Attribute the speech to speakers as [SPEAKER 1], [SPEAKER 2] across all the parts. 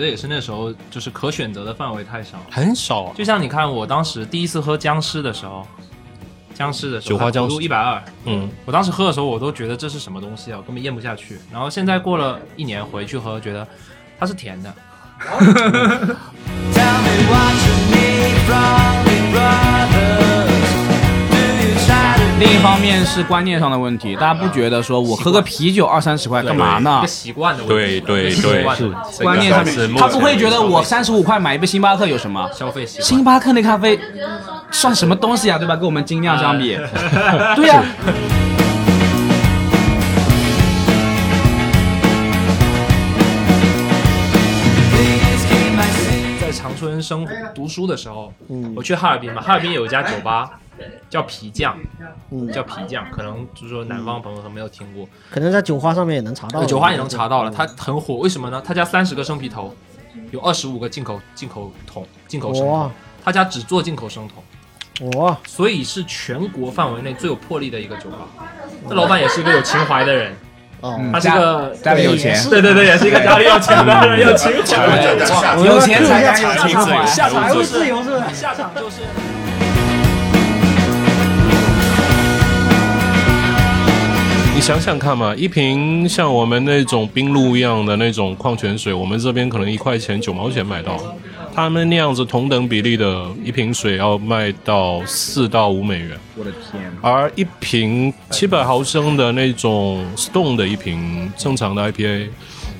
[SPEAKER 1] 也是那时候就是可选择的范围太少了。
[SPEAKER 2] 很少啊，
[SPEAKER 1] 就像你看，我当时第一次喝僵尸的时候，僵尸的时候，
[SPEAKER 2] 酒花僵尸
[SPEAKER 1] 一百二，
[SPEAKER 2] 嗯，
[SPEAKER 1] 我当时喝的时候，我都觉得这是什么东西啊，我根本咽不下去。然后现在过了一年回去喝，觉得它是甜的。
[SPEAKER 3] Tell me what you need from me, brothers. Do you try to
[SPEAKER 4] 另一方面是观念上的问题，大家不觉得说我喝个啤酒二三十块干嘛
[SPEAKER 1] 一
[SPEAKER 4] 呢
[SPEAKER 1] 个？习惯的问题
[SPEAKER 5] 对
[SPEAKER 1] 嘛，
[SPEAKER 5] 啊对
[SPEAKER 1] 一个习
[SPEAKER 5] 对，
[SPEAKER 1] 惯的
[SPEAKER 5] 是
[SPEAKER 1] 问题
[SPEAKER 4] 观念上
[SPEAKER 5] 这个是
[SPEAKER 4] 面，
[SPEAKER 5] 目
[SPEAKER 4] 他
[SPEAKER 5] 前
[SPEAKER 4] 不会觉得我三十五块买一杯星巴克有什么？
[SPEAKER 1] 消费习惯
[SPEAKER 4] 星。巴克那咖啡算什么东西啊？对吧？跟我们精酿相比，对呀、
[SPEAKER 3] please keep my secret?
[SPEAKER 1] 在长春生活读书的时候，我去哈尔滨嘛，哈尔滨有一家酒吧叫皮匠，叫皮匠，可能就是说南方朋友都没有听过，
[SPEAKER 6] 可能在酒花上面也能查到。
[SPEAKER 1] 酒花也能查到了，它很火，为什么呢？他家三十个生啤头，有二十五个进口进口桶，进口生
[SPEAKER 6] 哇
[SPEAKER 1] 桶，他家只做进口生桶，
[SPEAKER 6] 哇，
[SPEAKER 1] 所以是全国范围内最有魄力的一个酒吧。这老板也是一个有情怀的人，
[SPEAKER 6] 哦，
[SPEAKER 4] 嗯
[SPEAKER 1] 他是个
[SPEAKER 4] 家里有钱
[SPEAKER 6] 也，是
[SPEAKER 1] 对对对，也是一个家里有钱的人，有情怀。
[SPEAKER 4] 有钱才敢有情怀。
[SPEAKER 1] 下场
[SPEAKER 6] 财务
[SPEAKER 1] 就是
[SPEAKER 6] 自由是吧？
[SPEAKER 1] 下场就是。
[SPEAKER 2] 你想想看嘛，一瓶像我们那种冰露一样的那种矿泉水，我们这边可能一块钱九毛钱买到，他们那样子同等比例的一瓶水要卖到四到五美元，
[SPEAKER 4] 我的天，
[SPEAKER 2] 而一瓶七百毫升的那种 Stone 的一瓶正常的 IPA，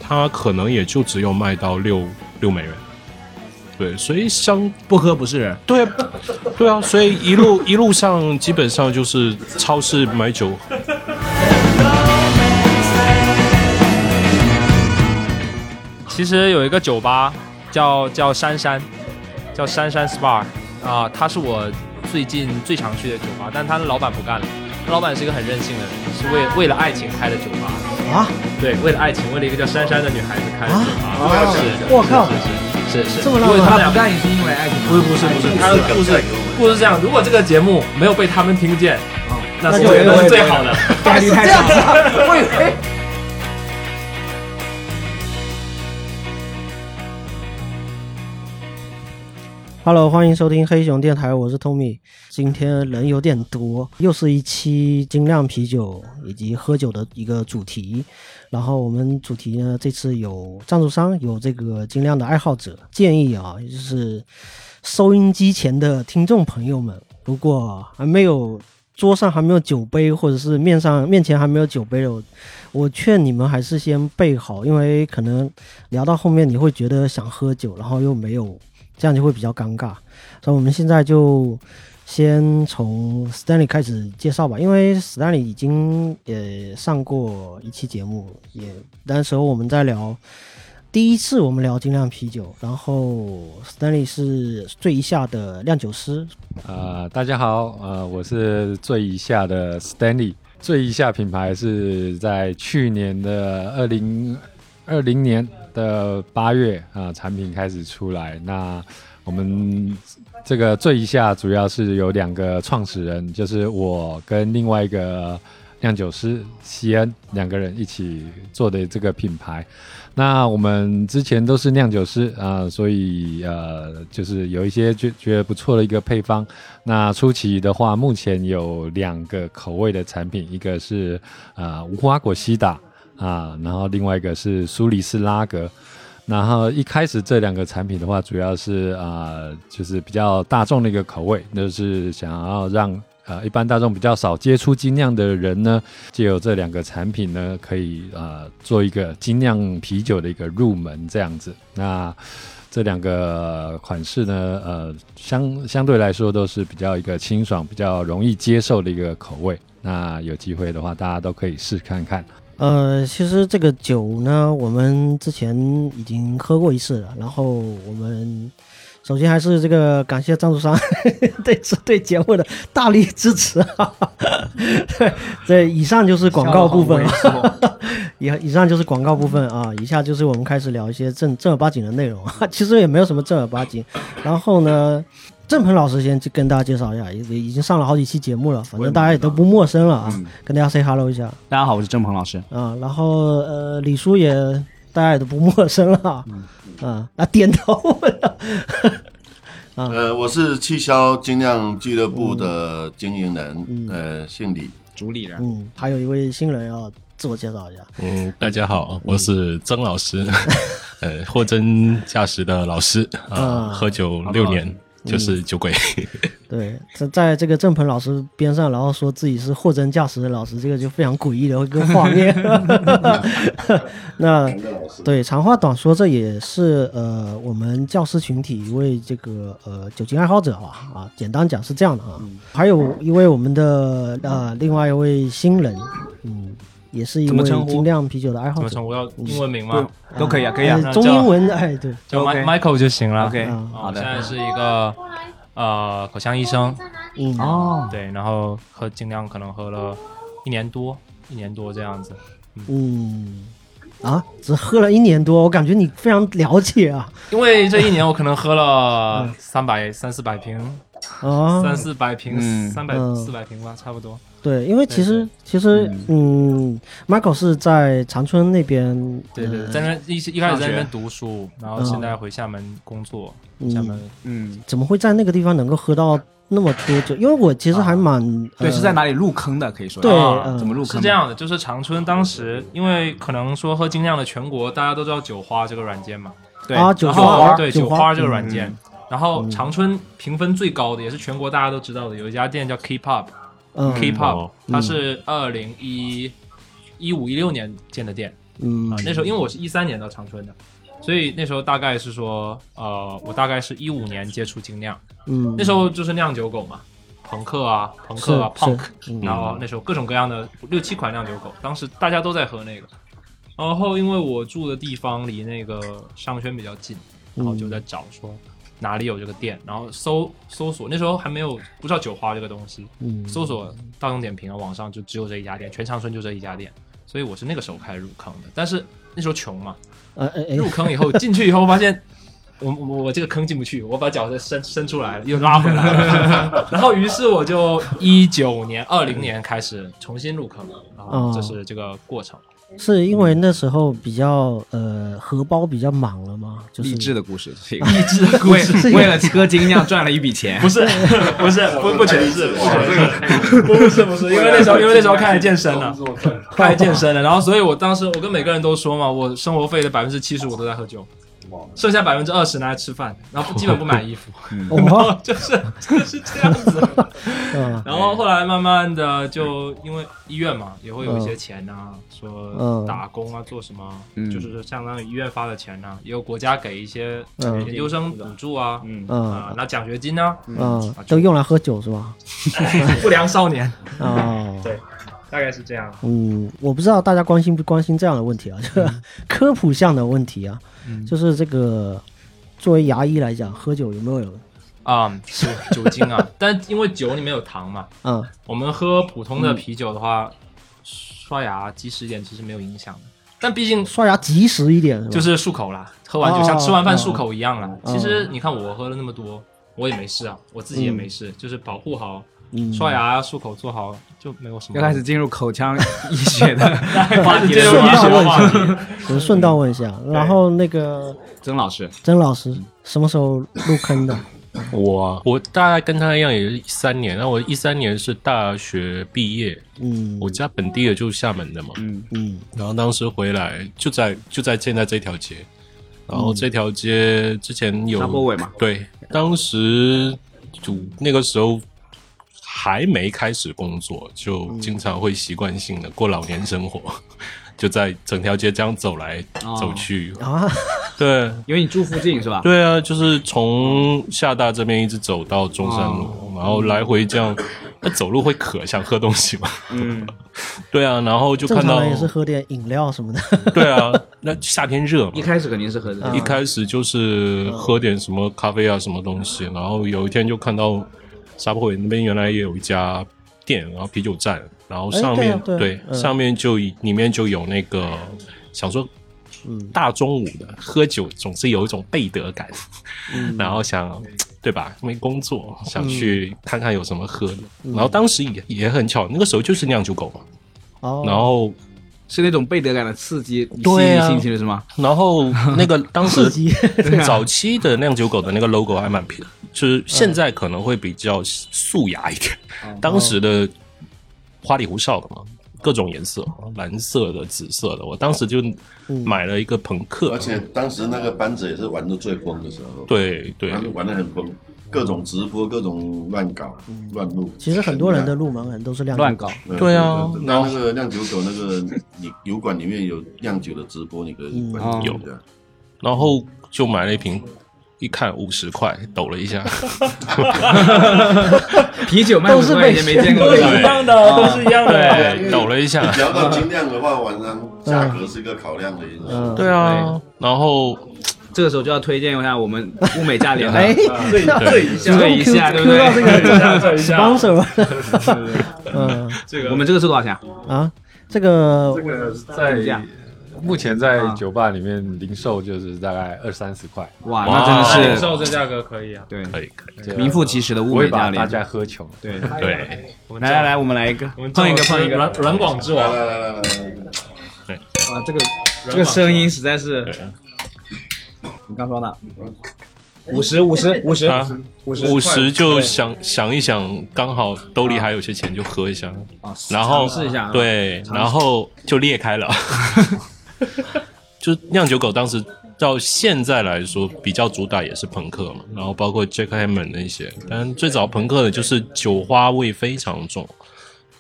[SPEAKER 2] 它可能也就只有卖到六六美元。对，所以相
[SPEAKER 4] 不喝不是人。
[SPEAKER 2] 对，对啊，所以一路一路上基本上就是超市买酒，
[SPEAKER 1] 其实有一个酒吧叫叫珊珊，叫珊珊 SPA 啊，它是我最近最常去的酒吧，但它的老板不干了。他老板是一个很任性的人，是为为了爱情开的酒吧。
[SPEAKER 6] 啊，
[SPEAKER 1] 对，为了爱情，为了一个叫珊珊的女孩子开的酒吧。
[SPEAKER 6] 啊
[SPEAKER 1] 是
[SPEAKER 6] 我靠，
[SPEAKER 1] 是是是，
[SPEAKER 6] 这么浪
[SPEAKER 1] 如果
[SPEAKER 6] 漫啊
[SPEAKER 1] 他们俩
[SPEAKER 4] 干也是因为爱情，
[SPEAKER 1] 不是不是不是，他的故事故事是这样：如果这个节目没有被他们听见，那是
[SPEAKER 6] 那就
[SPEAKER 1] 我
[SPEAKER 6] 我
[SPEAKER 1] 是
[SPEAKER 6] 也
[SPEAKER 1] 最好的。
[SPEAKER 4] 概率太小了。
[SPEAKER 6] 我以为，Hello，欢迎收听黑熊电台，我是 Tommy。今天人有点多，又是一期精酿啤酒以及喝酒的一个主题。然后我们主题呢，这次有赞助商，有这个精酿的爱好者。建议啊，就是收音机前的听众朋友们，如果还没有桌上还没有酒杯，或者是面上面前还没有酒杯的，我我劝你们还是先备好，因为可能聊到后面你会觉得想喝酒，然后又没有，这样就会比较尴尬。所以我们现在就先从 Stanley 开始介绍吧，因为 Stanley 已经也上过一期节目，也那时候我们在聊。第一次我们聊精酿啤酒，然后 Stanley 是最一下的酿酒师，
[SPEAKER 7] 呃，大家好，呃，我是醉一下的 Stanley。醉一下品牌是在去年的二零二零年的八月啊、呃产品开始出来。那我们这个醉一下主要是有两个创始人，就是我跟另外一个酿酒师西恩两个人一起做的这个品牌。那我们之前都是酿酒师啊、呃所以呃，就是有一些觉觉得不错的一个配方。那初期的话，目前有两个口味的产品，一个是呃无花果西打啊，然后另外一个是苏黎世拉格。然后一开始这两个产品的话，主要是呃，就是比较大众的一个口味，就是想要让呃一般大众比较少接触精酿的人呢，借由这两个产品呢，可以呃做一个精酿啤酒的一个入门这样子。那这两个款式呢，呃，相相对来说都是比较一个清爽、比较容易接受的一个口味。那有机会的话，大家都可以试看看。
[SPEAKER 6] 呃，其实这个酒呢，我们之前已经喝过一次了。然后我们首先还是这个感谢赞助商 对这对节目的大力支持啊。 对，这以上就是广告部分啊。以以上就是广告部分啊，以下就是我们开始聊一些正正儿八经的内容啊。 其实也没有什么正儿八经。然后呢，郑鹏老师先跟大家介绍一下，已已经上了好几期节目了，反正大家也都不陌生了啊。跟大家 say hello 一下。
[SPEAKER 4] 大家好，我是郑鹏老师。
[SPEAKER 6] 啊，然后呃，李叔也大家也都不陌生了，啊啊，点头 了。
[SPEAKER 5] 呃，我是气消精酿俱乐部的经营人，呃，姓李。
[SPEAKER 4] 主理人，
[SPEAKER 6] 嗯，还有一位新人要自我介绍一下。
[SPEAKER 2] 嗯，大家好，我是曾老师，呃，货真价实的老师啊，
[SPEAKER 6] 啊
[SPEAKER 2] 喝酒六年就是酒鬼，
[SPEAKER 6] 对，在在这个郑鹏老师边上，然后说自己是货真价实的老师，这个就非常诡异的一个画面。 那对长话短说，这也是呃我们教师群体一位这个呃酒精爱好者吧啊，简单讲是这样的啊。还有一位我们的呃另外一位新人，嗯，也是一
[SPEAKER 4] 怎么
[SPEAKER 6] 位
[SPEAKER 4] 称呼
[SPEAKER 6] 精酿啤酒的爱
[SPEAKER 1] 怎
[SPEAKER 6] 好
[SPEAKER 1] 么
[SPEAKER 6] 者
[SPEAKER 1] 称。呼？要英文名吗？
[SPEAKER 4] 都可以啊，可以啊哎
[SPEAKER 6] 呃，中英文哎对，
[SPEAKER 1] 叫
[SPEAKER 4] OK
[SPEAKER 1] Michael 就行了。
[SPEAKER 4] OK
[SPEAKER 6] 啊
[SPEAKER 1] 好
[SPEAKER 4] 好
[SPEAKER 1] 的，
[SPEAKER 4] 的
[SPEAKER 1] 现在是一个呃口腔医生，
[SPEAKER 6] 嗯
[SPEAKER 4] 哦，
[SPEAKER 1] 对，然后喝尽量可能喝了一年多，一年多这样子。
[SPEAKER 6] 嗯啊，只喝了一年多，我感觉你非常了解啊
[SPEAKER 1] 因 为这一年我可能喝
[SPEAKER 6] 嗯
[SPEAKER 1] 了三百三四百瓶，
[SPEAKER 6] 啊，
[SPEAKER 1] 三四百瓶，
[SPEAKER 4] 嗯
[SPEAKER 1] 三百
[SPEAKER 6] 嗯
[SPEAKER 1] 四百瓶吧，差不多。
[SPEAKER 6] 对，因为其
[SPEAKER 1] 对
[SPEAKER 6] 实其实嗯，Michael 是在长春那边，
[SPEAKER 1] 对对，
[SPEAKER 6] 呃
[SPEAKER 1] 在那边一一开始在那边
[SPEAKER 4] 上学
[SPEAKER 1] 读书，然后现在回厦门工作，厦门
[SPEAKER 6] 嗯，
[SPEAKER 4] 嗯，
[SPEAKER 6] 怎么会在那个地方能够喝到那么多酒？因为我其实还蛮
[SPEAKER 4] 对，
[SPEAKER 6] 呃
[SPEAKER 4] 是在哪里入坑的？可以说
[SPEAKER 6] 对，
[SPEAKER 1] 啊
[SPEAKER 6] 嗯
[SPEAKER 4] 怎么入坑？
[SPEAKER 1] 是这，样的，就是长春当时因为可能说喝精酿的全国大家都知道酒花这个软件嘛，
[SPEAKER 4] 对
[SPEAKER 6] 啊酒
[SPEAKER 1] 然
[SPEAKER 6] 花
[SPEAKER 1] 后
[SPEAKER 6] 儿
[SPEAKER 1] 对
[SPEAKER 6] 酒
[SPEAKER 1] 酒
[SPEAKER 6] 花
[SPEAKER 1] 花
[SPEAKER 6] 儿
[SPEAKER 1] 这个
[SPEAKER 6] 嗯
[SPEAKER 1] 软件，然后长春评分最高的也是全国大家都知道的，有一家店叫 Keep Up，
[SPEAKER 6] 嗯
[SPEAKER 1] Keep Up，、
[SPEAKER 2] 哦
[SPEAKER 1] 它是二零一一五一六年建的店
[SPEAKER 6] 嗯
[SPEAKER 1] 啊、那时候因为我是一三年到长春的，所以那时候大概是说，呃，我大概是一五年接触精酿，
[SPEAKER 6] 嗯
[SPEAKER 1] 那时候就是酿酒狗嘛，朋克啊，朋克啊
[SPEAKER 6] 是
[SPEAKER 1] ，punk，
[SPEAKER 6] 嗯
[SPEAKER 1] 然后那时候各种各样的六七款酿酒狗，当时大家都在喝那个。然后因为我住的地方离那个商圈比较近，然后就在找说哪里有这个店，然后搜搜索，那时候还没有不知道酒花这个东西，
[SPEAKER 6] 嗯
[SPEAKER 1] 搜索大众点评啊，网上就只有这一家店，全长春就这一家店，所以我是那个时候开始入坑的。但是那时候穷嘛，
[SPEAKER 6] 呃哎哎
[SPEAKER 1] 入坑以后进去以后发现。 我我我这个坑进不去，我把脚再伸伸出来了，又拉回来了。然后，于是我就一九年、二零年开始重新入坑，然后这是这个过 程。
[SPEAKER 6] 是因为那时候比较呃荷包比较满了嘛，就是
[SPEAKER 4] 励志的故事，这个
[SPEAKER 1] 励志的故事
[SPEAKER 4] 为为了喝精酿赚了一笔钱
[SPEAKER 1] 不，是不是不不全是，不全是不是不是，因为那时候因为那时候开始健身了，开始健身了，然后所以我当时我跟每个人都说嘛，我生活费的百分之七十我都在喝酒，剩下百分之二十拿来吃饭，然后基本不买衣服，
[SPEAKER 6] 哦
[SPEAKER 1] 就是就是这样子。
[SPEAKER 6] 嗯
[SPEAKER 1] 然后后来慢慢的就因为医院嘛，也会有一些钱呐、说
[SPEAKER 6] 嗯
[SPEAKER 1] 打工啊，做什么，
[SPEAKER 4] 嗯
[SPEAKER 1] 就是相当于医院发的钱呐、也有国家给一些
[SPEAKER 6] 嗯
[SPEAKER 1] 研究生补助啊，
[SPEAKER 4] 嗯
[SPEAKER 1] 啊
[SPEAKER 6] 嗯，
[SPEAKER 1] 拿奖学金呢、
[SPEAKER 6] 嗯，
[SPEAKER 1] 啊
[SPEAKER 6] 都用来喝酒是吧？
[SPEAKER 1] 不良少年，
[SPEAKER 6] 哦。
[SPEAKER 1] 大概是这样。
[SPEAKER 6] 嗯，我不知道大家关心不关心这样的问题啊，就是
[SPEAKER 2] 嗯
[SPEAKER 6] 科普项的问题啊，就是这个作为牙医来讲，喝酒有没有
[SPEAKER 1] 啊、酒酒精 啊，但因为酒里面有糖嘛，
[SPEAKER 6] 啊？
[SPEAKER 1] 我们喝普通
[SPEAKER 4] 嗯
[SPEAKER 1] 的啤酒的话，刷牙及时一点其实没有影响的，但毕
[SPEAKER 4] 嗯
[SPEAKER 1] 竟
[SPEAKER 6] 刷牙及时一点是吧？
[SPEAKER 1] 就是漱口啦，喝完酒
[SPEAKER 6] 哦
[SPEAKER 1] 像吃完饭漱
[SPEAKER 6] 哦
[SPEAKER 1] 口一样啦。
[SPEAKER 4] 嗯
[SPEAKER 1] 其实你看我喝了那么多，我也没事啊，我自己也没事，就是保护好
[SPEAKER 6] 嗯
[SPEAKER 1] 刷牙、漱口做好就没有什么。
[SPEAKER 4] 又开始进入口腔医学的
[SPEAKER 1] 话
[SPEAKER 4] 话
[SPEAKER 1] 题
[SPEAKER 4] 题
[SPEAKER 1] 了
[SPEAKER 4] 了。
[SPEAKER 1] 是
[SPEAKER 6] 顺
[SPEAKER 1] 吧
[SPEAKER 6] 道问一下，我顺道问一下，然后那个
[SPEAKER 4] 曾老师，
[SPEAKER 6] 曾老师什么时候入坑的？
[SPEAKER 2] 我我大概跟他一样也是一三年，那我一三年是大学毕业，
[SPEAKER 6] 嗯
[SPEAKER 2] 我家本地的就是厦门的嘛，
[SPEAKER 6] 嗯
[SPEAKER 2] 然后当时回来就在就在现在这条街，然
[SPEAKER 6] 嗯
[SPEAKER 2] 后这条街之前有
[SPEAKER 4] 沙坡尾嘛，
[SPEAKER 2] 对，当时就那个时候还没开始工作，就经常会习惯性的过老年生活， 就在整条街这样走来、
[SPEAKER 4] 哦
[SPEAKER 2] 走去，
[SPEAKER 6] 啊，
[SPEAKER 2] 对。
[SPEAKER 4] 因为你住附近是吧？
[SPEAKER 2] 对啊，就是从厦大这边一直走到中山路，
[SPEAKER 6] 哦
[SPEAKER 2] 然后来回这样， 那走路会渴，想喝东西嘛？
[SPEAKER 4] 嗯，
[SPEAKER 2] 对啊，然后就
[SPEAKER 6] 正
[SPEAKER 2] 看
[SPEAKER 6] 常
[SPEAKER 2] 到
[SPEAKER 6] 人，也是 喝点饮料什么的。
[SPEAKER 2] 对啊，那夏天热嘛
[SPEAKER 4] 一，开始肯定是喝
[SPEAKER 6] 嗯
[SPEAKER 4] 的
[SPEAKER 2] 一开始就是喝点什么咖啡啊，什么东西，
[SPEAKER 6] 嗯
[SPEAKER 2] 然后有一天就看到沙坡尾那边原来也有一家店，然后啤酒站，然后上面、
[SPEAKER 6] 哎对啊对啊嗯
[SPEAKER 2] 上面就里面就有那个想说。
[SPEAKER 6] 嗯
[SPEAKER 2] 大中午的喝酒总是有一种背德感，
[SPEAKER 6] 嗯
[SPEAKER 2] 然后想对吧？没工作，想去看看
[SPEAKER 6] 嗯
[SPEAKER 2] 有什么喝的。然后当时也也很巧，那个时候就是酿酒狗嘛，
[SPEAKER 6] 哦，
[SPEAKER 2] 然后
[SPEAKER 4] 是那种被德感的刺激吸
[SPEAKER 2] 对
[SPEAKER 4] 引
[SPEAKER 2] 啊
[SPEAKER 4] 进去的是吗？
[SPEAKER 2] 然后那个当时
[SPEAKER 6] 刺激
[SPEAKER 4] 对啊
[SPEAKER 2] 早期的酿酒狗的那个 logo 还蛮偏，就是现在可能会比较素雅一点。当时的花里胡哨的嘛，各种颜色，蓝色的、紫色的。我当时就买了一个朋克
[SPEAKER 5] 嗯而，且当时那个班子也是玩的最疯的时候，
[SPEAKER 2] 对对
[SPEAKER 5] 玩玩的很疯，各种直播，各种乱搞、乱录。
[SPEAKER 6] 其实很多人的入门人都是量
[SPEAKER 4] 乱搞，
[SPEAKER 5] 对
[SPEAKER 2] 对啊
[SPEAKER 5] 那那个酿酒狗那个你油管里面有酿酒的直播，你可以关注一下。
[SPEAKER 2] 然后就买了一瓶。一看五十块，抖了一下，
[SPEAKER 4] 啤酒卖五十块钱没见过
[SPEAKER 2] 被
[SPEAKER 4] 对
[SPEAKER 2] 骗
[SPEAKER 4] 吧？
[SPEAKER 2] 样
[SPEAKER 1] 的，都是一样
[SPEAKER 2] 对，抖了一 下，
[SPEAKER 5] 聊到精酿的话，晚上价格是一个考量的因素。
[SPEAKER 6] 嗯，
[SPEAKER 2] 对啊。然后
[SPEAKER 4] 这个时候就要推荐一下我们物美价廉了，
[SPEAKER 6] 哎，
[SPEAKER 5] 对对，
[SPEAKER 6] 主动
[SPEAKER 4] 对一
[SPEAKER 6] Q
[SPEAKER 4] 下对不
[SPEAKER 6] Q 到这
[SPEAKER 4] 对？
[SPEAKER 6] 个 sponsor，嗯
[SPEAKER 4] 我们这个是多少钱？
[SPEAKER 6] 啊，这个
[SPEAKER 7] 这个
[SPEAKER 4] 这
[SPEAKER 7] 在
[SPEAKER 4] 样
[SPEAKER 7] 目前在
[SPEAKER 4] 啊
[SPEAKER 7] 酒吧里面零售就是大概二三十块，
[SPEAKER 4] 哇，
[SPEAKER 2] 哇哎
[SPEAKER 4] 那真
[SPEAKER 1] 零
[SPEAKER 4] 的是
[SPEAKER 1] 售这价格可以啊。
[SPEAKER 4] 对
[SPEAKER 2] 可以可以，
[SPEAKER 7] 这个
[SPEAKER 4] 名副其实的物
[SPEAKER 7] 不会
[SPEAKER 4] 美价
[SPEAKER 7] 把大
[SPEAKER 4] 廉。
[SPEAKER 7] 家喝穷。
[SPEAKER 4] 对，
[SPEAKER 2] 对，
[SPEAKER 4] 来来来，我们来一个
[SPEAKER 1] 我们，
[SPEAKER 4] 碰一个
[SPEAKER 1] 这种
[SPEAKER 4] 碰一个。
[SPEAKER 1] 软软广之
[SPEAKER 5] 来
[SPEAKER 1] 王，
[SPEAKER 5] 来来来来来，
[SPEAKER 4] 哇，这个这个声音实在是，你刚说的，五十五十五十
[SPEAKER 2] 啊
[SPEAKER 4] 五十
[SPEAKER 2] 五十就想想一想，刚好兜里还有些钱就喝一下，
[SPEAKER 4] 啊，
[SPEAKER 2] 然后
[SPEAKER 4] 尝试一下啊，
[SPEAKER 2] 对，然后就裂开了。 就酿酒狗当时到现在来说，比较主打也是朋克嘛，然后包括 Jack Hammond 那些，但最早朋克的就是酒花味非常重，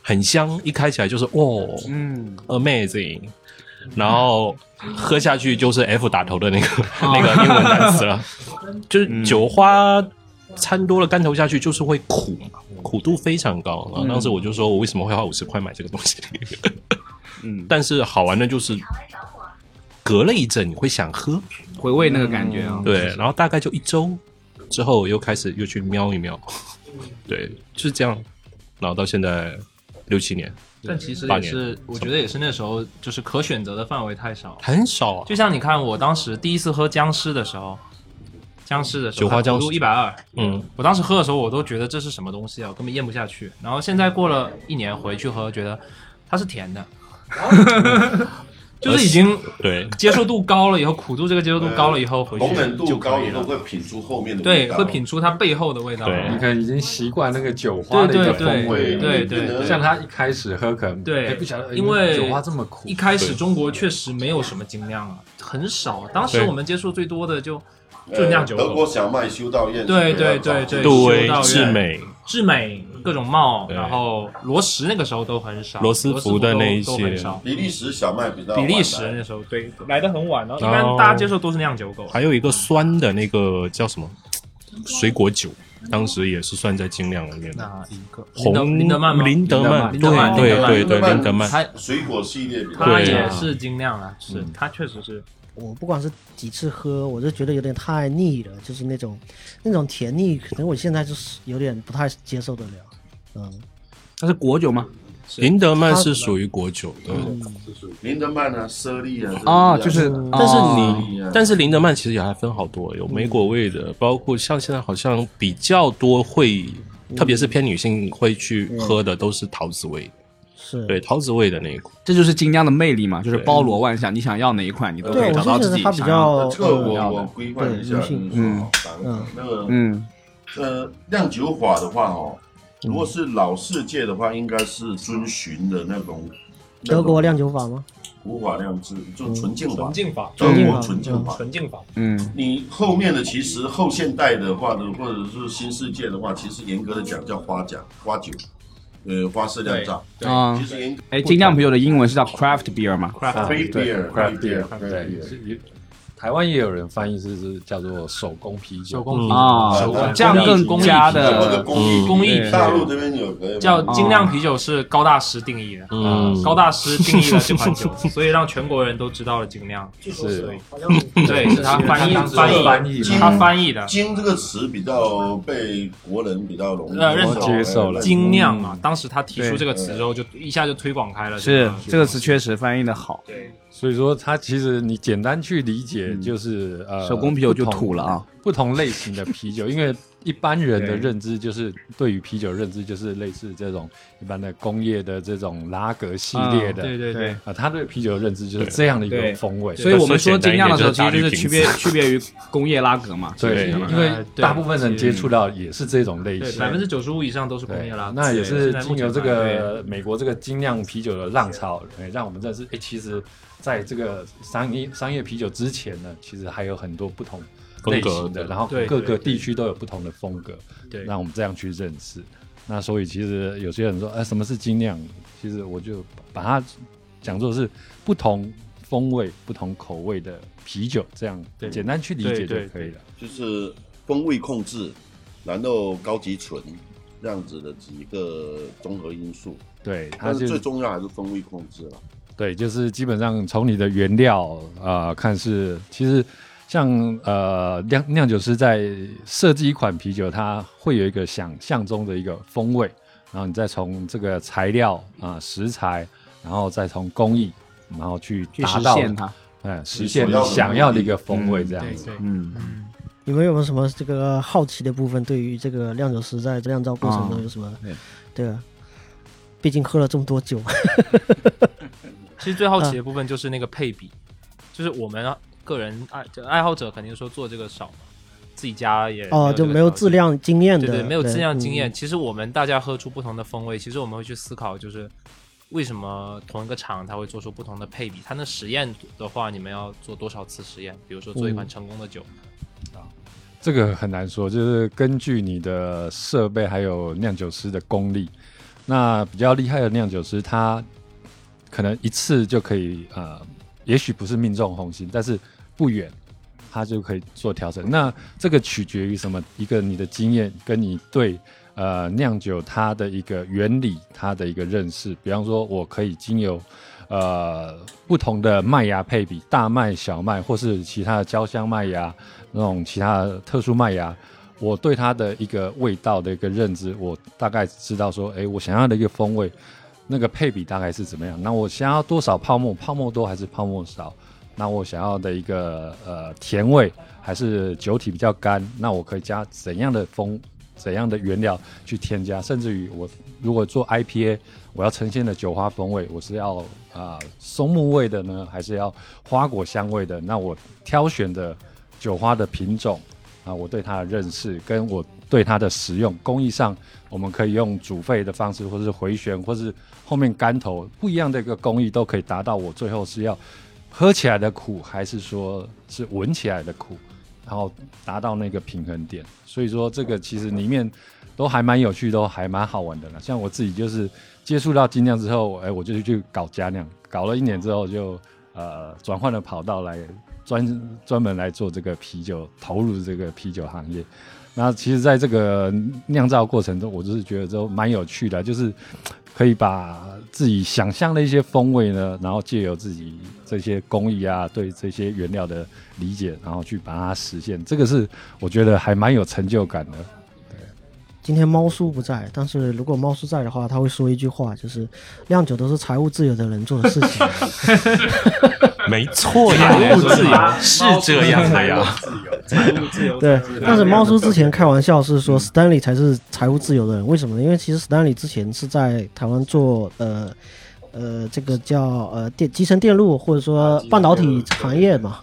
[SPEAKER 2] 很香，一开起来就是哦
[SPEAKER 4] 嗯，
[SPEAKER 2] amazing，然后喝下去就是 F 打头的那个、那个英文单词了，就是酒花掺多了干头下去就是会苦嘛，苦度非常高。然后当时我就说我为什么会花五十块买这个东西，
[SPEAKER 4] 嗯
[SPEAKER 2] 但是好玩的就是。隔了一阵，你会想喝，
[SPEAKER 4] 回味那个感觉
[SPEAKER 6] 嗯
[SPEAKER 4] 啊，
[SPEAKER 2] 对，然后大概就一周之后，我又开始又去瞄一瞄，对，就是这样，然后到现在六七年，
[SPEAKER 1] 但其实
[SPEAKER 2] 八
[SPEAKER 1] 也
[SPEAKER 2] 年
[SPEAKER 1] 是，我觉得也是那时候就是可选择的范围太少。
[SPEAKER 2] 很少啊，
[SPEAKER 1] 就像你看，我当时第一次喝僵尸的时候，僵尸的时候，
[SPEAKER 2] 酒花僵尸
[SPEAKER 1] 一百二，
[SPEAKER 2] 嗯，
[SPEAKER 1] 我当时喝的时候，我都觉得这是什么东西啊，我根本咽不下去。然后现在过了一年回去喝，觉得它是甜的， 就是已经
[SPEAKER 2] 对，
[SPEAKER 1] 接受度高了以后，苦度这个接受度高了以后回去
[SPEAKER 7] 呃
[SPEAKER 5] 容忍
[SPEAKER 1] 就
[SPEAKER 5] 度
[SPEAKER 1] 可
[SPEAKER 5] 高
[SPEAKER 1] 以
[SPEAKER 5] 以后
[SPEAKER 1] 了。
[SPEAKER 5] 会品出后面的味
[SPEAKER 1] 对，
[SPEAKER 5] 道
[SPEAKER 1] 会品出它背后的味道。
[SPEAKER 2] 对
[SPEAKER 7] 你可能已经习惯那个酒花的一个
[SPEAKER 1] 对对
[SPEAKER 7] 风味
[SPEAKER 5] 对
[SPEAKER 7] 了，
[SPEAKER 1] 对
[SPEAKER 5] 变得
[SPEAKER 7] 像他一开始喝可能
[SPEAKER 1] 对
[SPEAKER 7] 哎不晓得，
[SPEAKER 1] 因为
[SPEAKER 7] 酒花这么苦
[SPEAKER 1] 一，开始
[SPEAKER 2] 对
[SPEAKER 1] 中国确实没有什么精酿啊，很少。当时
[SPEAKER 2] 对
[SPEAKER 1] 我们接触最多的就
[SPEAKER 5] 呃
[SPEAKER 1] 就酿酒
[SPEAKER 5] 德国小麦修道院，
[SPEAKER 1] 对对对对
[SPEAKER 2] 杜
[SPEAKER 1] 修
[SPEAKER 2] 威
[SPEAKER 1] 道、院
[SPEAKER 2] 智美、
[SPEAKER 1] 智美各种帽，
[SPEAKER 2] 嗯对
[SPEAKER 1] 然后罗什那个时候都很少，
[SPEAKER 2] 罗斯福的那一
[SPEAKER 1] 罗斯福
[SPEAKER 2] 系
[SPEAKER 1] 都
[SPEAKER 2] 列
[SPEAKER 1] 很少。
[SPEAKER 5] 比利时小麦比较
[SPEAKER 1] 比
[SPEAKER 5] 晚
[SPEAKER 1] 利
[SPEAKER 5] 来
[SPEAKER 1] 时那时候对来的很晚，然后一
[SPEAKER 2] 然
[SPEAKER 1] 般
[SPEAKER 2] 后
[SPEAKER 1] 大家接受都是酿酒狗。
[SPEAKER 2] 还有一个酸的那个叫什么水果酒，当时也是算在精酿里面的。
[SPEAKER 1] 那啊一个
[SPEAKER 2] 红
[SPEAKER 1] 林德曼吗？
[SPEAKER 2] 林德曼，
[SPEAKER 1] 林德曼
[SPEAKER 2] 对对
[SPEAKER 1] 林
[SPEAKER 2] 对
[SPEAKER 1] 德曼
[SPEAKER 2] 对，林德曼，
[SPEAKER 1] 他
[SPEAKER 5] 水果系列比较
[SPEAKER 1] 他
[SPEAKER 2] 对嗯
[SPEAKER 1] 也是精酿啊，是他确实是
[SPEAKER 6] 我不管是几次喝，我就觉得有点太腻了，就是那种那种甜腻，可能我现在就是有点不太接受得了。嗯，
[SPEAKER 4] 它是果酒吗？
[SPEAKER 2] 林德曼是嗯属于果酒的，
[SPEAKER 5] 林德曼啊、舍利啊，
[SPEAKER 4] 哦，
[SPEAKER 5] 这
[SPEAKER 4] 就
[SPEAKER 5] 些
[SPEAKER 4] 是
[SPEAKER 5] 啊，
[SPEAKER 6] 嗯
[SPEAKER 2] 但是
[SPEAKER 4] 哦
[SPEAKER 2] 你嗯
[SPEAKER 5] 哦，
[SPEAKER 2] 啊但是林德曼其实也还分好多，有莓果味的，包括像现在好像比较多会，特别是偏女性会去喝的都是桃子味，
[SPEAKER 6] 是
[SPEAKER 2] 对，桃子味的那一款，
[SPEAKER 4] 这就是精酿的魅力嘛，就是包罗万象，你想要哪一款，你都可
[SPEAKER 6] 对，
[SPEAKER 4] 以
[SPEAKER 6] 我
[SPEAKER 4] 找
[SPEAKER 6] 是
[SPEAKER 4] 到
[SPEAKER 6] 觉
[SPEAKER 4] 自
[SPEAKER 6] 得
[SPEAKER 4] 己
[SPEAKER 6] 它比
[SPEAKER 4] 想要的。
[SPEAKER 6] 较
[SPEAKER 5] 这个
[SPEAKER 6] 呃
[SPEAKER 5] 我我规范一下
[SPEAKER 6] 对，女性
[SPEAKER 5] 嗯，嗯，那个
[SPEAKER 4] 嗯，
[SPEAKER 5] 呃，酿酒法的话哦，如果是老世界的话，应该是遵循的那种
[SPEAKER 6] 德国酿酒法吗？
[SPEAKER 5] 古法酿制，就纯净法
[SPEAKER 1] 纯，净法，
[SPEAKER 5] 中
[SPEAKER 6] 净
[SPEAKER 5] 国
[SPEAKER 6] 法
[SPEAKER 5] 纯净法。
[SPEAKER 1] 纯净法。
[SPEAKER 4] 嗯，
[SPEAKER 5] 你后面的其实后现代的话呢，或者是新世界的话，其实严格的讲叫花甲、花酒，呃，花式酿造。
[SPEAKER 4] 啊
[SPEAKER 5] 其，实严格
[SPEAKER 4] 哎，精酿啤酒的英文是叫 craft beer 吗？
[SPEAKER 7] 啊
[SPEAKER 5] Craft beer，
[SPEAKER 7] craft
[SPEAKER 5] beer，
[SPEAKER 7] beer，
[SPEAKER 5] craft
[SPEAKER 7] 对
[SPEAKER 5] beer
[SPEAKER 7] 是有台湾也有人翻译是是叫做手工啤酒，嗯手
[SPEAKER 1] 工啤酒
[SPEAKER 4] 啊
[SPEAKER 5] 手工，
[SPEAKER 4] 这样更加
[SPEAKER 5] 或者
[SPEAKER 4] 的
[SPEAKER 5] 工艺
[SPEAKER 1] 工艺
[SPEAKER 5] 大陆这边有个
[SPEAKER 1] 叫精酿啤酒是高大师定义的，呃
[SPEAKER 2] 嗯
[SPEAKER 1] 高大师定义了这款酒，所以让全国人都知道了精酿。
[SPEAKER 7] 是
[SPEAKER 1] 对，是他翻译
[SPEAKER 7] 他当时
[SPEAKER 1] 翻译
[SPEAKER 7] 翻译
[SPEAKER 1] 他翻译的。
[SPEAKER 5] 精这个词比较被国人比较容易
[SPEAKER 1] 呃认同
[SPEAKER 7] 接受了
[SPEAKER 1] 精酿嘛，当时他提出这个词之后，就一下就推广开了。
[SPEAKER 4] 是
[SPEAKER 1] 吧
[SPEAKER 4] 这个词确实翻译的好，
[SPEAKER 7] 所以说它其实你简单去理解就是呃
[SPEAKER 4] 手工啤酒就
[SPEAKER 7] 不同
[SPEAKER 4] 土了啊。
[SPEAKER 7] 不同类型的啤酒，因为一般人的
[SPEAKER 4] 对
[SPEAKER 7] 认知就是对于啤酒认知就是类似这种一般的工业的这种拉格系列
[SPEAKER 1] 嗯
[SPEAKER 7] 的，
[SPEAKER 1] 对对对
[SPEAKER 4] 对，
[SPEAKER 7] 啊，他对啤酒的认知就是这样的一个
[SPEAKER 4] 对
[SPEAKER 7] 风味，
[SPEAKER 4] 所以我们说
[SPEAKER 2] 简
[SPEAKER 4] 精酿
[SPEAKER 2] 单一点
[SPEAKER 4] 的时候，
[SPEAKER 2] 就是
[SPEAKER 4] 其实就是
[SPEAKER 2] 大绿瓶
[SPEAKER 4] 区别区别于工业拉格嘛。
[SPEAKER 2] 对
[SPEAKER 7] 对，因为
[SPEAKER 1] 呃对
[SPEAKER 7] 大部分人接触到也是这种类
[SPEAKER 1] 对，
[SPEAKER 7] 型
[SPEAKER 1] 百，分之九十五以上都是工
[SPEAKER 7] 对
[SPEAKER 1] 业拉格，
[SPEAKER 7] 那也
[SPEAKER 1] 现
[SPEAKER 7] 是
[SPEAKER 1] 在目
[SPEAKER 7] 经
[SPEAKER 1] 前啊
[SPEAKER 7] 由这
[SPEAKER 1] 来看
[SPEAKER 7] 个美国这个精酿啤酒的浪潮，哎，让我们认识，哎，其实在这个商业商业啤酒之前呢，其实还有很多不同
[SPEAKER 2] 风
[SPEAKER 7] 类
[SPEAKER 2] 格
[SPEAKER 7] 型的，
[SPEAKER 2] 对
[SPEAKER 7] 然后
[SPEAKER 1] 对
[SPEAKER 7] 各
[SPEAKER 1] 对
[SPEAKER 7] 个
[SPEAKER 1] 对
[SPEAKER 7] 地区都有不同的风格，
[SPEAKER 1] 对
[SPEAKER 7] 让我们这样去认识。那所以其实有些人说，哎、什么是精酿？其实我就把它讲作是不同风味、不同口味的啤酒，这样
[SPEAKER 1] 对
[SPEAKER 7] 简单去理解
[SPEAKER 1] 对
[SPEAKER 7] 就
[SPEAKER 1] 对
[SPEAKER 7] 可以了。
[SPEAKER 5] 就是风味控制，然后高级醇这样子的几个综合因素，
[SPEAKER 7] 对，它
[SPEAKER 5] 但
[SPEAKER 7] 就是是
[SPEAKER 5] 最重要还是风味控制了。
[SPEAKER 7] 对，就是基本上从你的原料啊、呃看是，其实像呃酿酿酒师在设计一款啤酒，它会有一个想象中的一个风味，然后你再从这个材料啊、食材，然后再从工艺，然后去
[SPEAKER 4] 去
[SPEAKER 7] 达
[SPEAKER 4] 实
[SPEAKER 7] 到
[SPEAKER 4] 现它，
[SPEAKER 7] 哎实现
[SPEAKER 5] 你
[SPEAKER 7] 你
[SPEAKER 5] 所要的
[SPEAKER 7] 想要的一个风味
[SPEAKER 4] 嗯
[SPEAKER 7] 这样
[SPEAKER 1] 对
[SPEAKER 7] 子。
[SPEAKER 1] 对，
[SPEAKER 4] 嗯，
[SPEAKER 1] 嗯，
[SPEAKER 6] 你们有没有什么这个好奇的部分？对于这个酿酒师在酿造过程中有什么？
[SPEAKER 1] 啊
[SPEAKER 4] 对
[SPEAKER 6] 对吧？毕竟喝了这么 多酒，
[SPEAKER 1] 其实最好奇的部分就是那个配比，就是我们个人爱就爱好者肯定说做这个少嘛，自己家也
[SPEAKER 6] 哦，就
[SPEAKER 1] 这个
[SPEAKER 6] 没有
[SPEAKER 1] 条件
[SPEAKER 6] 质量经验的，
[SPEAKER 1] 对对，没有质量经验。
[SPEAKER 6] 嗯
[SPEAKER 1] 其实我们大家喝出不同的风味，其实我们会去思考，就是为什么同一个厂它会做出不同的配比。它那实验的话，你们要做多少次实验？比如说做一
[SPEAKER 6] 嗯
[SPEAKER 1] 款成功的酒，
[SPEAKER 7] 这个很难说，就是根据你的设备还有酿酒师的功力。那比较厉害的酿酒师，他可能一次就可以呃，也许不是命中红心，但是不远，他就可以做调整。那这个取决于什么？一个你的经验跟你对呃酿酒它的一个原理，它的一个认识。比方说，我可以经由呃不同的麦芽配比，大麦、小麦或是其他的焦香麦芽那种其他的特殊麦芽，我对它的一个味道的一个认知，我大概知道说，诶，我想要的一个风味，那个配比大概是怎么样？那我想要多少泡沫？泡沫多还是泡沫少？那我想要的一个呃甜味还是酒体比较干？那我可以加怎样的风怎样的原料去添加？甚至于我如果做 IPA，我要呈现的酒花风味，我是要啊、松木味的呢，还是要花果香味的？那我挑选的酒花的品种啊，我对它的认识跟我对它的使用工艺上，我们可以用煮沸的方式，或是回旋，或是后面干头不一样的一个工艺，都可以达到我最后是要喝起来的苦，还是说是闻起来的苦，然后达到那个平衡点。所以说这个其实里面都还蛮有趣，都还蛮好玩的啦。像我自己就是接触到精酿之后，哎，我就去搞家酿，搞了一年之后就呃转换了跑道来专专门来做这个啤酒，投入这个啤酒行业。那其实，在这个酿造过程中，我就是觉得都蛮有趣的，就是嘖可以把自己想象的一些风味呢，然后借由自己这些工艺啊，对这些原料的理解，然后去把它实现。这个是我觉得还蛮有成就感的。
[SPEAKER 6] 今天猫叔不在，但是如果猫叔在的话，他会说一句话，就是酿酒都是财务自由的人做的事 情。
[SPEAKER 2] 没错呀，
[SPEAKER 4] 财务自由
[SPEAKER 2] 是这样的呀。
[SPEAKER 6] 对，但是猫叔之前开玩笑是说 Stanley 才是财务自由的人，为什么呢？因为其实 Stanley 之前是在台湾做呃呃这个叫呃电集啊成电路或者说半导体行业嘛，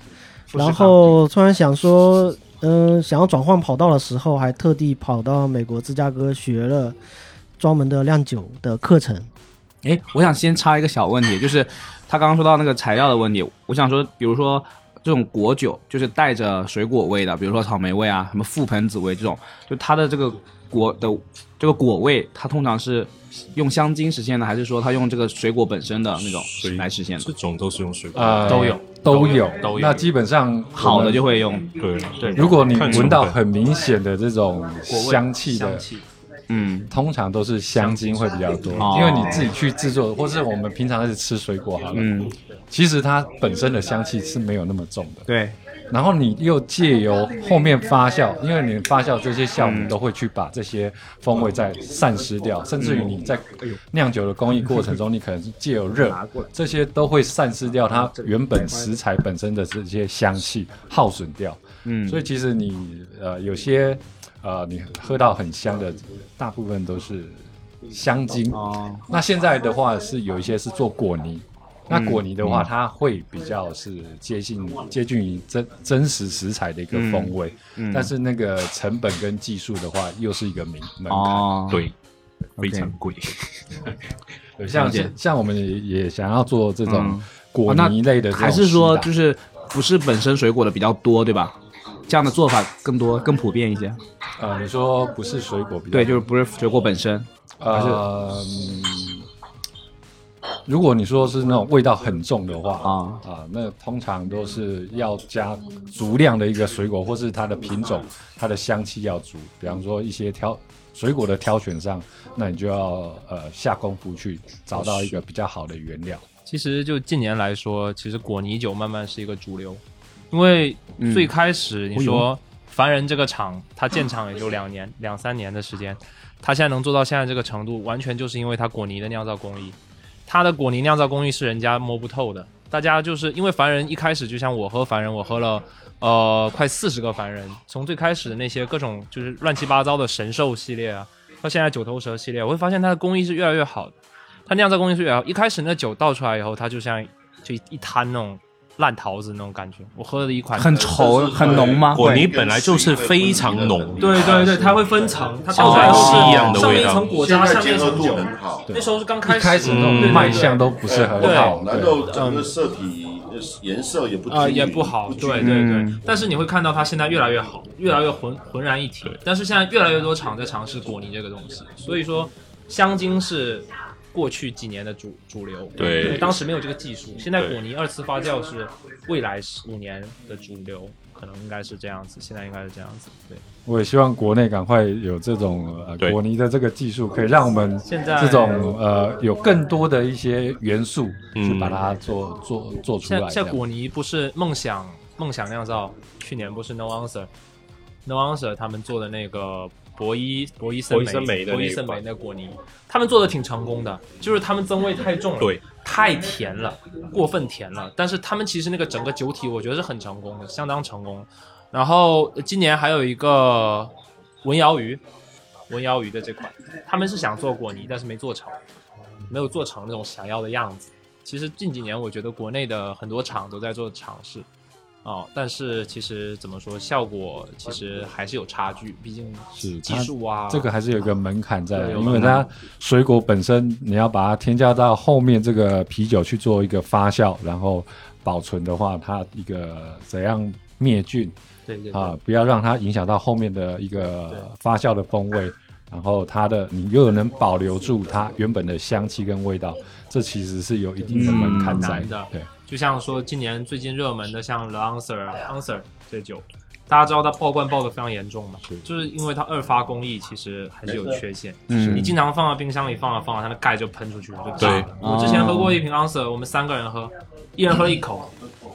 [SPEAKER 6] 然后突然想说，嗯、想要转换跑道的时候，还特地跑到美国芝加哥学了专门的酿酒的课程。
[SPEAKER 4] 哎，我想先插一个小问题，就是他刚刚说到那个材料的问题，我想说，比如说这种果酒，就是带着水果味的，比如说草莓味啊，什么覆盆子味这种，就它的这个果的这个果味，它通常是用香精实现的，还是说它用这个水果本身的那种
[SPEAKER 2] 水
[SPEAKER 4] 来实现的
[SPEAKER 2] 这？种都是用水果，
[SPEAKER 7] 呃，
[SPEAKER 1] 都有，
[SPEAKER 7] 都有，
[SPEAKER 1] 都有
[SPEAKER 7] 那基本上
[SPEAKER 4] 好的就会用，
[SPEAKER 2] 对对
[SPEAKER 7] 如果你
[SPEAKER 2] 看成
[SPEAKER 7] 闻到
[SPEAKER 2] 本
[SPEAKER 7] 很明显的这种
[SPEAKER 1] 果味
[SPEAKER 7] 香气的
[SPEAKER 1] 香，气，
[SPEAKER 4] 嗯，
[SPEAKER 7] 通常都是香精会比较多
[SPEAKER 4] 哦，
[SPEAKER 7] 因为你自己去制作，或是我们平常在吃水果好了，
[SPEAKER 4] 嗯，
[SPEAKER 7] 其实它本身的香气是没有那么重的。
[SPEAKER 4] 对，
[SPEAKER 7] 然后你又借由后面发酵，因为你发酵这些酵母都会去把这些风味再散失掉，甚至于你在呃酿酒的工艺过程中，你可能是借由热，这些都会散失掉它原本食材本身的这些香气，耗损掉。嗯，所以其实你呃有些呃你喝到很香的，大部分都是香精。
[SPEAKER 4] 哦，
[SPEAKER 7] 那现在的话是有一些是做果泥，
[SPEAKER 4] 嗯
[SPEAKER 7] 那果泥的话，它会比较是接近接近于真真实食材的一个风味，
[SPEAKER 4] 嗯
[SPEAKER 7] 但是那个成本跟技术的话，又是一个门门槛。
[SPEAKER 4] 哦，
[SPEAKER 2] 对，非
[SPEAKER 4] OK
[SPEAKER 2] 常贵。
[SPEAKER 7] 对像
[SPEAKER 4] 了解
[SPEAKER 7] 像像我们也也想要做这种
[SPEAKER 4] 嗯
[SPEAKER 7] 果
[SPEAKER 4] 哦那
[SPEAKER 7] 泥类的这种
[SPEAKER 4] 还是说
[SPEAKER 7] 施打
[SPEAKER 4] 就是不是本身水果的比较多，对吧？这样的做法更多、更普遍一些。
[SPEAKER 7] 呃，你说不是水果比较
[SPEAKER 4] 对，就是不是水果本身。
[SPEAKER 7] 呃，嗯如果你说是那种味道很重的话
[SPEAKER 4] 啊
[SPEAKER 7] 啊、那通常都是要加足量的一个水果，或是它的品种、它的香气要足。比方说一些挑水果的挑选上，那你就要呃下功夫去找到一个比较好的原料。
[SPEAKER 1] 其实就近年来说，其实果泥酒慢慢是一个主流，因为最开始你说凡人这个厂，它建厂也就两年、两三年的时间，它现在能做到现在这个程度，完全就是因为它果泥的酿造工艺，它的果泥酿造工艺是人家摸不透的。大家就是因为凡人一开始就像我喝凡人，我喝了呃快四十个凡人，从最开始的那些各种就是乱七八糟的神兽系列啊，到现在九头蛇系列，我会发现它的工艺是越来越好的。它酿造工艺是越好。一开始那酒倒出来以后，它就像就一一滩那种烂桃子那种感觉。我喝了一款
[SPEAKER 4] 很稠
[SPEAKER 5] 但是
[SPEAKER 4] 很浓吗？
[SPEAKER 2] 果
[SPEAKER 4] 会
[SPEAKER 2] 泥本来就是非常浓，
[SPEAKER 8] 对对对，它会分层，它
[SPEAKER 2] 像
[SPEAKER 8] 倒出来
[SPEAKER 2] 奶
[SPEAKER 8] 后
[SPEAKER 2] 昔一
[SPEAKER 8] 是
[SPEAKER 2] 样的
[SPEAKER 8] 上
[SPEAKER 2] 味
[SPEAKER 8] 面一
[SPEAKER 2] 道
[SPEAKER 8] 层。果
[SPEAKER 5] 现
[SPEAKER 8] 渣，
[SPEAKER 5] 在
[SPEAKER 8] 下面一
[SPEAKER 5] 结合
[SPEAKER 8] 层
[SPEAKER 5] 度
[SPEAKER 8] 酒。
[SPEAKER 5] 很好，
[SPEAKER 8] 那时候是刚
[SPEAKER 7] 一开
[SPEAKER 8] 开
[SPEAKER 7] 始
[SPEAKER 8] 始，
[SPEAKER 7] 那种嗯卖相都不是很好，
[SPEAKER 5] 然
[SPEAKER 7] 对，
[SPEAKER 5] 后整个色体呃颜色也不均
[SPEAKER 1] 啊、
[SPEAKER 5] 匀
[SPEAKER 1] 也不好，
[SPEAKER 5] 均
[SPEAKER 1] 对
[SPEAKER 5] 匀
[SPEAKER 1] 对对
[SPEAKER 4] 嗯。
[SPEAKER 1] 但是你会看到它现在越来越好，越来越浑浑然一体。但是现在越来越多厂在尝试果泥这个东西，所以说香精是过去几年的主主流。
[SPEAKER 2] 对
[SPEAKER 1] 当时没有这个技术，现在
[SPEAKER 2] 对
[SPEAKER 1] 果泥二次发酵是未来十五年的主流，可能应该是这样子，现在应该是这样子，对。
[SPEAKER 7] 我也希望国内赶快有这种呃
[SPEAKER 2] 对
[SPEAKER 7] 果泥的这个技术，可以让我们
[SPEAKER 1] 现在
[SPEAKER 7] 这种呃有更多的一些元素
[SPEAKER 2] 嗯
[SPEAKER 7] 去把它做做做出
[SPEAKER 1] 现在
[SPEAKER 7] 来这
[SPEAKER 1] 现在
[SPEAKER 7] 样。
[SPEAKER 1] 果泥不是梦想梦想酿造，去年不是 No Answer，No Answer 他们做的那个博伊博伊森
[SPEAKER 8] 博伊森
[SPEAKER 1] 梅
[SPEAKER 8] 梅的那一
[SPEAKER 1] 博伊森梅
[SPEAKER 8] 款
[SPEAKER 1] 那果泥，他们做的挺成功的，就是他们增味太重了，
[SPEAKER 2] 对，
[SPEAKER 1] 太甜了，过分甜了。但是他们其实那个整个酒体，我觉得是很成功的，相当成功。然后呃今年还有一个文瑶鱼，文瑶鱼的这款，他们是想做果泥，但是没做成，没有做成那种想要的样子。其实近几年，我觉得国内的很多厂都在做尝试，哦，但是其实怎么说，效果其实还是有差距，毕竟
[SPEAKER 7] 是
[SPEAKER 1] 技术啊，
[SPEAKER 7] 这个还是有一个门槛在的，
[SPEAKER 1] 对有
[SPEAKER 7] 因为它水果本身你要把它添加到后面这个啤酒去做一个发酵，然后保存的话，它一个怎样灭菌
[SPEAKER 1] 对对对
[SPEAKER 7] 啊，不要让它影响到后面的一个发酵的风味，然后它的你又能保留住它原本的香气跟味道，这其实是有一定的门槛
[SPEAKER 1] 嗯
[SPEAKER 7] 在
[SPEAKER 1] 难的
[SPEAKER 7] 对，
[SPEAKER 1] 就像说今年最近热门的像 The Answer Answer 这酒，大家知道它爆罐爆的非常严重嘛，就是因为它二发工艺其实还是有缺陷。
[SPEAKER 4] 嗯
[SPEAKER 1] 你经常放到冰箱里放啊放啊，它的盖就喷出去了，就炸
[SPEAKER 2] 对
[SPEAKER 1] 了。我之前喝过一瓶 Answer，我们三个人喝，一人喝了一口，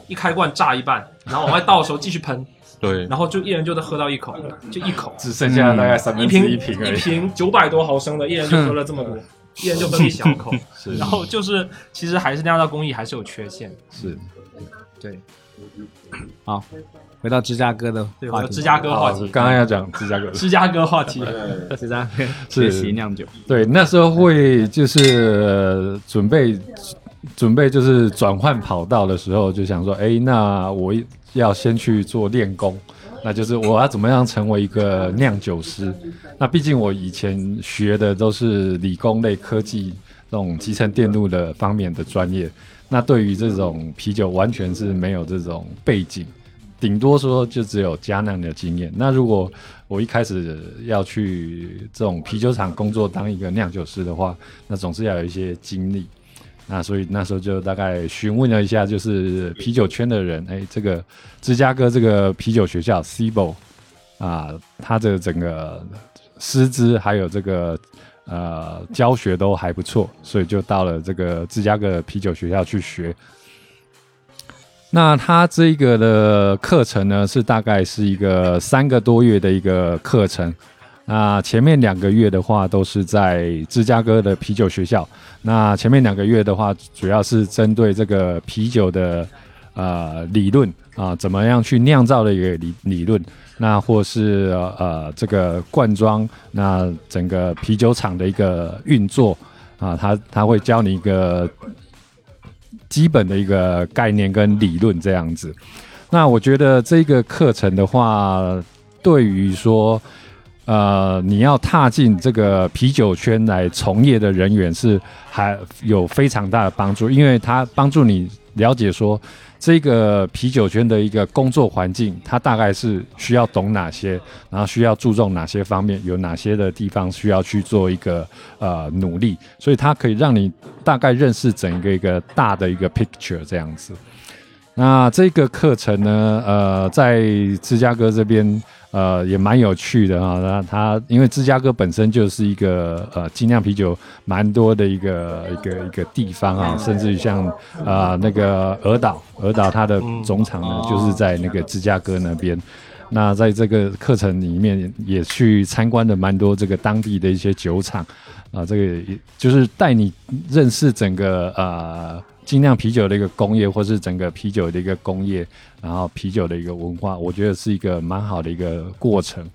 [SPEAKER 1] 一开罐炸一半，然后往外倒的时候继续喷，
[SPEAKER 2] 对，
[SPEAKER 1] 然后就一人就能喝到一口，就一口，
[SPEAKER 7] 只剩下
[SPEAKER 4] 嗯
[SPEAKER 7] 大概三
[SPEAKER 1] 一
[SPEAKER 7] 分
[SPEAKER 1] 瓶
[SPEAKER 7] 之一瓶而已。
[SPEAKER 1] 瓶九百多毫升的，一人就喝了这么多，一人就喝了一小口，然后就是其实还是酿造工艺还是有缺陷。
[SPEAKER 7] 是，
[SPEAKER 4] 好，回到芝加哥的
[SPEAKER 1] 对，我
[SPEAKER 4] 话
[SPEAKER 1] 的
[SPEAKER 4] 题，
[SPEAKER 1] 芝加哥话
[SPEAKER 7] 好
[SPEAKER 1] 题，，
[SPEAKER 7] 刚刚要讲芝加哥。
[SPEAKER 1] 芝加哥话题，
[SPEAKER 4] 芝加哥学
[SPEAKER 7] 是
[SPEAKER 4] 习酿酒，
[SPEAKER 7] 对，那时候会就是、呃准备准备就是转换跑道的时候，就想说，哎，那我要先去做练功，那就是我要怎么样成为一个酿酒师？那毕竟我以前学的都是理工类科技这种集成电路的方面的专业，那对于这种啤酒完全是没有这种背景。顶多说就只有加酿的经验。那如果我一开始要去这种啤酒厂工作当一个酿酒师的话，那总是要有一些经历。那所以那时候就大概询问了一下，就是啤酒圈的人，哎，这个芝加哥这个啤酒学校 CBO 啊，它的整个师资还有这个呃教学都还不错，所以就到了这个芝加哥的啤酒学校去学。那它这个的课程呢，是大概是一个三个多月的一个课程。那前面两个月的话，都是在芝加哥的啤酒学校。那前面两个月的话，主要是针对这个啤酒的呃理论啊、怎么样去酿造的一个理理论。那或是呃这个灌装，那整个啤酒厂的一个运作啊，他他会教你一个基本的一个概念跟理论这样子。那我觉得这个课程的话，对于说呃你要踏进这个啤酒圈来从业的人员是还有非常大的帮助，因为它帮助你了解说这个啤酒圈的一个工作环境，它大概是需要懂哪些，然后需要注重哪些方面，有哪些的地方需要去做一个呃努力，所以它可以让你大概认识整个一个大的一个 picture 这样子。那这个课程呢，呃，在芝加哥这边，呃，也蛮有趣的啊。那它因为芝加哥本身就是一个呃精酿啤酒蛮多的一个一个一个地方啊，甚至于像呃那个鹅岛，鹅岛它的总厂呢、就是在那个芝加哥那边。那在这个课程里面也去参观了蛮多这个当地的一些酒厂，啊，这个也就是带你认识整个呃精酿啤酒的一个工业，或是整个啤酒的一个工业，然后啤酒的一个文化，我觉得是一个蛮好的一个过程。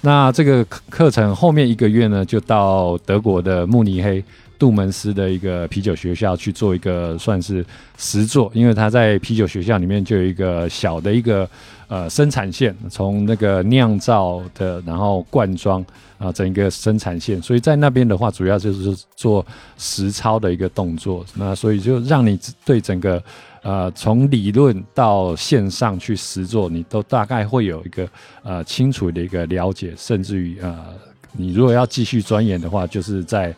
[SPEAKER 7] 那这个课课程后面一个月呢，就到德国的慕尼黑杜门斯的一个啤酒学校去做一个算是实作，因为他在啤酒学校里面就有一个小的一个呃生产线，从那个酿造的，然后灌装啊、整个生产线，所以在那边的话，主要就是做实操的一个动作，那所以就让你对整个。呃，从理论到线上去实做，你都大概会有一个呃清楚的一个了解，甚至于呃，你如果要继续钻研的话，就是在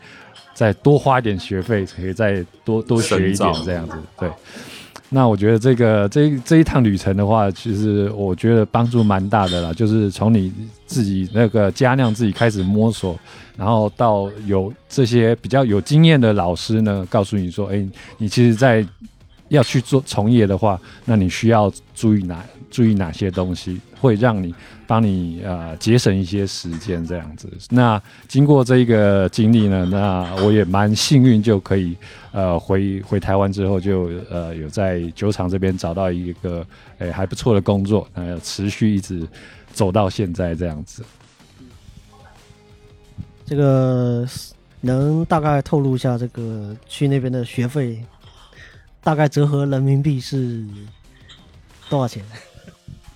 [SPEAKER 7] 再多花一点学费，可以再多多学
[SPEAKER 2] 深
[SPEAKER 7] 一
[SPEAKER 2] 造
[SPEAKER 7] 点这样子。对，那我觉得这个这一这一趟旅程的话，其实我觉得帮助蛮大的啦，就是从你自己那个加量自己开始摸索，然后到有这些比较有经验的老师呢，告诉你说，哎、你其实，在要去做从业的话，那你需要注意哪注意哪些东西，会让你帮你呃节省一些时间这样子。那经过这一个经历呢，那我也蛮幸运，就可以呃回回台湾之后就呃有在酒厂这边找到一个诶、还不错的工作，呃持续一直走到现在这样子。
[SPEAKER 6] 这个能大概透露一下这个去那边的学费，大概折合人民币是多少钱？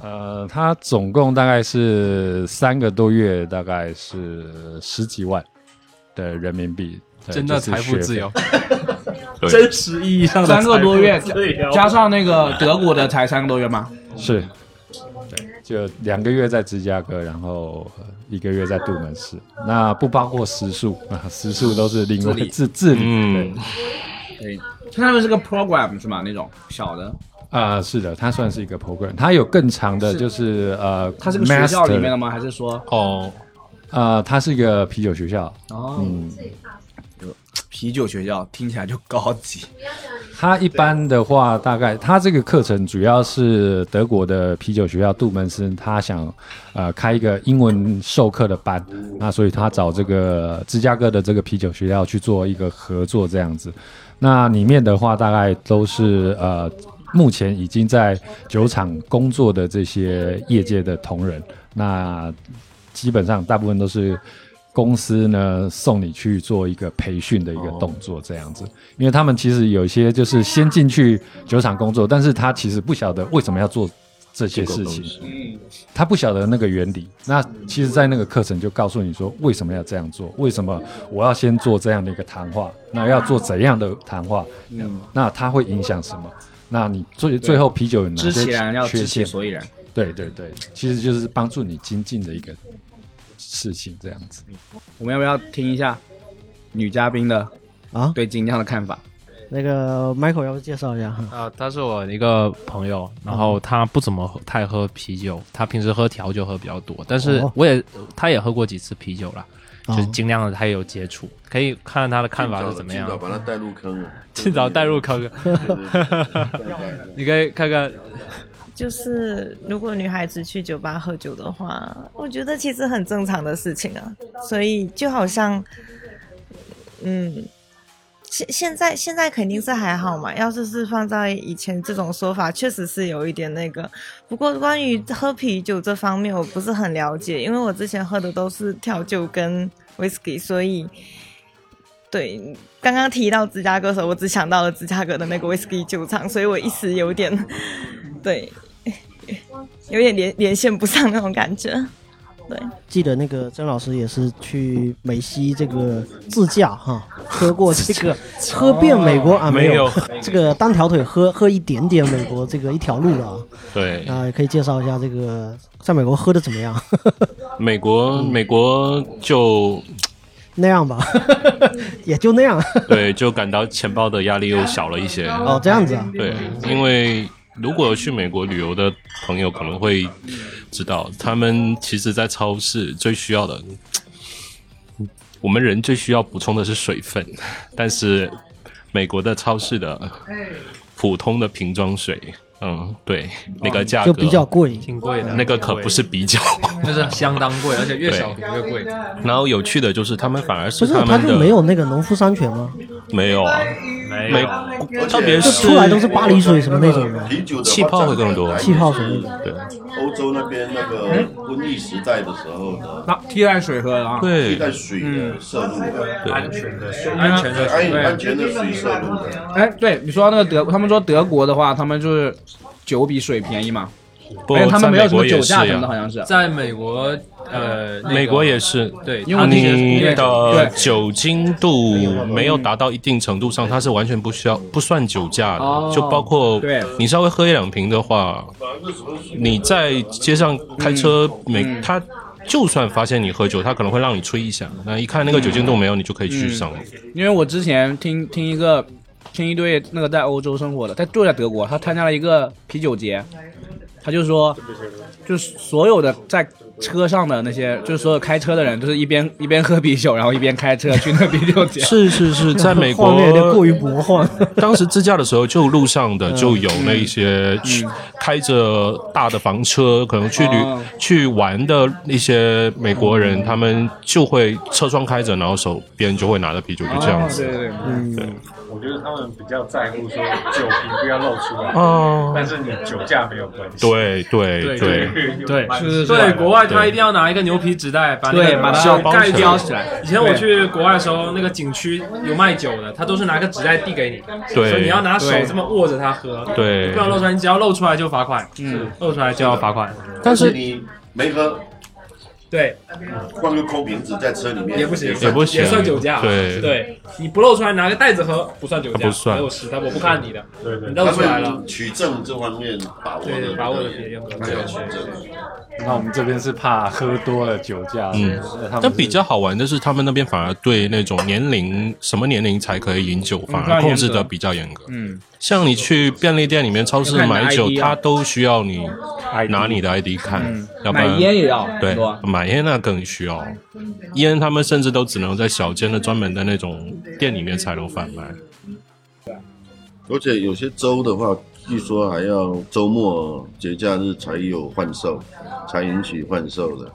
[SPEAKER 7] 呃，它总共大概是三个多月，大概是十几万的人民币。对
[SPEAKER 1] 真的
[SPEAKER 7] 就是
[SPEAKER 1] 财富自
[SPEAKER 7] 学费
[SPEAKER 1] 由。
[SPEAKER 2] 对
[SPEAKER 8] 真实意义上的
[SPEAKER 4] 三个多月
[SPEAKER 8] 财富自由
[SPEAKER 4] 加上那个德国的才三个多月 吗？
[SPEAKER 7] 是，对，就两个月在芝加哥，然后呃一个月在杜门市，那不包括食宿啊，食宿都是另外自自理，
[SPEAKER 2] 嗯
[SPEAKER 7] 嗯，
[SPEAKER 4] 他们是个 program 是吗？那种小的，
[SPEAKER 7] 啊、是的，它算是一个 program，它有更长的，
[SPEAKER 4] 是
[SPEAKER 7] 就是呃，
[SPEAKER 4] 它是个学校里面的
[SPEAKER 7] master，
[SPEAKER 4] 吗？还是说
[SPEAKER 2] 哦，
[SPEAKER 7] 呃，它是一个啤酒学校，
[SPEAKER 4] 哦，
[SPEAKER 7] 嗯
[SPEAKER 4] 啤酒学校听起来就高级？
[SPEAKER 7] 它一般的话，大概它这个课程主要是德国的啤酒学校杜门斯，他想呃开一个英文授课的班，那所以他找这个芝加哥的这个啤酒学校去做一个合作这样子。那里面的话，大概都是呃目前已经在酒厂工作的这些业界的同仁，那基本上大部分都是。公司呢送你去做一个培训的一个动作，这样子，因为他们其实有一些就是先进去酒厂工作，但是他其实不晓得为什么要做这些事情，他不晓得那个原理。那其实，在那个课程就告诉你说，为什么要这样做，为什么我要先做这样的一个谈话，那要做怎样的谈话，
[SPEAKER 4] 嗯
[SPEAKER 7] 那它会影响什么？那你最最后啤酒有哪
[SPEAKER 4] 知
[SPEAKER 7] 些
[SPEAKER 4] 其然要
[SPEAKER 7] 缺
[SPEAKER 4] 知其
[SPEAKER 7] 陷？
[SPEAKER 4] 所以然。
[SPEAKER 7] 对对对，其实就是帮助你精进的一个事情，这样子。
[SPEAKER 4] 我们要不要听一下女嘉宾的
[SPEAKER 6] 啊
[SPEAKER 4] 对精酿的看法？
[SPEAKER 6] 那个 Michael 要不介绍一下哈？
[SPEAKER 1] 啊，他是我一个朋友，然后他不怎么喝太喝啤酒，他平时喝调酒喝比较多，但是
[SPEAKER 6] 哦
[SPEAKER 1] 我也他也喝过几次啤酒啦，
[SPEAKER 6] 哦
[SPEAKER 1] 就是尽量的他也有接触，可以看看他的看法是怎么
[SPEAKER 5] 尽早
[SPEAKER 1] 样，
[SPEAKER 5] 把他带入坑了，
[SPEAKER 1] 尽早带入坑，
[SPEAKER 5] 对。对对
[SPEAKER 1] 你可以看看
[SPEAKER 9] 就是如果女孩子去酒吧喝酒的话，我觉得其实很正常的事情啊。所以就好像，嗯，现现在现在肯定是还好嘛。要是是放在以前这种说法，确实是有一点那个。不过关于喝啤酒这方面，我不是很了解，因为我之前喝的都是调酒跟 whisky，所以。对，刚刚提到芝加哥的时候，我只想到了芝加哥的那个 whisky 酒厂，所以我一时有点 对，有点连连线不上那种感觉。对，
[SPEAKER 6] 记得那个曾老师也是去美西这个自驾哈，喝过这个喝遍美国啊，
[SPEAKER 2] 没
[SPEAKER 6] 有
[SPEAKER 2] 有
[SPEAKER 6] 这个单条腿喝喝一点点美国这个一条路了
[SPEAKER 2] 对
[SPEAKER 6] 啊，啊也可以介绍一下这个在美国喝的怎么样？
[SPEAKER 2] 美国，
[SPEAKER 6] 嗯
[SPEAKER 2] 美国就
[SPEAKER 6] 那样吧， 也就那样
[SPEAKER 2] 对， 就感到钱包的压力又小了一些。
[SPEAKER 6] 哦，这样子啊，
[SPEAKER 2] 对，因为如果有去美国旅游的朋友可能会知道，他们其实，在超市最需要的，我们人最需要补充的是水分， 但是美国的超市的普通的瓶装水，嗯，对，那个价格
[SPEAKER 6] 哦就比较贵
[SPEAKER 1] 挺贵的
[SPEAKER 2] 那个可不是比较。
[SPEAKER 1] 就是相当贵，而且越
[SPEAKER 2] 小
[SPEAKER 1] 瓶越贵。
[SPEAKER 2] 然后有趣的就是，他们反而
[SPEAKER 6] 不
[SPEAKER 2] 是
[SPEAKER 6] 是
[SPEAKER 2] 他
[SPEAKER 6] 他
[SPEAKER 2] 们
[SPEAKER 6] 就
[SPEAKER 2] 的
[SPEAKER 6] 没有那个农夫山泉吗？
[SPEAKER 2] 没有啊，
[SPEAKER 1] 没
[SPEAKER 2] 美
[SPEAKER 1] 有，
[SPEAKER 2] 特别
[SPEAKER 6] 就是出来都是巴黎水什么那种的，
[SPEAKER 5] 啤酒的话
[SPEAKER 2] 气泡会更多
[SPEAKER 6] 气泡水那种
[SPEAKER 2] 对
[SPEAKER 5] 欧洲那边那个瘟疫时代的时候的，
[SPEAKER 4] 那替代水喝啊，
[SPEAKER 5] 替
[SPEAKER 2] 对
[SPEAKER 5] 代水的摄入，啊
[SPEAKER 2] 对
[SPEAKER 1] 安全的
[SPEAKER 5] 安安全的水摄入的。
[SPEAKER 4] 哎，对，你说到那个德，他们说德国的话，他们就是酒比水便宜嘛，
[SPEAKER 2] 不
[SPEAKER 4] 而且他们没有
[SPEAKER 2] 在
[SPEAKER 4] 什
[SPEAKER 2] 美
[SPEAKER 4] 么
[SPEAKER 2] 国
[SPEAKER 4] 酒
[SPEAKER 2] 也是
[SPEAKER 4] 驾什么的，
[SPEAKER 2] 呀
[SPEAKER 4] 好。像是。
[SPEAKER 1] 在美国，呃，
[SPEAKER 2] 美国也是，
[SPEAKER 1] 对，
[SPEAKER 4] 因为我
[SPEAKER 2] 你的
[SPEAKER 4] 对
[SPEAKER 2] 酒精度没有达到一定程度上，它是完全不需要不算酒驾
[SPEAKER 4] 哦
[SPEAKER 2] 的，就包括
[SPEAKER 4] 对
[SPEAKER 2] 你稍微喝一两瓶的话，你在街上开车，
[SPEAKER 4] 嗯
[SPEAKER 2] 每他就算发现你喝酒，他可能会让你吹一下，那一看那个酒精度没有，你就可以去
[SPEAKER 4] 嗯
[SPEAKER 2] 上了。
[SPEAKER 4] 因为我之前听听一个听一对那个在欧洲生活的，他就在德国，他参加了一个啤酒节，他就说，就是所有的在车上的那些，就是所有开车的人，就是一边一边喝啤酒，然后一边开车去那个啤酒节。
[SPEAKER 2] 是是是，在美
[SPEAKER 6] 画
[SPEAKER 2] 国
[SPEAKER 6] 面有点过于魔幻。
[SPEAKER 2] 当时自驾的时候，就路上的就有那一些去开着大的房车，可能去旅
[SPEAKER 4] 哦
[SPEAKER 2] 去玩的一些美国人，他们就会车窗开着，然后手边就会拿着啤酒，就这样
[SPEAKER 4] 对
[SPEAKER 2] 子。
[SPEAKER 4] 对对，
[SPEAKER 1] 嗯
[SPEAKER 10] 我觉得他们比较在乎说酒瓶不要露出来，
[SPEAKER 2] 哦，
[SPEAKER 10] 但是你酒驾没有关系。
[SPEAKER 2] 对对对，
[SPEAKER 1] 对
[SPEAKER 4] 是是
[SPEAKER 1] 对，
[SPEAKER 4] 是
[SPEAKER 1] 国外他一定要拿一个牛皮纸袋把那个
[SPEAKER 4] 对把它
[SPEAKER 1] 纸盖
[SPEAKER 2] 包
[SPEAKER 1] 掉
[SPEAKER 4] 起来
[SPEAKER 1] 以前我去国外的时候，那个景区有卖酒的，他都是拿个纸袋递给你，
[SPEAKER 2] 对
[SPEAKER 1] 所以你要拿手
[SPEAKER 4] 对
[SPEAKER 1] 这么握着它喝，
[SPEAKER 2] 对
[SPEAKER 1] 不要露出来，你只要露出来就罚款，嗯，露出来就要罚款，
[SPEAKER 5] 但是你没喝，
[SPEAKER 1] 对，
[SPEAKER 5] 灌个空瓶子在车里面
[SPEAKER 1] 也不行，
[SPEAKER 5] 算
[SPEAKER 2] 也不行
[SPEAKER 1] 也算酒驾，
[SPEAKER 2] 对啊
[SPEAKER 1] 对，你不露出来拿个袋子喝不算酒驾，
[SPEAKER 2] 不算
[SPEAKER 1] 没有事，但我不看你的，
[SPEAKER 10] 对对
[SPEAKER 1] 你
[SPEAKER 5] 他
[SPEAKER 1] 露出来了
[SPEAKER 5] 们，取证这方面把握
[SPEAKER 1] 对，
[SPEAKER 5] 的
[SPEAKER 1] 把我的别人喝
[SPEAKER 5] 没有取证。
[SPEAKER 7] 那我们这边是怕喝多了酒驾，
[SPEAKER 2] 嗯
[SPEAKER 7] 呃他们
[SPEAKER 2] 但
[SPEAKER 7] 是
[SPEAKER 2] 比较好玩的是，他们那边反而对那种年龄什么年龄才可以饮酒，反
[SPEAKER 4] 非常
[SPEAKER 2] 而控制
[SPEAKER 4] 严格
[SPEAKER 2] 的比较严格。
[SPEAKER 4] 嗯，
[SPEAKER 2] 像你去便利店里面、超市
[SPEAKER 4] 看你的
[SPEAKER 2] 买
[SPEAKER 4] ID
[SPEAKER 2] 酒，
[SPEAKER 4] 啊嗯
[SPEAKER 2] 他都需要你拿你的 ID 看，要不
[SPEAKER 4] 买
[SPEAKER 2] 然
[SPEAKER 4] 烟也啊要
[SPEAKER 2] 对
[SPEAKER 4] 很多，
[SPEAKER 2] 买烟那更需要，烟他们甚至都只能在小间的专门的那种店里面才能贩卖。
[SPEAKER 5] 而且有些州的话，据说还要周末节假日才有贩售，才允许贩售的，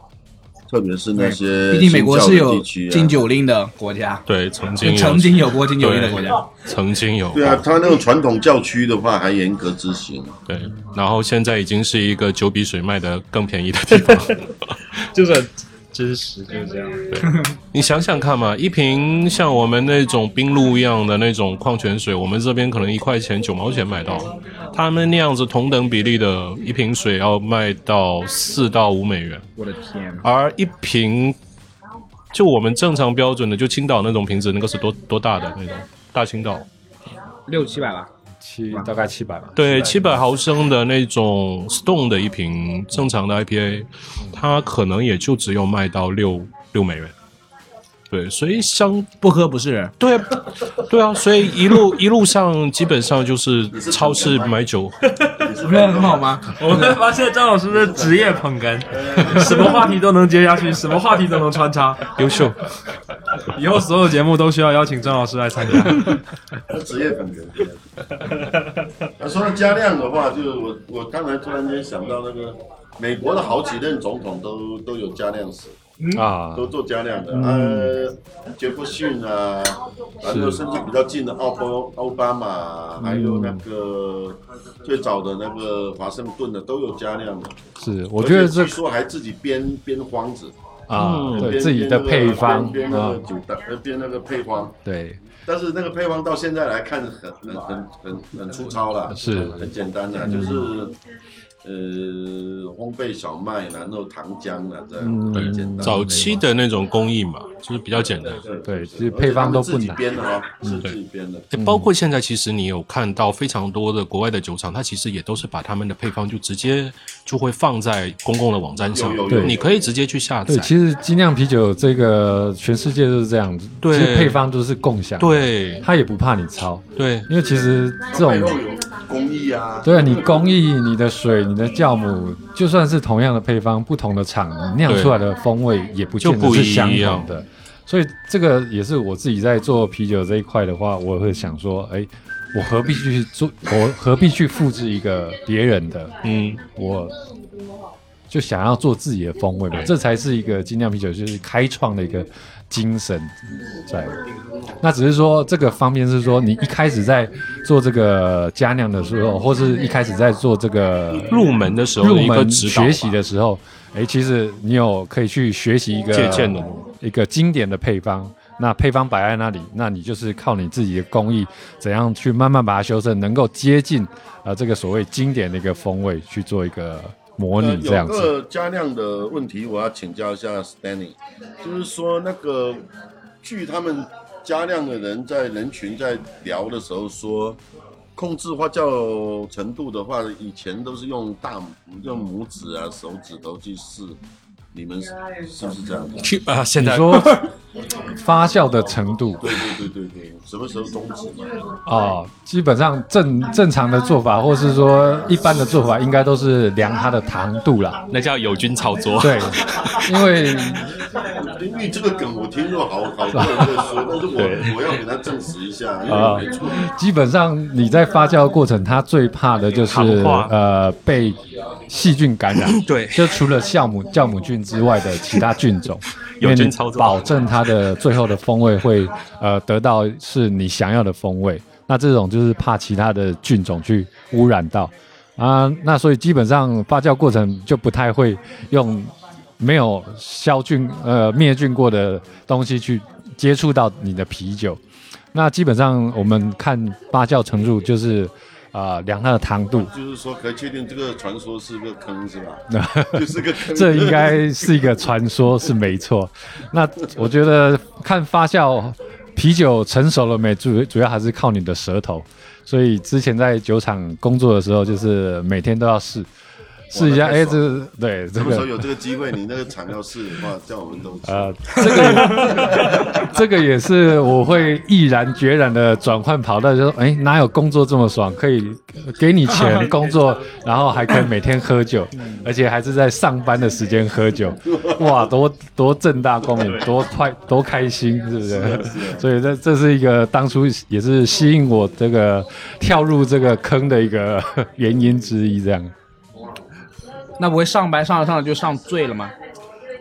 [SPEAKER 5] 特别是那些
[SPEAKER 4] 毕竟美国是
[SPEAKER 5] 新教的
[SPEAKER 4] 有
[SPEAKER 5] 地区啊
[SPEAKER 4] 禁酒令的国家，
[SPEAKER 2] 对，曾经有
[SPEAKER 4] 曾经有过禁酒令的国家。
[SPEAKER 2] 对曾经有过
[SPEAKER 5] 对啊，他那种传统教区的话还严格执行，
[SPEAKER 2] 对，然后现在已经是一个酒比水卖的更便宜的地方。
[SPEAKER 1] 就是很真实，就是这样。
[SPEAKER 2] 你想想看嘛，一瓶像我们那种冰露一样的那种矿泉水，我们这边可能一块钱九毛钱买到，他们那样子同等比例的一瓶水要卖到四到五美元，
[SPEAKER 4] 我的天，
[SPEAKER 2] 而一瓶就我们正常标准的，就青岛那种瓶子，那个是多多大的那种大青岛，
[SPEAKER 4] 六七百吧，
[SPEAKER 7] 七大概七百吧。
[SPEAKER 2] 对，七百毫升的那种 Stone 的一瓶正常的 IPA，它可能也就只有卖到六六美元。对，所以相
[SPEAKER 4] 不喝不是人。
[SPEAKER 2] 对，对啊，所以一路一路上基本上就是超市买酒，
[SPEAKER 4] 不是很好吗？
[SPEAKER 1] 我们发现张老师是职业捧 哏，什么话题都能接下去，什么话题都能穿插，
[SPEAKER 2] 优秀。
[SPEAKER 1] 以后所有节目都需要邀请张老师来参加。
[SPEAKER 5] 职业感觉。 那说到加量的话，就是我我刚才突然间想到那个美国的好几任总统都都有加量史。
[SPEAKER 4] 嗯
[SPEAKER 2] 啊
[SPEAKER 5] 都做加量的，
[SPEAKER 2] 嗯
[SPEAKER 5] 呃，杰弗逊啊，然
[SPEAKER 2] 是
[SPEAKER 5] 后甚至比较近的奥巴奥巴
[SPEAKER 7] 嗯
[SPEAKER 5] 马，还有那个最早的那个华盛顿的都有加量的。
[SPEAKER 7] 是，我觉得这
[SPEAKER 5] 而且据说还自己编编方子
[SPEAKER 7] 啊
[SPEAKER 5] 嗯
[SPEAKER 7] 对
[SPEAKER 5] 编
[SPEAKER 7] 自己的配方
[SPEAKER 5] 编那个
[SPEAKER 7] 啊
[SPEAKER 5] 煮蛋，呃编那个配方。
[SPEAKER 7] 对，
[SPEAKER 5] 但是那个配方到现在来看很很很很很粗糙了，
[SPEAKER 7] 是
[SPEAKER 5] 很简单的，
[SPEAKER 7] 嗯
[SPEAKER 5] 就是呃烘焙小麦，然后糖浆了
[SPEAKER 7] 嗯
[SPEAKER 5] 这样，
[SPEAKER 2] 对
[SPEAKER 5] 很简单。，
[SPEAKER 2] 早期的那种工艺嘛，就是比较简
[SPEAKER 5] 嗯
[SPEAKER 2] 单。
[SPEAKER 7] 对，其实配方都不
[SPEAKER 5] 自己
[SPEAKER 7] 难。
[SPEAKER 5] 编的啊，是
[SPEAKER 2] 嗯
[SPEAKER 5] 自己编的。
[SPEAKER 2] 诶包括现在，其实你有看到非常多的国外的酒厂，它其实也都是把他们的配方就直接就会放在公共的网站上
[SPEAKER 5] 有有，有
[SPEAKER 2] 对
[SPEAKER 5] 有
[SPEAKER 2] 你可以直接去下载
[SPEAKER 7] 对，。其实精酿啤酒这个全世界都是这样子，
[SPEAKER 2] 对
[SPEAKER 7] 其实配方都是共享，，
[SPEAKER 2] 对
[SPEAKER 7] 他也不怕你抄，
[SPEAKER 2] 对，
[SPEAKER 7] 因为其实这种
[SPEAKER 5] 背后有工艺啊，
[SPEAKER 7] 对你工艺、你的水、你的酵母，就算是同样的配方，不同的厂酿出来的风味也不见
[SPEAKER 2] 就
[SPEAKER 7] 得
[SPEAKER 2] 不
[SPEAKER 7] 是
[SPEAKER 2] 一样
[SPEAKER 7] 相同的。所以这个也是我自己在做啤酒这一块的话，我会想说，哎，我何必去做？我何必去复制一个别人的？
[SPEAKER 2] 嗯，
[SPEAKER 7] 我就想要做自己的风味嘛，这才是一个精酿啤酒就是开创的一个精神在。那只是说这个方面是说，你一开始在做这个加酿的时候，或是一开始在做这个
[SPEAKER 2] 入门的时候
[SPEAKER 7] 入
[SPEAKER 2] 的一个
[SPEAKER 7] 门
[SPEAKER 2] 指导吧
[SPEAKER 7] 学习的时候，哎，其实你有可以去学习一个
[SPEAKER 2] 借鉴的
[SPEAKER 7] 一个经典的配方。那配方摆在那里，那你就是靠你自己的工艺，怎样去慢慢把它修正，能够接近呃这个所谓经典的一个风味去做一个模
[SPEAKER 5] 呃
[SPEAKER 7] 拟这样
[SPEAKER 5] 有
[SPEAKER 7] 子。
[SPEAKER 5] 个加量的问题，我要请教一下 Stanley，就是说那个据他们加量的人在人群在聊的时候说，控制发酵程度的话，以前都是用大拇用拇指啊手指头去试，你们是是不是这样的？
[SPEAKER 2] 去啊，现
[SPEAKER 7] 你
[SPEAKER 2] 在
[SPEAKER 7] 说发酵的程度
[SPEAKER 5] 对对对对对，什么时候终止嘛？
[SPEAKER 7] 哦，基本上正正常的做法，或是说一般的做法，应该都是量它的糖度啦。
[SPEAKER 2] 那叫友军操作。
[SPEAKER 7] 对，因为
[SPEAKER 5] 因为这个梗我听过好好多人在说，但是我我要给他证实一下，因
[SPEAKER 7] 啊
[SPEAKER 5] 为没错。
[SPEAKER 7] 基本上你在发酵的过程，它最怕的就是
[SPEAKER 2] 糖化
[SPEAKER 7] 呃被细菌感染。
[SPEAKER 2] 对
[SPEAKER 7] 就除了酵母酵母菌之外的其他菌 种，因
[SPEAKER 2] 有
[SPEAKER 7] 为
[SPEAKER 2] 菌
[SPEAKER 7] 你
[SPEAKER 2] 操作
[SPEAKER 7] 保证它的最后的风味会呃得到是你想要的风味。那这种就是怕其他的菌种去污染到啊，那所以基本上发酵过程就不太会用没有消菌呃灭菌过的东西去接触到你的啤酒。那基本上我们看发酵程度就是呃量它的糖度，
[SPEAKER 5] 就是说，可以确定这个传说是个坑，是 吧？就是个 坑。
[SPEAKER 7] 这应该是一个传说，是没错。那我觉得看发酵啤酒成熟了没，主主要还是靠你的舌头。所以之前在酒厂工作的时候，就是每天都要试试一下，
[SPEAKER 5] 那
[SPEAKER 7] 哎，这
[SPEAKER 5] 太爽
[SPEAKER 7] 个对这
[SPEAKER 5] 什么时候
[SPEAKER 7] 个
[SPEAKER 5] 有这个机会，你那个厂要试的话，叫我们都去。
[SPEAKER 7] 呃，这个这个也是我会毅然决然的转换跑道，就说哎，哪有工作这么爽？可以给你 钱工作，然后还可以每天喝酒，而且还是在上班的时间喝 酒，哇，多多正大光明，多快多开心，是不是？啊 所以这这是一个当初也是吸引我这个跳入这个坑的一个 原因之一，这样。
[SPEAKER 4] 那不会上班上着上着就上醉了吗？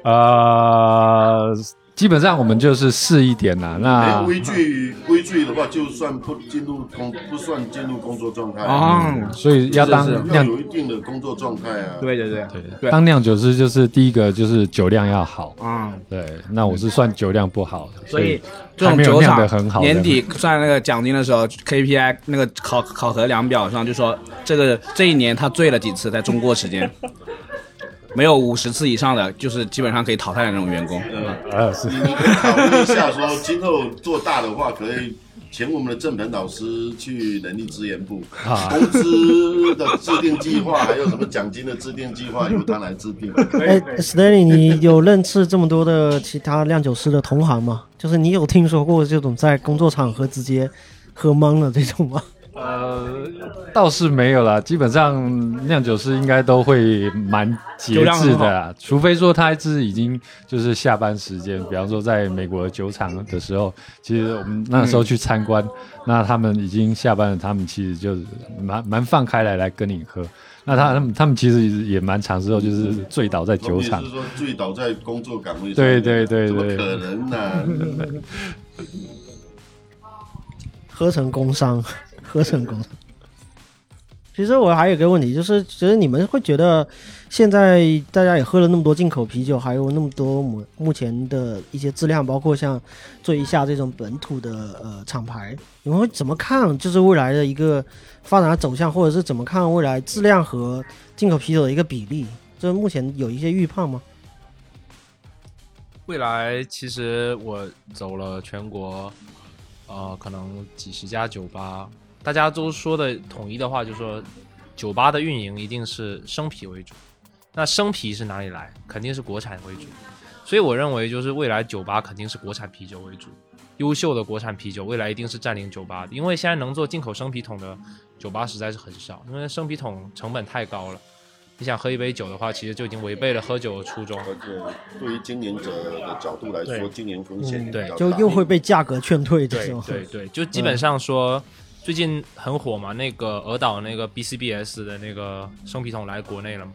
[SPEAKER 7] 呃，基本上我们就是试一点啦，那
[SPEAKER 5] 没规矩，规矩的话，就算不进入工，不算进入工作状态啊，
[SPEAKER 4] 哦，
[SPEAKER 7] 所以要当
[SPEAKER 4] 是是
[SPEAKER 5] 要
[SPEAKER 7] 酿
[SPEAKER 5] 有一定的工作状态啊。
[SPEAKER 4] 对对对对对，
[SPEAKER 7] 当酿酒师，就是第一个就是酒量要好。
[SPEAKER 4] 嗯，
[SPEAKER 7] 对，那我是算酒量不好的，
[SPEAKER 4] 所以这
[SPEAKER 7] 还
[SPEAKER 4] 种
[SPEAKER 7] 没有
[SPEAKER 4] 酒
[SPEAKER 7] 酿
[SPEAKER 4] 厂
[SPEAKER 7] 得很好。
[SPEAKER 4] 年底算那个奖金的时候，KPI 那个考考核量表上就说这个这一年他醉了几次，在中国时间。没有五十次以上的，就是基本上可以淘汰的那种员工。
[SPEAKER 7] 呃是
[SPEAKER 5] 你可以考虑一下，说今后做大的话，可以请我们的郑鹏老师去人力资源部，
[SPEAKER 7] 啊
[SPEAKER 5] 工资的制定计划，还有什么奖金的制定计划，由他来制定。
[SPEAKER 6] 哎，Stanley，你有认识这么多的其他酿酒师的同行吗？就是你有听说过这种在工作场合直接喝懵了这种吗？
[SPEAKER 7] 呃，倒是没有啦，基本上酿酒师应该都会蛮节
[SPEAKER 1] 酒量
[SPEAKER 7] 制
[SPEAKER 1] 很
[SPEAKER 7] 的啦，除非说他是已经就是下班时间，比方说在美国酒厂的时候，其实我们那时候去参观，那他们已经下班了，他们其实就是蛮蛮放开来来跟你喝。那他他们他们其实也蛮长时候就是醉倒在酒厂
[SPEAKER 5] 是，说醉倒在工作岗位上，
[SPEAKER 7] 对对对
[SPEAKER 5] 怎么
[SPEAKER 7] 对
[SPEAKER 5] 可能呢、
[SPEAKER 6] 喝成工伤， 喝成工伤。其实我还有个问题，就是其实你们会觉得，现在大家也喝了那么多进口啤酒，还有那么多目目前的一些质量，包括像做一下这种本土的呃厂牌，你们会怎么看？就是未来的一个发展走向，或者是怎么看未来质量和进口啤酒的一个比例？这目前有一些预判吗？
[SPEAKER 1] 未来其实我走了全国，呃，可能几十家酒吧，大家都说的统一的话，就是说酒吧的运营一定是生啤为主。那生啤是哪里来？肯定是国产为主。所以我认为，就是未来酒吧肯定是国产啤酒为主，优秀的国产啤酒未来一定是占领酒吧的，因为现在能做进口生啤桶的酒吧实在是很少，因为生啤桶成本太高了。你想喝一杯酒的话，其实就已经违背了喝酒的初衷。
[SPEAKER 5] 而且对于经营者的角度来说，
[SPEAKER 1] 对
[SPEAKER 5] 经营风险
[SPEAKER 1] 嗯对
[SPEAKER 5] 比较大
[SPEAKER 6] 就又会被价格劝退这
[SPEAKER 1] 对
[SPEAKER 6] 种。
[SPEAKER 1] 对对，就基本上说，最近很火嘛，那个鹅岛那个 BCBS 的那个生啤桶来国内了嘛，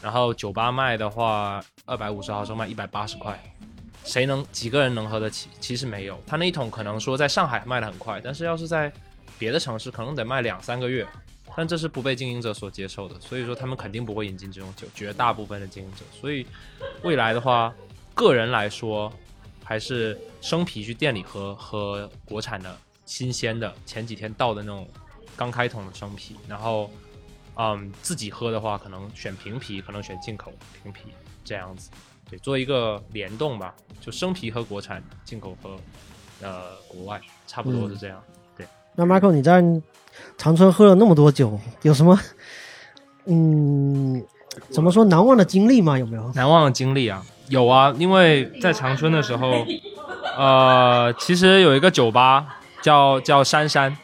[SPEAKER 1] 然后酒吧卖的话，二百五十毫升卖一百八十块，谁能几个人能喝得起？其实没有，他那一桶可能说在上海卖的很快，但是要是在别的城市，可能得卖两三个月。但这是不被经营者所接受的，所以说他们肯定不会引进这种酒，绝大部分的经营者。所以，未来的话，个人来说，还是生啤去店里喝喝国产的新鲜的，前几天到的那种刚开桶的生啤，然后嗯自己喝的话，可能选瓶啤，可能选进口瓶啤这样子，对，做一个联动吧，就生啤喝国产，进口喝呃国外，差不多是这样。对，
[SPEAKER 6] 那 Michael，你在长春喝了那么多酒，有什么嗯怎么说难忘的经历吗？有没有？
[SPEAKER 1] 难忘的经历啊，有啊，因为在长春的时候，呃，其实有一个酒吧叫叫珊珊，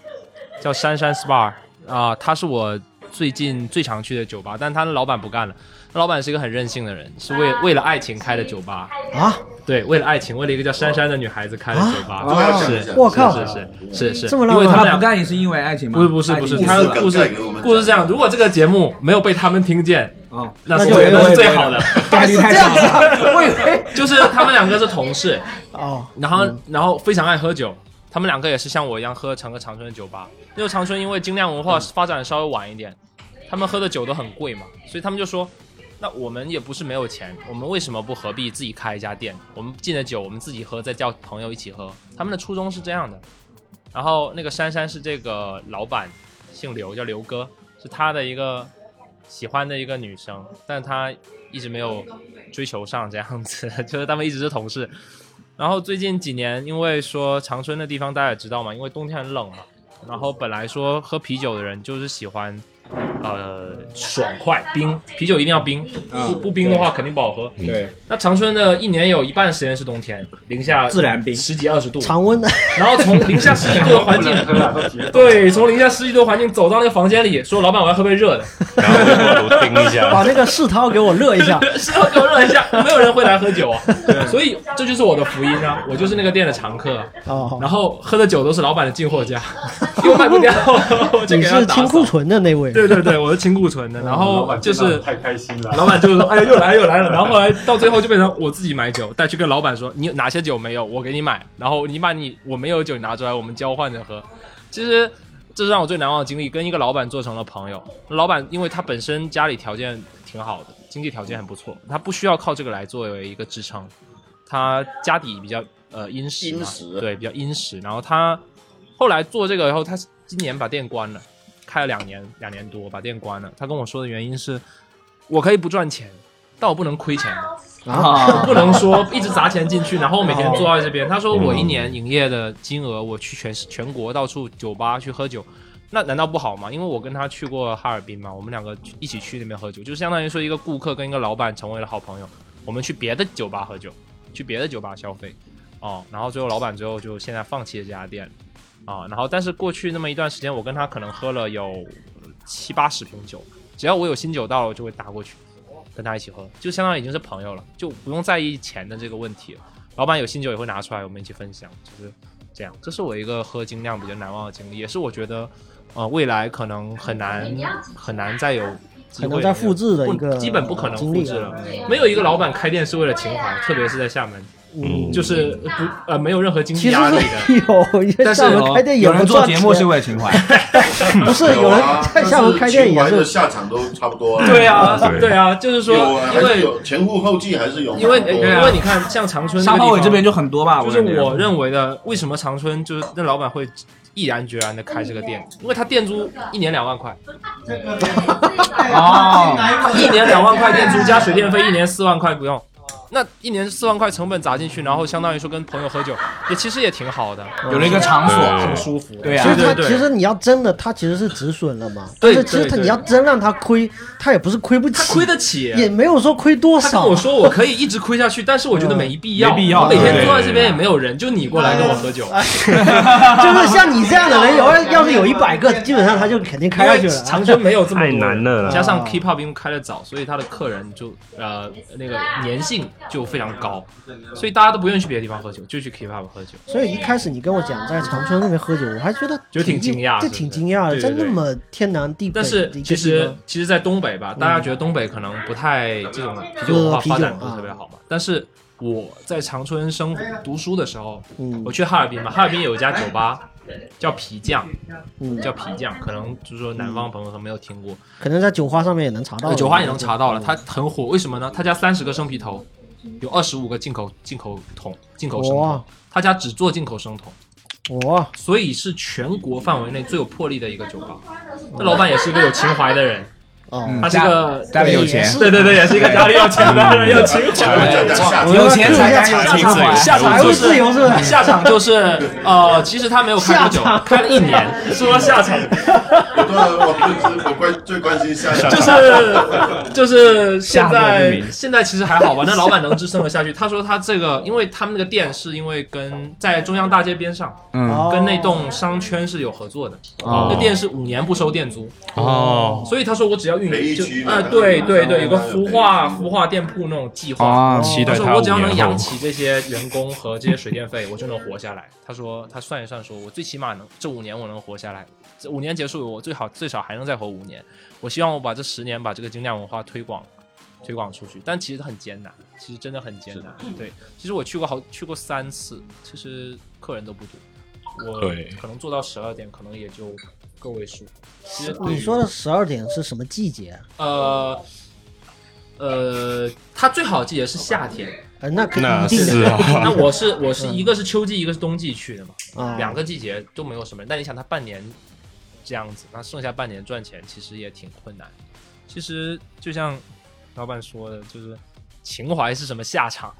[SPEAKER 1] 叫珊珊 SPA 啊、它是我最近最常去的酒吧，但它的老板不干了，那老板是一个很任性的人，是为为了爱情开的酒吧，
[SPEAKER 6] 啊，
[SPEAKER 1] 对，为了爱情，为了一个叫珊珊的女孩子开的酒吧，
[SPEAKER 5] 啊
[SPEAKER 1] 是，
[SPEAKER 5] 啊
[SPEAKER 1] 是
[SPEAKER 6] 我靠
[SPEAKER 1] 是是是是，
[SPEAKER 6] 这么浪
[SPEAKER 1] 因
[SPEAKER 6] 漫
[SPEAKER 1] 为
[SPEAKER 6] 哎
[SPEAKER 1] 他们
[SPEAKER 4] 他
[SPEAKER 1] 俩
[SPEAKER 4] 不干也是因为爱情吗？
[SPEAKER 1] 不是不是不是，
[SPEAKER 4] 爱情
[SPEAKER 1] 他
[SPEAKER 5] 故事
[SPEAKER 1] 的故事
[SPEAKER 5] 梗概给我们
[SPEAKER 1] 故事是这样，如果这个节目没有被他们听见，
[SPEAKER 4] 啊，
[SPEAKER 1] 那
[SPEAKER 6] 哦那
[SPEAKER 1] 是
[SPEAKER 6] 就
[SPEAKER 1] 最
[SPEAKER 6] 没有
[SPEAKER 1] 那是最
[SPEAKER 4] 没有
[SPEAKER 1] 好的。
[SPEAKER 4] 概率太小了。 我以为 嗯
[SPEAKER 1] 就是他们两个是同事，
[SPEAKER 6] 哦，
[SPEAKER 1] 然后、然后非常爱喝酒，他们两个也是像我一样喝整个长春的酒吧。因为长春因为精酿文化发展稍微晚一点，他们喝的酒都很贵嘛，所以他们就说，那我们也不是没有钱，我们为什么不何必自己开一家店？我们进的酒我们自己喝，再叫朋友一起喝。他们的初衷是这样的。然后那个珊珊是这个老板，姓刘，叫刘哥，是他的一个喜欢的一个女生，但他一直没有追求上这样子， 就是他们一直是同事。然后最近几年，因为说长春的地方大家也知道嘛，因为冬天很冷嘛，然后本来说喝啤酒的人就是喜欢，呃，爽快冰，啤酒一定要冰，不不冰的话肯定不好喝。
[SPEAKER 4] 对，
[SPEAKER 1] 那长春的一年有一半时间是冬天，零下
[SPEAKER 4] 自然冰
[SPEAKER 1] 十几二十度，
[SPEAKER 6] 常温的，
[SPEAKER 1] 然后从零下十几度的环境， 对，从零下十几度的环境走到那个房间里，说老板我要喝杯热的，
[SPEAKER 2] 然后微波炉叮一
[SPEAKER 6] 把
[SPEAKER 2] 下，
[SPEAKER 6] 那个世涛给我热一 下。
[SPEAKER 1] 是要给我热一下， 没有人会来喝酒啊，所以这就是我的福音啊，我就是那个店的常客啊，
[SPEAKER 6] 哦，
[SPEAKER 1] 然后喝的酒都是老板的进货 价，又卖不掉，我就
[SPEAKER 6] 你
[SPEAKER 1] 给他
[SPEAKER 6] 是
[SPEAKER 1] 打
[SPEAKER 6] 清
[SPEAKER 1] 扫
[SPEAKER 6] 库。存的那位，
[SPEAKER 1] 对对对，我是清库存的，然
[SPEAKER 10] 老
[SPEAKER 1] 后
[SPEAKER 10] 板
[SPEAKER 1] 就
[SPEAKER 10] 真的
[SPEAKER 1] 是
[SPEAKER 10] 太开心了，
[SPEAKER 1] 老板就是说，哎呀，又来又来了。然后后来到最后就变成我自己买酒，带去跟老板说，你哪些酒没有，我给你买。然后你把你我没有的酒拿出来，我们交换着喝。其实这是让我最难忘的经历，跟一个老板做成了朋友。老板因为他本身家里条件挺好的，经济条件很不错，他不需要靠这个来作为一个支撑。他家底比较呃殷实嘛，
[SPEAKER 5] 殷实
[SPEAKER 1] 对，比较殷实。然后他后来做这个以后，他今年把店关了，开了两年两年多，把店关了。他跟我说的原因是，我可以不赚钱，但我不能亏钱的。
[SPEAKER 6] 啊
[SPEAKER 1] 不能说嗯一直砸钱进去，然后每天坐在这边。他说我一年营业的金额，我去全世全国到处酒吧去喝酒，那难道不好吗？因为我跟他去过哈尔滨嘛，我们两个去一起去那边喝酒，就相当于说一个顾客跟一个老板成为了好朋友。我们去别的酒吧喝酒，去别的酒吧消费，哦，然后最后老板最后就现在放弃了这家店，啊、然后但是过去那么一段时间，我跟他可能喝了有七八十瓶酒，只要我有新酒到了，我就会打过去。跟他一起喝，就相当于已经是朋友了，就不用在意钱的这个问题了。老板有新酒也会拿出来，我们一起分享，就是这样。这是我一个喝精酿比较难忘的经历，也是我觉得，呃，未来可能很难很难再有机会
[SPEAKER 6] 很难再复制的一个
[SPEAKER 1] 不基本不可能
[SPEAKER 6] 经
[SPEAKER 1] 复
[SPEAKER 6] 历啊
[SPEAKER 1] 制了
[SPEAKER 6] 了。
[SPEAKER 1] 没有一个老板开店是为了情怀，特别是在厦门，
[SPEAKER 6] 嗯
[SPEAKER 1] 就是不呃没有任何经济
[SPEAKER 6] 其实
[SPEAKER 1] 压力 的。哦
[SPEAKER 6] 是有，因为厦门开店也
[SPEAKER 4] 有
[SPEAKER 6] 不
[SPEAKER 4] 人做
[SPEAKER 6] 赚
[SPEAKER 4] 节
[SPEAKER 6] 钱。
[SPEAKER 4] 目是为了情怀，
[SPEAKER 6] 不是
[SPEAKER 5] 啊
[SPEAKER 6] 有人
[SPEAKER 1] 啊
[SPEAKER 6] 在厦门开店
[SPEAKER 5] 情
[SPEAKER 6] 也
[SPEAKER 5] 怀的
[SPEAKER 6] 是，
[SPEAKER 5] 下场都差不多啊。
[SPEAKER 1] 对啊，对啊，就是说，
[SPEAKER 5] 有啊，
[SPEAKER 1] 因
[SPEAKER 5] 还是
[SPEAKER 1] 为
[SPEAKER 5] 有前赴后继，还是有蛮
[SPEAKER 1] 因
[SPEAKER 5] 哦多
[SPEAKER 1] 为
[SPEAKER 5] 的。
[SPEAKER 1] 因为你看，像长春那
[SPEAKER 4] 啊
[SPEAKER 1] 个
[SPEAKER 4] 沙
[SPEAKER 1] 地
[SPEAKER 4] 包尾
[SPEAKER 1] 方
[SPEAKER 4] 这边就很多吧，
[SPEAKER 1] 就是
[SPEAKER 4] 感觉
[SPEAKER 1] 我认为的，为什么长春就是那老板会毅然决然的开这个店？因为他店租一年两万块，
[SPEAKER 4] 哦，
[SPEAKER 1] 一年两万块店租加水电费，一年四万块不用。那一年四万块成本砸进去，然后相当于说跟朋友喝酒，也其实也挺好的，
[SPEAKER 4] 有了一个场所，
[SPEAKER 2] 对
[SPEAKER 1] 舒服。
[SPEAKER 4] 对呀
[SPEAKER 6] 其实，
[SPEAKER 1] 对
[SPEAKER 6] 他
[SPEAKER 1] 对对
[SPEAKER 6] 其实你要真的，他其实是止损了嘛。但
[SPEAKER 1] 对
[SPEAKER 6] 是其实
[SPEAKER 1] 对
[SPEAKER 6] 他
[SPEAKER 1] 对
[SPEAKER 6] 你要真让他亏，他也不是亏不起，
[SPEAKER 1] 他亏得起，啊
[SPEAKER 6] 也没有说亏多
[SPEAKER 1] 他跟
[SPEAKER 6] 少啊
[SPEAKER 1] 我。说我可以一直亏下去，但是我觉得没必要，
[SPEAKER 4] 嗯没必要
[SPEAKER 1] 我每天坐在
[SPEAKER 2] 对
[SPEAKER 1] 这边也没有人，就你过来跟我喝酒。
[SPEAKER 6] 就是像你这样的人，有要要是有一百个，基本上他就肯定开下去
[SPEAKER 1] 因为
[SPEAKER 6] 了。
[SPEAKER 1] 长春没有这么多人
[SPEAKER 2] 太难了啦
[SPEAKER 1] 加上 K-pop 因为开的早，所以他的客人就呃那个粘性就非常高，所以大家都不愿意去别的地方喝酒，就去 K-pop 喝酒。
[SPEAKER 6] 所以一开始你跟我讲在长春那边喝酒，我还觉得
[SPEAKER 1] 就挺惊讶
[SPEAKER 6] 这
[SPEAKER 1] 是不是
[SPEAKER 6] 挺惊讶的，
[SPEAKER 1] 对
[SPEAKER 6] 在
[SPEAKER 1] 对
[SPEAKER 6] 那
[SPEAKER 1] 对
[SPEAKER 6] 么天南地北的
[SPEAKER 1] 但
[SPEAKER 6] 一个地嗯
[SPEAKER 1] 是
[SPEAKER 6] 方，
[SPEAKER 1] 其实其实，在东北吧，大家觉得东北可能不太这种啤酒文化
[SPEAKER 6] 喝啤酒
[SPEAKER 1] 发展不
[SPEAKER 6] 啊
[SPEAKER 1] 是特别好嘛。但是我在长春生活读书的时候，
[SPEAKER 6] 嗯
[SPEAKER 1] 我去哈尔滨嘛，哈尔滨有一家酒吧叫皮匠，
[SPEAKER 6] 嗯，
[SPEAKER 1] 叫皮匠，可能就是说南方朋友可能没有听过，
[SPEAKER 6] 可能在酒花上面也能查到
[SPEAKER 1] 呃，
[SPEAKER 6] 的，
[SPEAKER 1] 酒花也能查到了，它
[SPEAKER 6] 啊
[SPEAKER 1] 很火，为什么呢？他家三十个生啤头，有二十五个进口进口桶，进口生
[SPEAKER 6] 哇
[SPEAKER 1] 桶，他家只做进口生桶，
[SPEAKER 6] 哇，
[SPEAKER 1] 所以是全国范围内最有魄力的一个酒吧。那老板也是一个有情怀的人，
[SPEAKER 6] 哦
[SPEAKER 4] 嗯，
[SPEAKER 1] 他是个
[SPEAKER 4] 家里有钱
[SPEAKER 6] 也是
[SPEAKER 1] 对对对，也是一个家里有钱的人，有 情怀的人。
[SPEAKER 4] 我有钱才敢有情怀，
[SPEAKER 1] 下场就
[SPEAKER 6] 财务自由是不
[SPEAKER 1] 是
[SPEAKER 6] 是
[SPEAKER 1] 下场就是呃，其实他没有开多久
[SPEAKER 6] 下，场
[SPEAKER 1] 开了一年。说下场，
[SPEAKER 5] 我对我最我关最关心下 场，
[SPEAKER 1] 就是就是现
[SPEAKER 4] 下落不
[SPEAKER 1] 在
[SPEAKER 4] 明
[SPEAKER 1] 现在其实还好吧，那老板能支撑得下去。他说他这个，因为他们那个店是因为跟在中央大街边上，
[SPEAKER 4] 嗯，
[SPEAKER 6] 哦
[SPEAKER 1] 跟那栋商圈是有合作的，
[SPEAKER 2] 哦
[SPEAKER 1] 那店是五年不收店租，
[SPEAKER 2] 哦，
[SPEAKER 1] 所以他说我只要运
[SPEAKER 5] 培育
[SPEAKER 1] 营就
[SPEAKER 5] 区嘛
[SPEAKER 1] 啊，对对对，
[SPEAKER 5] 嗯
[SPEAKER 1] 有个孵化孵化店铺那种计划。
[SPEAKER 4] 啊，
[SPEAKER 2] 期
[SPEAKER 1] 他
[SPEAKER 2] 待
[SPEAKER 1] 说：“
[SPEAKER 2] 他
[SPEAKER 1] 我
[SPEAKER 2] 五
[SPEAKER 1] 只要能
[SPEAKER 2] 年
[SPEAKER 1] 养
[SPEAKER 2] 后。
[SPEAKER 1] 起这些员工和这些水电费，我 就能活下来。”他说：“他算一算说，我最起码能这五年我能活下来，这五年结束我最好最少还能再活五年。我希望我把这十年把这个精酿文化推广推广出去，但其实很艰难，其实真的很艰难。对，其实我去过好去过三次，其实客人都不多，我
[SPEAKER 2] 对
[SPEAKER 1] 可能做到十二点，可能也就个位数。其实对于
[SPEAKER 6] 哦你说的十二点是什么季节啊？
[SPEAKER 1] 呃呃，它最好的季节是夏天。
[SPEAKER 6] 呃，那可
[SPEAKER 2] 那
[SPEAKER 6] 以一定
[SPEAKER 2] 是
[SPEAKER 6] 的
[SPEAKER 1] 那
[SPEAKER 2] 啊，
[SPEAKER 1] 我是我是一个是秋季，一个是冬季去的嘛，
[SPEAKER 6] 啊，
[SPEAKER 1] 两个季节都没有什么人。但你想，他半年这样子，那剩下半年赚钱其实也挺困难。其实就像老板说的，就是情怀是什么下场，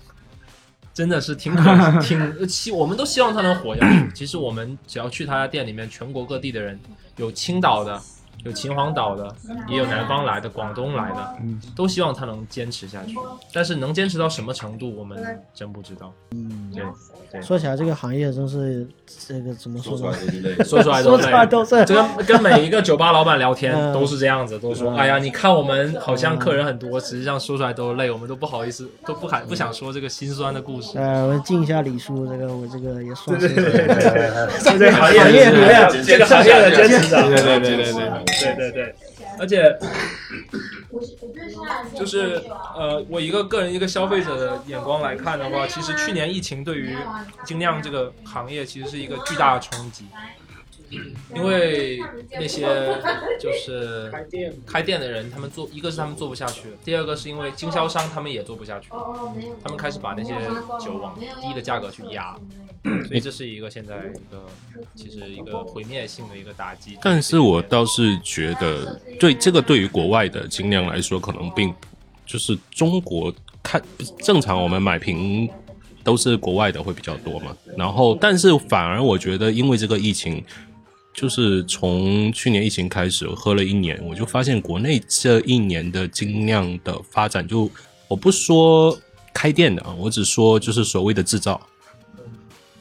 [SPEAKER 1] 真的是挺可挺希，我们都希望他能活下去。其实我们只要去他家店里面，全国各地的人，有青岛的，有秦皇岛的，也有南方来的、广东来的，都希望他能坚持下去。但是能坚持到什么程度，我们真不知道。嗯，对。
[SPEAKER 6] 说起来这个行业真是这个怎么
[SPEAKER 5] 说
[SPEAKER 6] 说
[SPEAKER 5] 出来
[SPEAKER 6] 呢？
[SPEAKER 5] 都是泪。
[SPEAKER 1] 说出来都
[SPEAKER 6] 说出来
[SPEAKER 1] 累。
[SPEAKER 6] 都是
[SPEAKER 1] 这跟跟每一个酒吧老板聊天
[SPEAKER 6] 嗯
[SPEAKER 1] 都是这样子，都说：“哎呀，你看我们好像客人很多，实际上说出来都累，我们都不好意思，都不敢不想说这个心酸的故事。
[SPEAKER 6] 呃，我敬一下李叔，这个我这个也算是
[SPEAKER 1] 这个行业
[SPEAKER 6] 行业里面
[SPEAKER 1] 这个行业的坚持者，
[SPEAKER 4] 对对对对对，
[SPEAKER 1] 对对对，而且就是呃，我一个个人一个消费者的眼光来看的话，其实去年疫情对于精酿这个行业其实是一个巨大的冲击，因为那些就是开店的人，他们做一个是他们做不下去，第二个是因为经销商他们也做不下去，他们开始把那些酒往低的价格去压。所以这是一个现在一个其实一个毁灭性的一个打击。
[SPEAKER 2] 但是我倒是觉得，对这个对于国外的精酿来说，可能并就是中国看正常我们买瓶都是国外的会比较多嘛，然后但是反而我觉得因为这个疫情，就是从去年疫情开始我喝了一年，我就发现国内这一年的精酿的发展就，我不说开店的啊，我只说就是所谓的制造。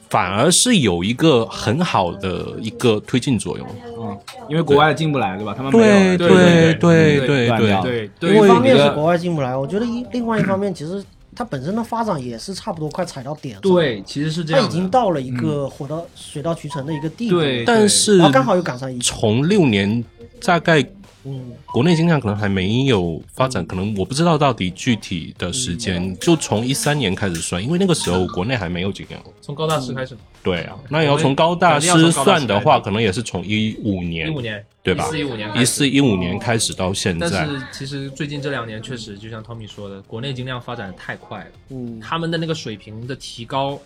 [SPEAKER 2] 反而是有一个很好的一个推进作用，
[SPEAKER 4] 嗯，因为国外进不来，对吧？他们没
[SPEAKER 2] 对
[SPEAKER 4] 有
[SPEAKER 2] 对对对
[SPEAKER 4] 断掉
[SPEAKER 2] 对
[SPEAKER 4] 因
[SPEAKER 6] 一
[SPEAKER 4] 为
[SPEAKER 6] 方面
[SPEAKER 4] 你
[SPEAKER 6] 是
[SPEAKER 4] 的
[SPEAKER 6] 国外进不来，我觉得一另外一方面其实它本身的发展也是差不多快踩到点上。
[SPEAKER 4] 对，，其实是这
[SPEAKER 6] 它
[SPEAKER 4] 样
[SPEAKER 6] 已
[SPEAKER 4] 的。
[SPEAKER 6] 经到了一个火到水到渠成的一个地步。
[SPEAKER 4] 对
[SPEAKER 2] 但是
[SPEAKER 6] 然后刚好又赶上疫情。
[SPEAKER 2] 从六年大概
[SPEAKER 6] 嗯，
[SPEAKER 2] 国内精酿可能还没有发
[SPEAKER 1] 嗯
[SPEAKER 2] 展，可能我不知道到底具体的时间，就从一三年开始算，因为那个时候国内还没有精酿。
[SPEAKER 1] 从高大师开始吗？
[SPEAKER 2] 对啊，那也要从高大师算的话，可能也是从一五年，
[SPEAKER 1] 15年
[SPEAKER 2] 对吧？
[SPEAKER 1] 14 15年开
[SPEAKER 2] 一
[SPEAKER 1] 始
[SPEAKER 2] 四一五年开始到现
[SPEAKER 1] 但
[SPEAKER 2] 在，
[SPEAKER 1] 是其实最近这两年确实，就像 Tommy 说的，国内精酿发展得太快了，
[SPEAKER 6] 嗯，
[SPEAKER 1] 他们的那个水平的提高，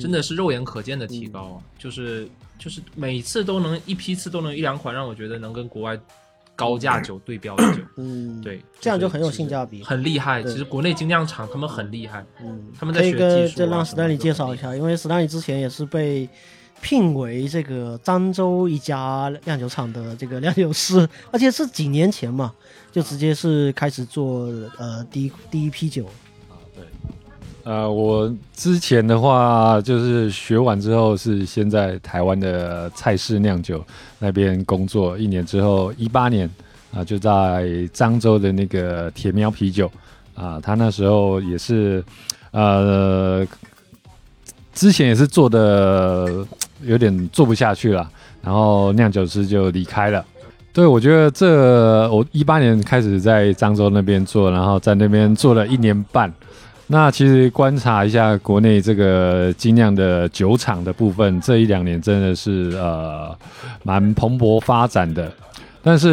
[SPEAKER 1] 真的是肉眼可见的提高，啊，就是就是每次都能一批次都能有一两款让我觉得能跟国外高价酒对标的酒，
[SPEAKER 6] 嗯，
[SPEAKER 1] 对，
[SPEAKER 6] 这样就很有性价比，
[SPEAKER 1] 很厉害。
[SPEAKER 6] 对
[SPEAKER 1] 其实国内精酿厂他们很厉害，
[SPEAKER 6] 嗯
[SPEAKER 1] 他们在
[SPEAKER 6] 可以
[SPEAKER 1] 学
[SPEAKER 6] 跟
[SPEAKER 1] 技术、
[SPEAKER 6] 这
[SPEAKER 1] 啊。
[SPEAKER 6] 让史丹利介绍一下，因为史丹利之前也是被聘为这个漳州一家酿酒厂的这个酿酒师，而且是几年前嘛，就直接是开始做呃第一第一批酒，
[SPEAKER 7] 呃，我之前的话就是学完之后是先在台湾的蔡氏酿酒那边工作，一年之后，一八年啊、就在漳州的那个铁喵啤酒啊、他那时候也是呃之前也是做的有点做不下去了，然后酿酒师就离开了。对，我觉得这我一八年开始在漳州那边做，然后在那边做了一年半。那其实观察一下国内这个精酿的酒厂的部分，这一两年真的是呃蛮蓬勃发展的。但是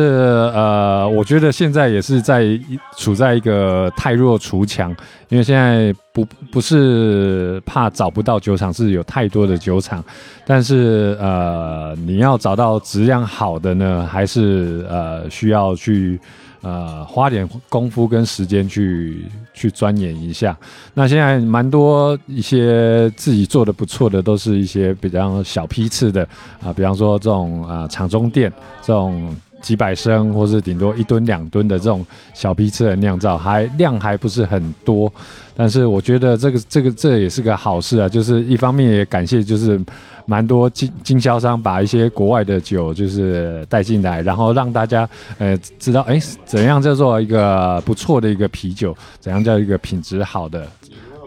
[SPEAKER 7] 呃，我觉得现在也是在一处在一个太弱除强，因为现在不不是怕找不到酒厂，是有太多的酒厂，但是呃，你要找到质量好的呢，还是呃需要去呃花点功夫跟时间去去钻研一下。那现在蛮多一些自己做的不错的，都是一些比较小批次的啊、比方说这种啊厂、中店这种。几百升，或是顶多一吨两吨的这种小批次的酿造，还量还不是很多，但是我觉得这个这个这也是个好事啊，就是一方面也感谢就是蛮多经经销商把一些国外的酒就是带进来，然后让大家呃知道哎怎样叫做一个不错的一个啤酒，怎样叫一个品质好的。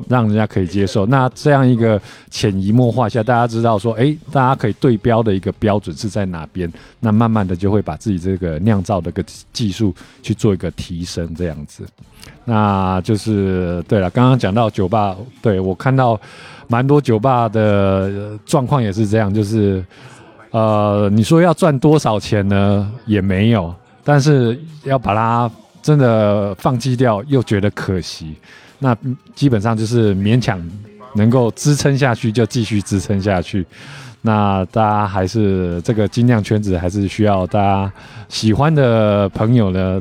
[SPEAKER 7] 让人家可以接受，那这样一个潜移默化下，大家知道说，哎，大家可以对标的一个标准是在哪边，那慢慢的就会把自己这个酿造的一个技术去做一个提升，这样子。那就是对了，刚刚讲到酒吧，对我看到蛮多酒吧的呃状况也是这样，就是呃，你说要赚多少钱呢？也没有，但是要把它真的放弃掉，又觉得可惜。那嗯基本上就是勉强能够支撑下去，就继续支撑下去。那大家还是这个精酿圈子，还是需要大家喜欢的朋友呢，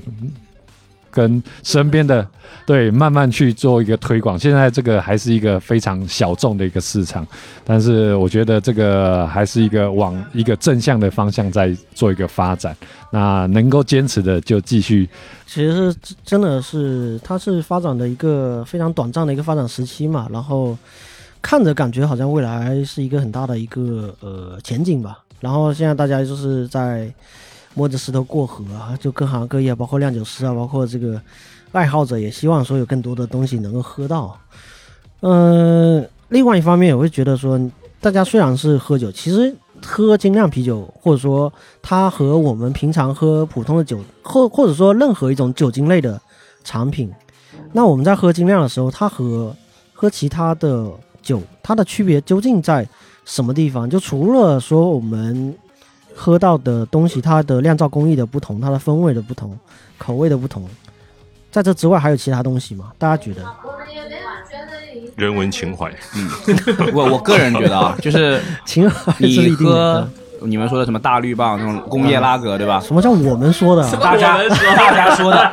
[SPEAKER 7] 跟身边的对慢慢去做一个推广。现在这个还是一个非常小众的一个市场，但是我觉得这个还是一个往一个正向的方向在做一个发展。那能够坚持的就继续
[SPEAKER 6] 其实是真的是，它是发展的一个非常短暂的一个发展时期嘛，然后看着感觉好像未来是一个很大的一个呃前景吧。然后现在大家就是在摸着石头过河啊，就各行各业，包括酿酒师啊，包括这个爱好者，也希望说有更多的东西能够喝到。嗯、另外一方面，我会觉得说，大家虽然是喝酒，其实呃喝精酿啤酒，或者说它和我们平常喝普通的酒，或或者说任何一种酒精类的产品，那我们在喝精酿的时候，它和喝其他的酒，它的区别究竟在什么地方？就除了说我们喝到的东西，它的酿造工艺的不同，它的风味的不同，口味的不同，在这之外还有其他东西吗？大家觉得？
[SPEAKER 2] 人文情怀，
[SPEAKER 4] 我我个人觉得啊，就是
[SPEAKER 6] 情怀是
[SPEAKER 4] 你
[SPEAKER 6] 一定有
[SPEAKER 4] 喝
[SPEAKER 6] 的，嗯
[SPEAKER 4] 你们说的什么大绿棒那种工业拉格，对吧？
[SPEAKER 6] 什么叫我们说的啊？
[SPEAKER 4] 大家大家说 的，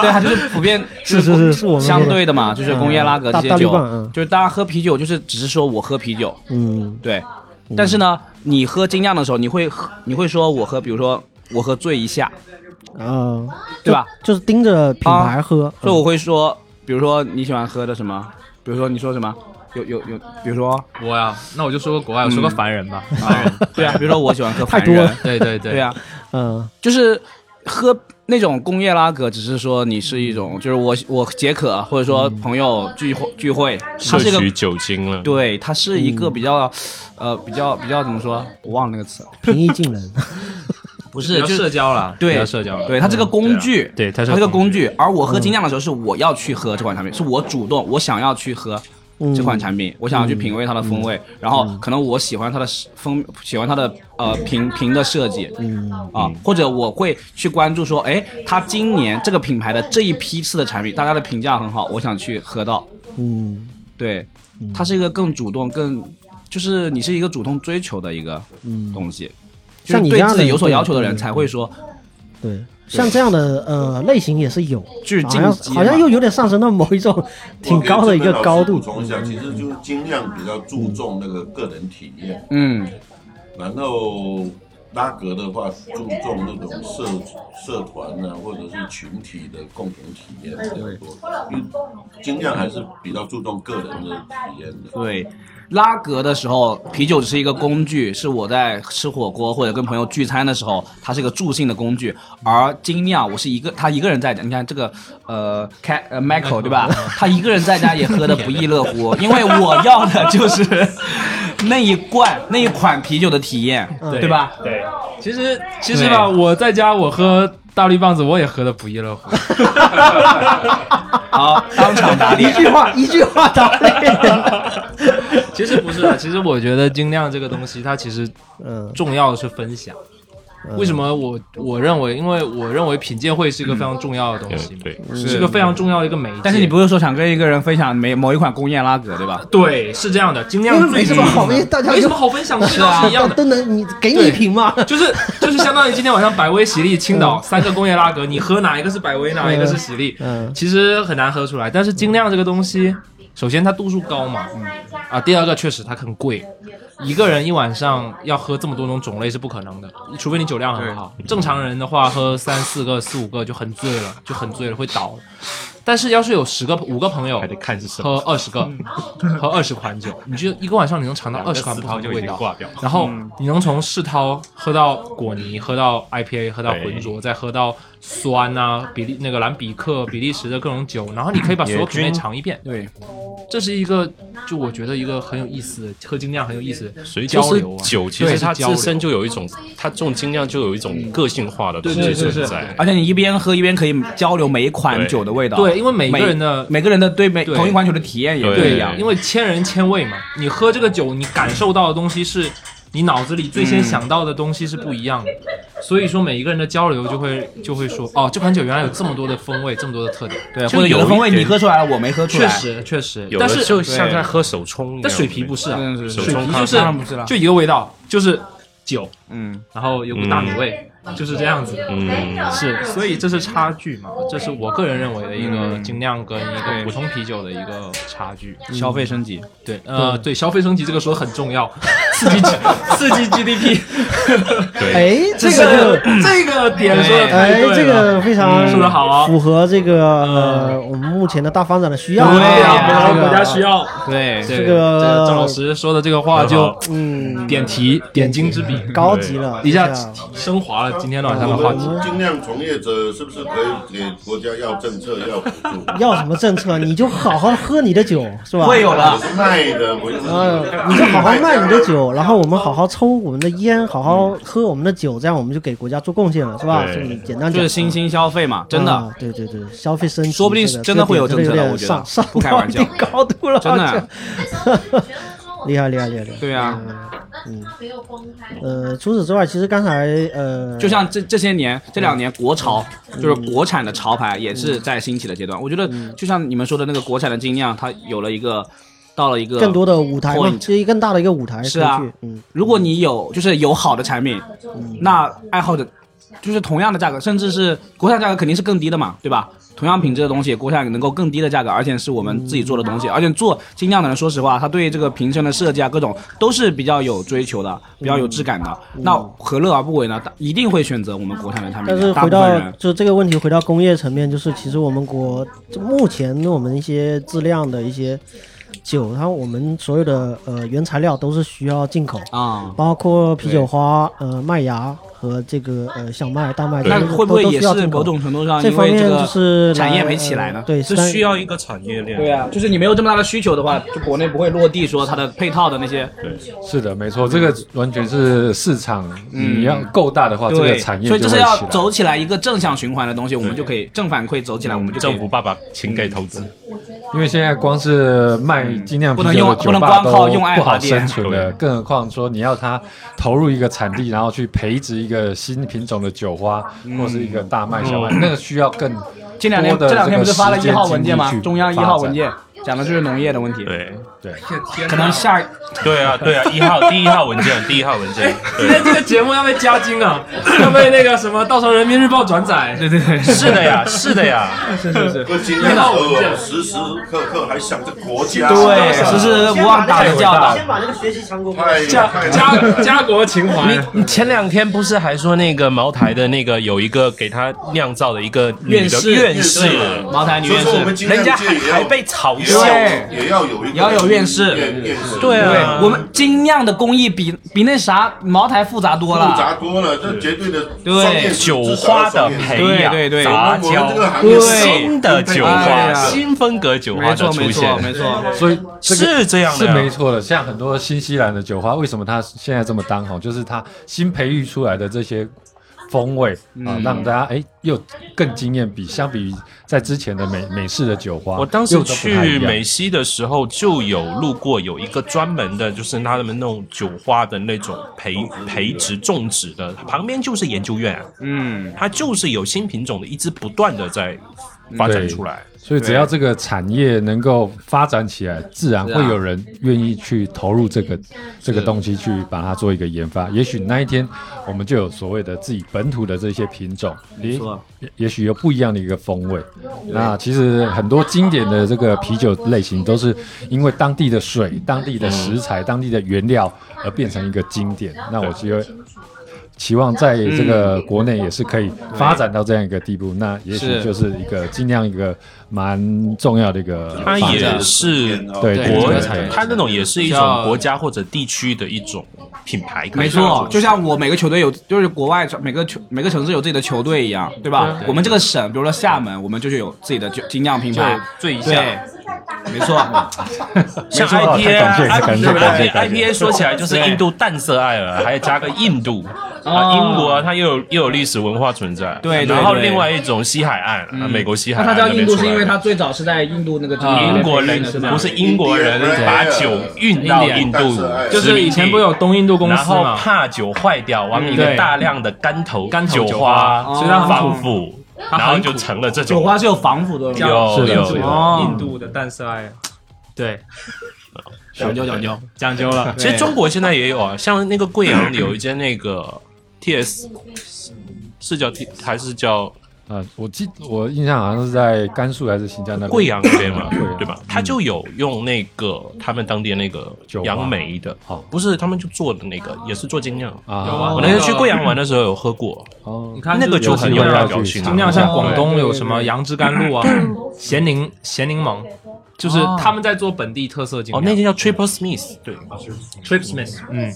[SPEAKER 4] 对啊，就是普遍
[SPEAKER 6] 是是是是我们说的
[SPEAKER 4] 相对的嘛，就是工业拉格这些
[SPEAKER 6] 嗯大大绿
[SPEAKER 4] 酒
[SPEAKER 6] 棒嗯，
[SPEAKER 4] 就是大家喝啤酒，就是只是说我喝啤酒，
[SPEAKER 6] 嗯，
[SPEAKER 4] 对。但是呢，你喝精酿的时候，你会喝你会说我喝，比如说我喝醉一下，
[SPEAKER 6] 啊，
[SPEAKER 4] 对吧
[SPEAKER 6] 就？就是盯着品牌喝，嗯
[SPEAKER 4] 所以我会说，比如说你喜欢喝的什么，比如说你说什么，有有有，比 如说啊
[SPEAKER 1] 我呀，那我就说个国外，我说个凡人吧，凡人。
[SPEAKER 4] 对啊，比如说我喜欢喝
[SPEAKER 6] 太
[SPEAKER 4] 凡
[SPEAKER 6] 多
[SPEAKER 4] 人
[SPEAKER 6] 了，
[SPEAKER 1] 嗯对对对
[SPEAKER 4] 对啊，
[SPEAKER 6] 嗯，
[SPEAKER 4] 就是喝那种工业拉格，只是说你是一
[SPEAKER 1] 嗯
[SPEAKER 4] 种，就是我我解渴，或者说朋友聚会聚会，它
[SPEAKER 2] 摄
[SPEAKER 4] 是一个。
[SPEAKER 2] 取酒精了。
[SPEAKER 4] 对，它是一
[SPEAKER 1] 嗯
[SPEAKER 4] 个比较，呃，比较比较怎么说？我忘了那个词，
[SPEAKER 6] 平易 近人。
[SPEAKER 4] 不
[SPEAKER 1] 比
[SPEAKER 4] 是，
[SPEAKER 1] 较
[SPEAKER 4] 就是
[SPEAKER 1] 社交了，
[SPEAKER 4] 对
[SPEAKER 1] 比较社交了。
[SPEAKER 4] 对，它这个工具，
[SPEAKER 1] 对啊对它
[SPEAKER 4] 它
[SPEAKER 1] 是
[SPEAKER 4] 这个
[SPEAKER 1] 工嗯
[SPEAKER 4] 工具。而我喝精酿的时候，是我要去喝这款产品，是我主动，我想要去喝
[SPEAKER 1] 嗯
[SPEAKER 6] 嗯
[SPEAKER 4] 这款产品，我想要去品味它的风味，然后可能我喜欢它的风，喜欢它的呃瓶瓶的设计，嗯啊，或者我会去关注说，哎，它今年这个品牌的这一批次的产品，大家的评价很好，我想去喝到，
[SPEAKER 6] 嗯，
[SPEAKER 4] 对，它是一个更主动，更就是你是一个主动追求的一个东西，就是
[SPEAKER 6] 嗯像你这
[SPEAKER 4] 对
[SPEAKER 6] 样
[SPEAKER 4] 自
[SPEAKER 6] 的
[SPEAKER 4] 己有所要求的人
[SPEAKER 6] 对
[SPEAKER 4] 才会说。
[SPEAKER 6] 对，像这样的呃类型也是有，
[SPEAKER 4] 就是
[SPEAKER 6] 好
[SPEAKER 4] 进
[SPEAKER 6] 像
[SPEAKER 4] 阶
[SPEAKER 6] 好像
[SPEAKER 4] 嘛
[SPEAKER 6] 又有点上升到某一种挺高的一个高度
[SPEAKER 5] 补。充一下，其实就是精酿比较注重那个个人体验，
[SPEAKER 4] 嗯，
[SPEAKER 5] 然后拉格的话注重那种社社团啊，或者是群体的共同体验比较多，因为精酿还是比较注重个人的体验的。
[SPEAKER 4] 对，拉格的时候，啤酒只是一个工具，是我在吃火锅或者跟朋友聚餐的时候，它是一个助兴的工具。而精酿，我是一个他一个人在家，你看这个呃开呃 Michael 对吧？他一个人在家也喝的不亦乐乎，因为我要的就是 那一罐那一款啤酒的体验，对吧？
[SPEAKER 1] 嗯对，其实其实吧，我在家我喝大绿棒子，我也喝的不亦乐乎。
[SPEAKER 4] 好，当场打
[SPEAKER 6] 一
[SPEAKER 4] 脸。
[SPEAKER 6] 句话，一句话打脸。
[SPEAKER 1] 其实不是啊，其实我觉得精酿这个东西，它其实
[SPEAKER 6] 嗯，
[SPEAKER 1] 重要的是分享。为什么我我认为，因为我认为品鉴会是一个非常重要的东西
[SPEAKER 2] 嗯，
[SPEAKER 1] 嘛，
[SPEAKER 2] 对，
[SPEAKER 1] 是个非常重要的一个媒介。
[SPEAKER 4] 但是你不是说想跟一个人分享每某一款工业拉格对吧？
[SPEAKER 1] 对，是这样的，精酿
[SPEAKER 6] 因为没什么好
[SPEAKER 1] 分，
[SPEAKER 6] 大家啊
[SPEAKER 1] 没什么好分享，味道 是一样的。
[SPEAKER 6] 呃都能你给你评吗？
[SPEAKER 1] 就是就是相当于今天晚上百威、喜力、青岛三个工业拉格，你喝哪一个是百威，哪一个是喜力？
[SPEAKER 6] 嗯
[SPEAKER 1] 其实很难喝出来。但是精酿这个东西，首先它度数高嘛，啊，第二个确实它很贵，一个人一晚上要喝这么多种种类是不可能的，除非你酒量很好。正常人的话，喝三四个、四五个就很醉了，就很醉了，会倒。但是要是有十个、五个朋友
[SPEAKER 2] 还得看是什么。
[SPEAKER 1] 喝二十个，喝二十款酒，你就一个晚上你能
[SPEAKER 2] 啊
[SPEAKER 1] 尝到二十款不同的味道，然后
[SPEAKER 4] 嗯
[SPEAKER 1] 你能从世涛喝到果泥，喝到 IPA，喝到浑浊，再喝到酸啊，比利那个兰比克、比利时的各种酒，然后你可以把所有品类尝一遍。
[SPEAKER 4] 对，
[SPEAKER 1] 这是一个，就我觉得一个很有意思，喝精酿很有意思，
[SPEAKER 2] 所以就
[SPEAKER 1] 交
[SPEAKER 2] 是
[SPEAKER 1] 流啊。
[SPEAKER 2] 酒，其
[SPEAKER 1] 对
[SPEAKER 2] 实
[SPEAKER 1] 是
[SPEAKER 2] 它
[SPEAKER 1] 交
[SPEAKER 2] 自身
[SPEAKER 1] 流嗯
[SPEAKER 2] 就有一种，它这种精酿就有一种个性化的东西存在。
[SPEAKER 1] 啊
[SPEAKER 4] 而且你一边喝一边可以交流每一款
[SPEAKER 2] 对
[SPEAKER 4] 酒的味道。
[SPEAKER 1] 对因为每个人的
[SPEAKER 4] 每个人的对每
[SPEAKER 1] 对
[SPEAKER 4] 同一款酒的体验也不
[SPEAKER 2] 对
[SPEAKER 4] 一样。
[SPEAKER 1] 因为千人千味嘛，你喝这个酒，你感受到的东西是你脑子里最先想到的东西是不一样的，所以说每一个人的交流就会就会说，哦，这款酒原来有这么多的风味，这么多的特点，
[SPEAKER 4] 对，
[SPEAKER 2] 就
[SPEAKER 4] 或者有的
[SPEAKER 2] 有一
[SPEAKER 4] 风味你
[SPEAKER 2] 点
[SPEAKER 4] 喝出来了，我没喝出
[SPEAKER 1] 确
[SPEAKER 4] 来。，
[SPEAKER 1] 实确实
[SPEAKER 2] 有，
[SPEAKER 1] 但
[SPEAKER 2] 的
[SPEAKER 1] 是
[SPEAKER 2] 就像在喝手冲一样，
[SPEAKER 1] 但水啤不是啊，
[SPEAKER 4] 嗯是是
[SPEAKER 2] 手
[SPEAKER 1] 水
[SPEAKER 2] 冲
[SPEAKER 1] 啤
[SPEAKER 2] 咖
[SPEAKER 1] 就
[SPEAKER 2] 啡
[SPEAKER 1] 是
[SPEAKER 4] 当然不是了
[SPEAKER 1] 就一个味道，就是酒，
[SPEAKER 4] 嗯，
[SPEAKER 1] 然后有股大米味，就是这样子。
[SPEAKER 2] 嗯，
[SPEAKER 1] 是，所以这是差距嘛，这是我个人认为的一
[SPEAKER 2] 嗯
[SPEAKER 1] 个精酿跟一个
[SPEAKER 4] 对
[SPEAKER 1] 普通啤酒的一个差距。
[SPEAKER 4] 消费升级。
[SPEAKER 1] 对，呃，对，消费升级这个说得很重要，刺激 刺激 GDP，
[SPEAKER 2] 对，
[SPEAKER 6] 哎，这
[SPEAKER 1] 个
[SPEAKER 6] 个
[SPEAKER 1] 这个点说的太
[SPEAKER 6] 哎
[SPEAKER 1] 对了，，
[SPEAKER 6] 这个非常
[SPEAKER 1] 说得好啊
[SPEAKER 6] 符合这个呃我们目前的大发展的需要啊。
[SPEAKER 1] 嗯对呀
[SPEAKER 6] 这个
[SPEAKER 1] 符合国
[SPEAKER 8] 大家需要
[SPEAKER 4] 对，
[SPEAKER 1] 这
[SPEAKER 6] 这
[SPEAKER 1] 个
[SPEAKER 6] 个
[SPEAKER 1] 郑老师说的这个话就
[SPEAKER 6] 嗯
[SPEAKER 1] 点题点睛之笔，
[SPEAKER 6] 高级了，
[SPEAKER 1] 一下
[SPEAKER 6] 这样
[SPEAKER 1] 升华了今天晚上的
[SPEAKER 5] 我
[SPEAKER 1] 话题。
[SPEAKER 5] 们精酿从业者是不是可以给国家要政策要补助？
[SPEAKER 6] 要什么政策？你就好好喝你的酒，是吧？
[SPEAKER 4] 会有
[SPEAKER 5] 我
[SPEAKER 4] 的。
[SPEAKER 5] 是卖的，我就是
[SPEAKER 6] 嗯，你就好好卖你的酒，然后我们好好抽我们的烟，好好喝我们的酒，这样我们就给国家做贡献了，是吧？
[SPEAKER 2] 对
[SPEAKER 6] 这么简单
[SPEAKER 4] 就
[SPEAKER 6] 讲
[SPEAKER 4] 是，新兴消费嘛，真的
[SPEAKER 6] 啊，对对对，消费升级，
[SPEAKER 4] 说不定
[SPEAKER 6] 这个
[SPEAKER 4] 真的会有政策的
[SPEAKER 6] 这个有点
[SPEAKER 4] 我觉得
[SPEAKER 6] 上上
[SPEAKER 4] 不开玩笑
[SPEAKER 6] 到一定高度了，
[SPEAKER 4] 真的，啊
[SPEAKER 6] 这 厉害厉害厉害厉害。
[SPEAKER 4] 对啊。
[SPEAKER 6] 呃，除此之外，其实刚才呃，
[SPEAKER 4] 就像这这些年这两年国潮，就是国产的潮牌也是在兴起的阶段。我觉得就像你们说的那个国产的精酿，它有了一个到了一个
[SPEAKER 6] 更多的舞台嘛，
[SPEAKER 4] point
[SPEAKER 6] 就是更大的一个舞台
[SPEAKER 4] 是啊
[SPEAKER 6] 可以去嗯，
[SPEAKER 4] 如果你有就是有好的产品，那爱好者就是同样的价格，甚至是国产价格肯定是更低的嘛，对吧？同样品质的东西，国产能够更低的价格，而且是我们自己做的
[SPEAKER 6] 嗯
[SPEAKER 4] 东西，而且做精酿的人，说实话，他对这个瓶身的设计啊，各种都是比较有追求
[SPEAKER 6] 嗯
[SPEAKER 4] 的，比较有质感的。那何乐而不为呢？大一定会选择我们国产的产品
[SPEAKER 6] 但
[SPEAKER 4] 的，
[SPEAKER 6] 是
[SPEAKER 4] 大
[SPEAKER 6] 回
[SPEAKER 4] 部分
[SPEAKER 6] 到
[SPEAKER 4] 人。
[SPEAKER 6] 就这个问题，回到工业层面，就是其实我们国就目前我们一些质量的一些酒，它我们所有的呃原材料都是需要进口
[SPEAKER 4] 啊
[SPEAKER 6] 包括啤酒花、呃麦芽和这个呃小麦、大麦，
[SPEAKER 2] 那
[SPEAKER 6] 这些
[SPEAKER 4] 会不会
[SPEAKER 6] 都都
[SPEAKER 4] 也
[SPEAKER 6] 需要
[SPEAKER 4] 是
[SPEAKER 6] 进口
[SPEAKER 4] 某种程度上，
[SPEAKER 6] 这
[SPEAKER 4] 因
[SPEAKER 6] 方
[SPEAKER 4] 为
[SPEAKER 6] 面
[SPEAKER 4] 个
[SPEAKER 6] 就是
[SPEAKER 4] 产业没
[SPEAKER 6] 呃
[SPEAKER 4] 起来呢？
[SPEAKER 6] 对，
[SPEAKER 2] 这
[SPEAKER 6] 但
[SPEAKER 2] 需要一个产业链。
[SPEAKER 4] 对啊，就是你没有这么大的需求的话，就国内不会落地说它的配套的那些。
[SPEAKER 7] 是的，没错，这个完全是市场，你要够大的话，啊这个
[SPEAKER 4] 嗯对，
[SPEAKER 7] 产业
[SPEAKER 4] 所
[SPEAKER 7] 就
[SPEAKER 4] 以这
[SPEAKER 7] 会起
[SPEAKER 4] 是要
[SPEAKER 7] 来。嗯
[SPEAKER 4] 走起来一个正向循环的东西，我们就可以正反馈走起来，我们就可
[SPEAKER 2] 政
[SPEAKER 4] 以
[SPEAKER 2] 府爸爸，请给投资。
[SPEAKER 7] 因为现在光是卖精酿
[SPEAKER 4] 嗯不
[SPEAKER 7] 啤
[SPEAKER 4] 能
[SPEAKER 7] 酒
[SPEAKER 4] 用
[SPEAKER 7] 的酒
[SPEAKER 4] 不能
[SPEAKER 7] 吧
[SPEAKER 4] 光
[SPEAKER 7] 都
[SPEAKER 4] 靠用爱
[SPEAKER 7] 不好
[SPEAKER 4] 发电
[SPEAKER 7] 生存的，更何况说你要它投入一个产地，然后去培植一个新品种的酒花，或是一个大麦、小麦，那个需要更
[SPEAKER 4] 这嗯两天
[SPEAKER 7] 多的
[SPEAKER 4] 这两天不是发了
[SPEAKER 7] 这
[SPEAKER 4] 一
[SPEAKER 7] 个
[SPEAKER 4] 号
[SPEAKER 7] 时间
[SPEAKER 4] 文件吗
[SPEAKER 7] 精力？去
[SPEAKER 4] 中央一
[SPEAKER 7] 发
[SPEAKER 4] 号
[SPEAKER 7] 展
[SPEAKER 4] 文件讲的就是农业的问题。，
[SPEAKER 2] 对
[SPEAKER 7] 对，
[SPEAKER 4] 可能下
[SPEAKER 2] 对啊，对啊，一号第一号文件，第一号文件，
[SPEAKER 8] 那这个节目要被加精啊，要被那个什么，到时候人民日报转载。
[SPEAKER 4] 对对对，
[SPEAKER 2] 是的呀，是的呀，
[SPEAKER 4] 是是是，
[SPEAKER 5] 我今天的时候时时刻刻还想着国家，哎
[SPEAKER 4] 对，只是不忘党的教导。
[SPEAKER 6] 先把那个学习强国
[SPEAKER 5] 太
[SPEAKER 8] 家
[SPEAKER 5] 太
[SPEAKER 8] 家家国情怀，
[SPEAKER 2] 你前两天不是还说那个茅台的那个有一个给他酿造的一个女
[SPEAKER 4] 院
[SPEAKER 2] 的
[SPEAKER 4] 士
[SPEAKER 2] 院士，
[SPEAKER 4] 茅台女
[SPEAKER 5] 所
[SPEAKER 4] 院
[SPEAKER 5] 以说我们
[SPEAKER 4] 士，
[SPEAKER 5] 精
[SPEAKER 2] 人
[SPEAKER 5] 酿
[SPEAKER 2] 家
[SPEAKER 5] 界
[SPEAKER 2] 还
[SPEAKER 5] 也
[SPEAKER 2] 还
[SPEAKER 5] 要
[SPEAKER 2] 被嘲
[SPEAKER 5] 也
[SPEAKER 2] 笑，
[SPEAKER 5] 要也要有一个
[SPEAKER 4] 也要有院士
[SPEAKER 5] 院院士
[SPEAKER 2] 对
[SPEAKER 4] 对
[SPEAKER 2] 啊，
[SPEAKER 4] 我们精酿的工艺比比那啥茅台复杂多
[SPEAKER 5] 复
[SPEAKER 4] 了。
[SPEAKER 5] 杂多了，这绝对的
[SPEAKER 4] 对
[SPEAKER 5] 专业
[SPEAKER 2] 酒花的
[SPEAKER 5] 培，
[SPEAKER 2] 培养，
[SPEAKER 4] 对对对
[SPEAKER 2] 杂
[SPEAKER 5] 我们
[SPEAKER 2] 交
[SPEAKER 5] 这，个行业
[SPEAKER 4] 对
[SPEAKER 2] 新的酒
[SPEAKER 4] 哎
[SPEAKER 2] 花，
[SPEAKER 4] 呀
[SPEAKER 2] 新风格酒花
[SPEAKER 4] 没
[SPEAKER 2] 的
[SPEAKER 4] 错
[SPEAKER 2] 出
[SPEAKER 4] 没错没
[SPEAKER 2] 现，
[SPEAKER 4] 错，
[SPEAKER 7] 所以这个
[SPEAKER 2] 是这样的
[SPEAKER 7] 是
[SPEAKER 2] 呀，
[SPEAKER 7] 没错的，像很多新西兰的酒花，为什么它现在这么当红？就是它新培育出来的这些风味
[SPEAKER 2] 嗯
[SPEAKER 7] 啊，让大家哎又更惊艳，比相比于在之前的美美式的酒花，
[SPEAKER 2] 我当时
[SPEAKER 7] 啊又都不太
[SPEAKER 2] 去
[SPEAKER 7] 一样
[SPEAKER 2] 美西的时候，就有路过有一个专门的，就是他们那种酒花的那种培
[SPEAKER 7] 哦
[SPEAKER 2] 培植种植的，旁边就是研究院、啊，
[SPEAKER 4] 嗯，
[SPEAKER 2] 它就是有新品种的，一直不断的在发展出来。
[SPEAKER 7] 所以只要这个产业能够发展起来，自然会有人愿意去投入这个这个东西，去把它做一个研发。也许那一天我们就有所谓的自己本土的这些品种，也
[SPEAKER 4] 错
[SPEAKER 7] 也也许有不一样的一个风味。那其实很多经典的这个啤酒类型，都是因为当地的水、当地的食材、当地的原料而变成一个经典。那我觉得。期望在这个国内也是可以发展到这样一个地步，那也许
[SPEAKER 4] 是
[SPEAKER 7] 就是一个尽量一个蛮重要的一个
[SPEAKER 2] 它
[SPEAKER 7] 发
[SPEAKER 2] 也
[SPEAKER 7] 展。
[SPEAKER 2] 是
[SPEAKER 7] 对
[SPEAKER 2] 对
[SPEAKER 7] 对
[SPEAKER 2] 国
[SPEAKER 7] 这个产业，
[SPEAKER 2] 它那种也是一种
[SPEAKER 4] 叫
[SPEAKER 2] 国家或者地区的一种品牌。
[SPEAKER 4] 没错，，就像我每个球队有，就是国外每个球每个城市有自己的球队一样，对吧？我们这个省，比如说厦门，我们就是有自己的酒精酿品牌，
[SPEAKER 2] 最一下。
[SPEAKER 4] 对，没错，
[SPEAKER 2] 像
[SPEAKER 7] 没错感谢
[SPEAKER 2] IPA，
[SPEAKER 7] 感谢感谢
[SPEAKER 2] IPA
[SPEAKER 7] 感谢
[SPEAKER 2] IPA 说起来就是印度淡色艾尔，还加个印度
[SPEAKER 7] 哦
[SPEAKER 2] 啊，英国啊它又有又有历史文化存在。
[SPEAKER 4] 对对
[SPEAKER 2] 然后
[SPEAKER 4] 对
[SPEAKER 2] 另外一种西海岸，
[SPEAKER 7] 嗯
[SPEAKER 2] 啊美国西海
[SPEAKER 4] 那
[SPEAKER 2] 岸
[SPEAKER 4] 它
[SPEAKER 2] 那
[SPEAKER 4] 叫
[SPEAKER 2] 边
[SPEAKER 4] 印
[SPEAKER 2] 出
[SPEAKER 4] 度
[SPEAKER 2] 来的。
[SPEAKER 4] 是因为
[SPEAKER 7] 啊
[SPEAKER 4] 它最早是在印度那个
[SPEAKER 2] 英国人
[SPEAKER 4] 是吧
[SPEAKER 2] 不是英国人
[SPEAKER 5] 对
[SPEAKER 2] 把酒运到印
[SPEAKER 5] 但
[SPEAKER 2] 度
[SPEAKER 5] 是，哎
[SPEAKER 8] 就
[SPEAKER 2] 殖
[SPEAKER 8] 是
[SPEAKER 2] 民
[SPEAKER 8] 以前
[SPEAKER 2] 地
[SPEAKER 8] 不是有东印度公
[SPEAKER 2] 然
[SPEAKER 8] 司
[SPEAKER 2] 后
[SPEAKER 8] 嘛，
[SPEAKER 2] 怕酒坏掉，往一个
[SPEAKER 8] 对
[SPEAKER 2] 大量的干头
[SPEAKER 8] 干头
[SPEAKER 2] 酒
[SPEAKER 8] 酒
[SPEAKER 2] 花
[SPEAKER 8] 花哦所以它很
[SPEAKER 2] 防
[SPEAKER 7] 啊
[SPEAKER 8] 苦
[SPEAKER 2] 腐，
[SPEAKER 8] 它
[SPEAKER 2] 然后
[SPEAKER 8] 很
[SPEAKER 2] 就
[SPEAKER 8] 苦
[SPEAKER 2] 成了这
[SPEAKER 4] 酒
[SPEAKER 2] 种
[SPEAKER 4] 花是有防腐作用，
[SPEAKER 2] 有
[SPEAKER 7] 是的
[SPEAKER 2] 有
[SPEAKER 7] 是的
[SPEAKER 2] 有
[SPEAKER 8] 哦，印度的淡色爱，对，
[SPEAKER 4] 讲究讲究。
[SPEAKER 8] 讲究了。
[SPEAKER 2] 其实中国现在也有啊， 像那个贵阳有一间那个 T S，是叫 T 还是叫
[SPEAKER 7] 呃，我记我印象好像是在甘肃还是新疆那边
[SPEAKER 2] 贵阳那边嘛
[SPEAKER 7] 贵阳，
[SPEAKER 2] 对吧？他就有用那个他们当地那个
[SPEAKER 7] 酒吧
[SPEAKER 2] 杨梅的
[SPEAKER 7] 哦，
[SPEAKER 2] 不是他们就做的那个，也是做精酿。
[SPEAKER 7] 啊，
[SPEAKER 2] 我那天去贵阳玩的时候有喝过，
[SPEAKER 7] 哦
[SPEAKER 8] 你，看
[SPEAKER 2] 那个
[SPEAKER 8] 就
[SPEAKER 2] 就很有
[SPEAKER 7] 有
[SPEAKER 2] 代表
[SPEAKER 7] 代表
[SPEAKER 2] 性
[SPEAKER 7] 性
[SPEAKER 8] 精酿像
[SPEAKER 7] 对
[SPEAKER 8] 广东有什么杨枝甘露啊、咸柠咸柠檬，就是他们在做本地特色精
[SPEAKER 2] 哦，
[SPEAKER 8] 酿。
[SPEAKER 2] 那间叫 Triple Smith，对，
[SPEAKER 8] Trip Smith，嗯。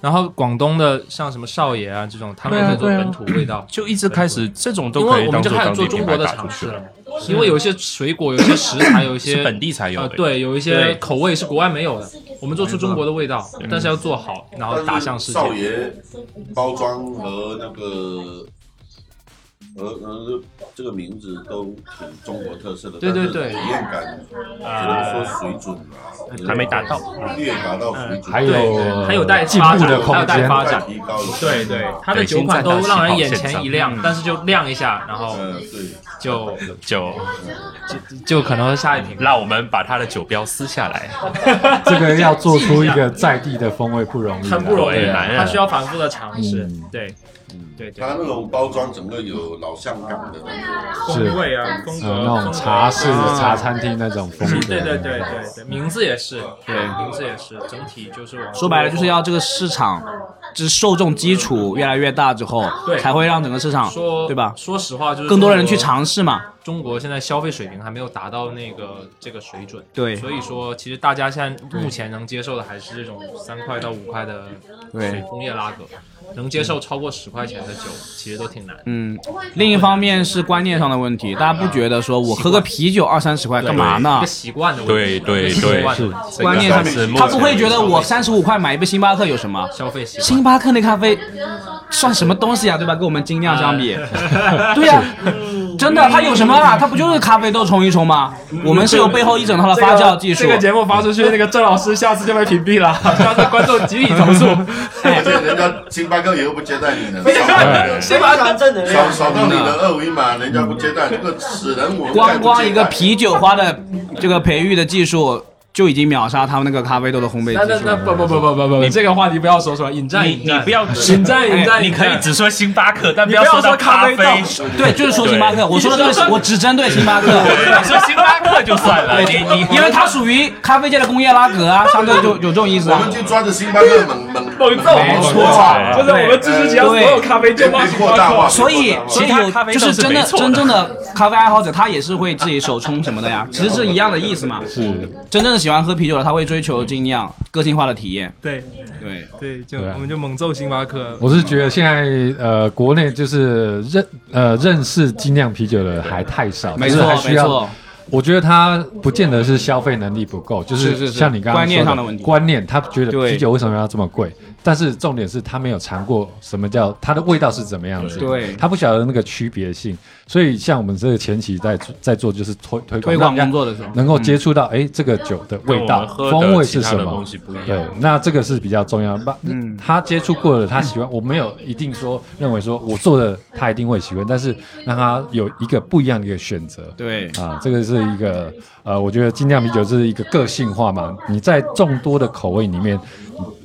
[SPEAKER 8] 然后广东的像什么少爷啊这种，他们
[SPEAKER 2] 对啊
[SPEAKER 8] 在做
[SPEAKER 2] 对啊
[SPEAKER 8] 本土味道，
[SPEAKER 2] 就一直开始这种
[SPEAKER 8] 因
[SPEAKER 2] 都可
[SPEAKER 8] 为
[SPEAKER 2] 以
[SPEAKER 8] 我
[SPEAKER 2] 当
[SPEAKER 8] 们就
[SPEAKER 2] 做
[SPEAKER 8] 开始
[SPEAKER 2] 当
[SPEAKER 8] 做
[SPEAKER 2] 地
[SPEAKER 8] 中
[SPEAKER 2] 品
[SPEAKER 8] 国
[SPEAKER 2] 牌
[SPEAKER 8] 的
[SPEAKER 2] 打
[SPEAKER 8] 尝
[SPEAKER 2] 出去
[SPEAKER 8] 试
[SPEAKER 2] 了
[SPEAKER 8] 了，因为有一些水果，有一些食材，有一些
[SPEAKER 2] 是本地才有
[SPEAKER 8] 呃，
[SPEAKER 2] 的。
[SPEAKER 8] 对，有一些口味是国外没有的，我们做出中国的味道，但是要做好，然后打向世
[SPEAKER 5] 少
[SPEAKER 8] 界。
[SPEAKER 5] 爷包装和那个而而这个名字都挺中国特色的，
[SPEAKER 1] 对对
[SPEAKER 5] 但是
[SPEAKER 1] 对
[SPEAKER 5] 体验感只能说水准啊，
[SPEAKER 1] 还没达到
[SPEAKER 5] 略达到水
[SPEAKER 7] 嗯
[SPEAKER 5] 准，
[SPEAKER 7] 还有
[SPEAKER 1] 对还有待
[SPEAKER 7] 进
[SPEAKER 1] 发
[SPEAKER 7] 步
[SPEAKER 1] 展
[SPEAKER 7] 的空
[SPEAKER 1] 还有待
[SPEAKER 7] 间。
[SPEAKER 1] 发展
[SPEAKER 5] 提高了，
[SPEAKER 1] 对对，它的
[SPEAKER 2] 对
[SPEAKER 1] 酒款
[SPEAKER 2] 现在
[SPEAKER 1] 都让
[SPEAKER 2] 到
[SPEAKER 1] 人
[SPEAKER 2] 起跑
[SPEAKER 1] 眼
[SPEAKER 2] 线
[SPEAKER 1] 前
[SPEAKER 2] 上
[SPEAKER 1] 一亮，但是就亮一下，然后
[SPEAKER 5] 嗯对。
[SPEAKER 1] 就
[SPEAKER 2] 酒，
[SPEAKER 1] 就可能是下一瓶。
[SPEAKER 2] 让我们把他的酒标撕下来。
[SPEAKER 7] 这个要做出一个在地的风味不容易啦，啊
[SPEAKER 1] 很不容易
[SPEAKER 2] 对
[SPEAKER 1] 的，
[SPEAKER 2] 男人
[SPEAKER 1] 他需要反复的尝试
[SPEAKER 7] 嗯。
[SPEAKER 1] 对，对对
[SPEAKER 5] 它，那种包装整个有老香港的那个，
[SPEAKER 7] 是
[SPEAKER 1] 风味啊，风格
[SPEAKER 7] 呃，那种茶室、
[SPEAKER 1] 啊
[SPEAKER 7] 茶餐厅那种风格。
[SPEAKER 1] 对对对对对，名字也是，对，名字也是，整体就是往
[SPEAKER 4] 说白了就是要这个市场，就是受众基础越来越大之后，
[SPEAKER 1] 对
[SPEAKER 4] 才会让整个市场
[SPEAKER 1] 说
[SPEAKER 4] 对吧？
[SPEAKER 1] 说实话，就是
[SPEAKER 4] 更多人去
[SPEAKER 1] 中国
[SPEAKER 4] 尝试嘛。
[SPEAKER 1] 中国现在消费水平还没有达到那个这个水准，
[SPEAKER 4] 对
[SPEAKER 1] 所以说其实大家现在目前能接受的还是这种三块到五块的
[SPEAKER 4] 对，
[SPEAKER 1] 工业拉格，能接受超过十块钱的酒其实都挺难。
[SPEAKER 4] 嗯，另一方面是观念上的问题，大家不觉得说我喝个啤酒二三十块干嘛
[SPEAKER 1] 一
[SPEAKER 4] 呢
[SPEAKER 1] 个？习惯的问
[SPEAKER 2] 对
[SPEAKER 1] 题，
[SPEAKER 2] 对
[SPEAKER 1] 一个习
[SPEAKER 2] 对
[SPEAKER 1] 惯的
[SPEAKER 2] 是
[SPEAKER 1] 问题
[SPEAKER 4] 观念上
[SPEAKER 2] 这个是
[SPEAKER 4] 面，
[SPEAKER 2] 目
[SPEAKER 4] 他
[SPEAKER 2] 前
[SPEAKER 4] 不会觉得我三十五块买一杯星巴克有什么？
[SPEAKER 1] 消费习惯。
[SPEAKER 4] 星巴克那咖啡算什么东西啊，对吧？跟我们精酿相比，
[SPEAKER 8] 哎
[SPEAKER 4] 对呀、真的，它有什么啊？它不就是咖啡豆冲一冲吗？我们是有背后一整套的发酵技术。
[SPEAKER 8] 这个节目发出去，那个郑老师下次就被屏蔽了， 下次观众集体投诉。
[SPEAKER 5] 而且哎人家星巴克也又不接待你的，
[SPEAKER 8] 先把它
[SPEAKER 6] 正能
[SPEAKER 5] 扫扫到你的二维码，人家不接待，这个死人我
[SPEAKER 4] 光光一个啤酒花的这个培育的技术，就已经秒杀他们那个咖啡豆的烘焙
[SPEAKER 8] 那那
[SPEAKER 4] 技术
[SPEAKER 8] 那
[SPEAKER 4] 了。
[SPEAKER 8] 不不不不不不，这个话题不要说出来，引战
[SPEAKER 2] 你
[SPEAKER 8] 引战，
[SPEAKER 2] 你不要
[SPEAKER 8] 引战引战，
[SPEAKER 2] 哎你可以只说星巴克，但
[SPEAKER 8] 你
[SPEAKER 2] 不
[SPEAKER 8] 不要
[SPEAKER 2] 说
[SPEAKER 8] 说
[SPEAKER 2] 到
[SPEAKER 8] 咖啡
[SPEAKER 2] 啡。
[SPEAKER 8] 豆
[SPEAKER 4] 对，就是说星巴克，我说的就是我只针对星巴克，
[SPEAKER 2] 对你说星巴克就算了，你你
[SPEAKER 4] 因为它属于咖啡界的工业拉格啊，相对就有这种意思
[SPEAKER 5] 我
[SPEAKER 4] 啊
[SPEAKER 5] 们。就抓着星巴克猛猛
[SPEAKER 8] 猛揍，
[SPEAKER 2] 错
[SPEAKER 8] 就是我们支持其他所有咖啡店
[SPEAKER 5] 别
[SPEAKER 8] 嘛，
[SPEAKER 5] 别扩大化，
[SPEAKER 4] 所以
[SPEAKER 2] 所
[SPEAKER 4] 其
[SPEAKER 2] 以
[SPEAKER 4] 实
[SPEAKER 2] 它
[SPEAKER 4] 有
[SPEAKER 2] 咖啡
[SPEAKER 4] 就
[SPEAKER 2] 豆
[SPEAKER 4] 是
[SPEAKER 2] 是
[SPEAKER 4] 真的
[SPEAKER 2] 没错的
[SPEAKER 4] 真正的咖啡爱好者，他也是会自己手冲什么的 呀，其实是一样的意思嘛。是真正的喜欢喝啤酒的，他会追求精酿、个性化的体验。
[SPEAKER 8] 对
[SPEAKER 4] 对，
[SPEAKER 8] 对，就
[SPEAKER 7] 对啊
[SPEAKER 8] 我们就猛揍星巴克，
[SPEAKER 7] 我是觉得现在呃，国内就是认呃认识精酿啤酒的还太少，
[SPEAKER 4] 没
[SPEAKER 7] 就是
[SPEAKER 4] 错
[SPEAKER 7] 还需
[SPEAKER 4] 没
[SPEAKER 7] 要
[SPEAKER 4] 错。。
[SPEAKER 7] 我觉得他不见得是消费能力不够，就是
[SPEAKER 4] 是是
[SPEAKER 7] 像你刚刚说
[SPEAKER 4] 观念上的问题
[SPEAKER 7] 观念他觉得
[SPEAKER 4] 对
[SPEAKER 7] 啤酒为什么要这么贵？但是重点是他没有尝过什么叫它的味道是怎么样子，
[SPEAKER 4] 对
[SPEAKER 7] 他不晓得那个区别性。所以像我们这个前期在做在做就是推推
[SPEAKER 4] 推
[SPEAKER 7] 广
[SPEAKER 4] 广
[SPEAKER 7] 让
[SPEAKER 4] 工作的时候，
[SPEAKER 7] 能够接触到哎、诶这个酒的味道、
[SPEAKER 2] 嗯跟我们喝的
[SPEAKER 7] 风味是什
[SPEAKER 2] 其他的
[SPEAKER 7] 么
[SPEAKER 2] 东西不一样
[SPEAKER 7] 对，那这个是比较重要的。嗯，他接触过的，他喜欢，我没有一定说认为说我做的他一定会喜欢，但是让他有一个不一样的一个选择。
[SPEAKER 4] 对
[SPEAKER 7] 啊，这个是一个呃，我觉得精酿啤酒是一个个性化嘛，你在众多的口味里面。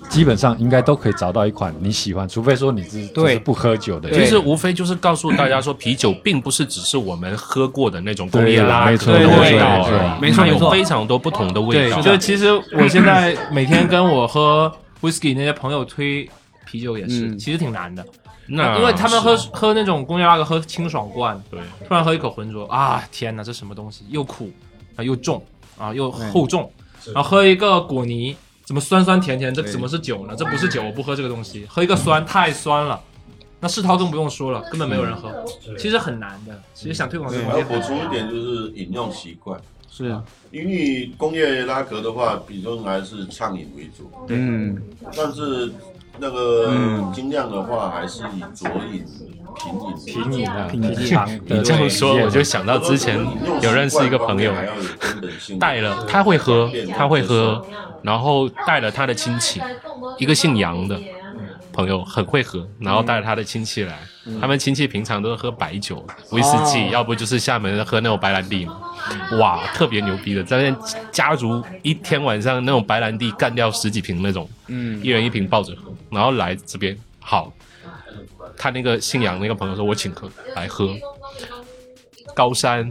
[SPEAKER 7] 基本上应该都可以找到一款你喜欢，除非说你是就是
[SPEAKER 4] 对
[SPEAKER 7] 不喝酒的人，
[SPEAKER 2] 其实无非就是告诉大家说，啤酒并不是只是我们喝过的那种工业拉
[SPEAKER 7] 没
[SPEAKER 2] 格
[SPEAKER 7] 错
[SPEAKER 2] 的
[SPEAKER 1] 对
[SPEAKER 2] 味道
[SPEAKER 7] 对
[SPEAKER 2] 而已，
[SPEAKER 4] 没错
[SPEAKER 2] 它
[SPEAKER 4] 没错
[SPEAKER 2] 有非常多不同的味
[SPEAKER 1] 对
[SPEAKER 2] 道，。
[SPEAKER 1] 就其实我现在每天跟我喝 whisky 那些朋友推啤酒也是，
[SPEAKER 4] 嗯
[SPEAKER 1] 其实挺难的。
[SPEAKER 2] 那
[SPEAKER 1] 因为他们喝
[SPEAKER 2] 是啊
[SPEAKER 1] 喝那种工业拉格，喝清爽罐，
[SPEAKER 2] 对，
[SPEAKER 1] 突然喝一口浑浊，啊，天哪，这什么东西？又苦啊，又重啊，又厚重，然后喝一个果泥，怎么酸酸甜甜？这怎么是酒呢？这不是酒，我不喝这个东西。喝一个酸，太酸了。那世涛更不用说了，根本没有人喝，其实很难的。其实想推广这个
[SPEAKER 5] 我
[SPEAKER 1] 东
[SPEAKER 5] 要
[SPEAKER 1] 西
[SPEAKER 5] 补充一点，就是饮用习惯。
[SPEAKER 4] 是，
[SPEAKER 5] 因为工业拉格的话，比重还是畅饮为主，
[SPEAKER 4] 嗯，
[SPEAKER 5] 但是那
[SPEAKER 2] 嗯
[SPEAKER 5] 个精酿的话，还是以佐饮、品饮、
[SPEAKER 7] 平饮啊，平
[SPEAKER 2] 你这么说，我就想到之前有认识一个朋友，带了他会喝，他会喝，然后带了他的亲戚，一个姓杨的朋友很会喝，然后带了他的亲戚来，
[SPEAKER 4] 嗯
[SPEAKER 2] 他们亲戚平常都是喝白酒、
[SPEAKER 4] 哦
[SPEAKER 2] 威士忌，要不就是厦门喝那种白兰地嘛，哇，特别牛逼的，在那家族一天晚上那种白兰地干掉十几瓶那种，嗯，一人一瓶抱着喝，然后来这边好。他那个姓杨那个朋友说：“我请客来喝。”高山、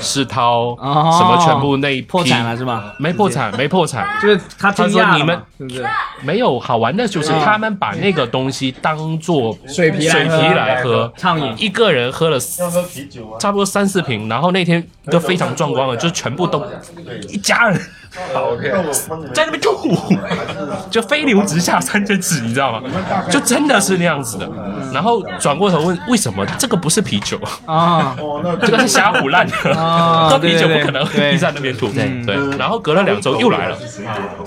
[SPEAKER 2] 世涛、
[SPEAKER 4] 哦
[SPEAKER 2] 什么全部那一批
[SPEAKER 4] 破产了是吧？
[SPEAKER 2] 没破产，没破产，
[SPEAKER 4] 就是他惊
[SPEAKER 2] 他
[SPEAKER 4] 讶了嘛
[SPEAKER 2] 说你们
[SPEAKER 4] 是不是？
[SPEAKER 2] 没有好玩的，就是他们把那个东西当做水
[SPEAKER 4] 嗯皮来
[SPEAKER 2] 水
[SPEAKER 4] 喝
[SPEAKER 2] 皮来喝，
[SPEAKER 4] 畅饮
[SPEAKER 2] 一个人喝了
[SPEAKER 5] 要喝啤酒吗？
[SPEAKER 2] 差不多三四瓶，然后那天一个非常壮观的，就是全部都一家人
[SPEAKER 5] 那我帮你们
[SPEAKER 2] 在那边 就呼呼，就飞流直下三千尺，你知道吗？就真的是那样子的。然后转过头问为什么这个不是啤酒，
[SPEAKER 4] 啊，
[SPEAKER 5] 哦，那
[SPEAKER 2] 这个是瞎胡乱的。
[SPEAKER 4] 啊
[SPEAKER 2] 喝啤酒
[SPEAKER 4] 对
[SPEAKER 2] 不
[SPEAKER 4] 对对
[SPEAKER 2] 可能
[SPEAKER 4] 对
[SPEAKER 2] 一在那边吐，嗯
[SPEAKER 1] 对
[SPEAKER 2] 对。然后隔了两周又来了，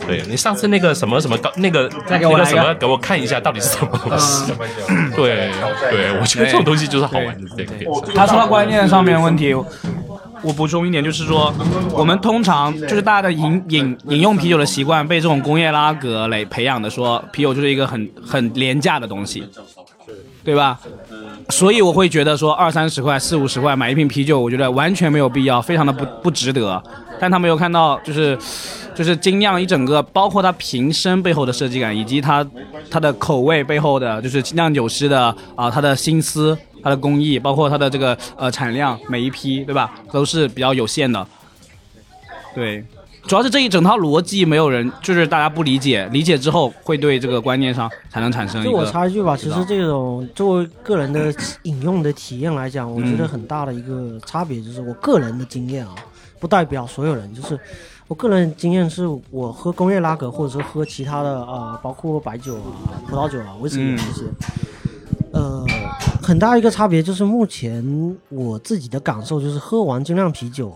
[SPEAKER 2] 对你上次那个什么什么高那个
[SPEAKER 4] 再给我
[SPEAKER 2] 那个
[SPEAKER 4] 来一
[SPEAKER 2] 什
[SPEAKER 4] 个嗯
[SPEAKER 2] 么，给我看一下到底是什么东西。 对对，我觉得这种东西就是好玩的这个点。
[SPEAKER 4] 他说到观念上面的问题，我补充一点，就是说，我们通常就是大家的饮饮饮用啤酒的习惯被这种工业拉格来培养的说，啤酒就是一个很很廉价的东西，对吧？所以我会觉得说二三十块、四五十块买一瓶啤酒，我觉得完全没有必要，非常的不不值得。但他没有看到，就是就是精酿一整个，包括它瓶身背后的设计感，以及它它的口味背后的，就是酿酒师的啊、他的心思、他的工艺，包括它的这个呃产量，每一批对吧，都是比较有限的。对，主要是这一整套逻辑没有人，就是大家不理解，理解之后会对这个观念上才能产生一
[SPEAKER 6] 就
[SPEAKER 4] 个。
[SPEAKER 6] 我插一句吧，
[SPEAKER 4] 知
[SPEAKER 6] 其
[SPEAKER 4] 道
[SPEAKER 6] 实这种作为个 人的饮用的体验来讲，我觉得
[SPEAKER 4] 嗯
[SPEAKER 6] 很大的一个差别就是我个人的经验啊，不代表所有人。就是我个人经验是我喝工业拉格，或者是喝其他的啊、呃包括白酒啊、葡萄酒啊、威士忌
[SPEAKER 4] 嗯
[SPEAKER 6] 这些。呃，很大一个差别就是目前我自己的感受就是，喝完精酿啤酒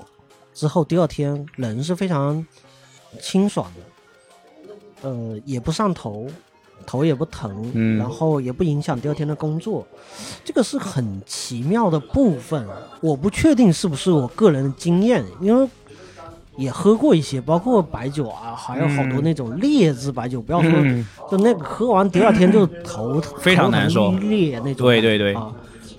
[SPEAKER 6] 之后，第二天人是非常清爽的，呃，也不上头，头也不疼，
[SPEAKER 4] 嗯
[SPEAKER 6] 然后也不影响第二天的工作，这个是很奇妙的部分。我不确定是不是我个人的经验，因为也喝过一些，包括白酒啊，还有好多
[SPEAKER 4] 嗯
[SPEAKER 6] 那种劣质白酒，不要说、
[SPEAKER 4] 嗯
[SPEAKER 6] 就那个喝完第二天就头
[SPEAKER 4] 非常难受
[SPEAKER 6] 头疼欲裂那种。
[SPEAKER 4] 对对对
[SPEAKER 6] 啊，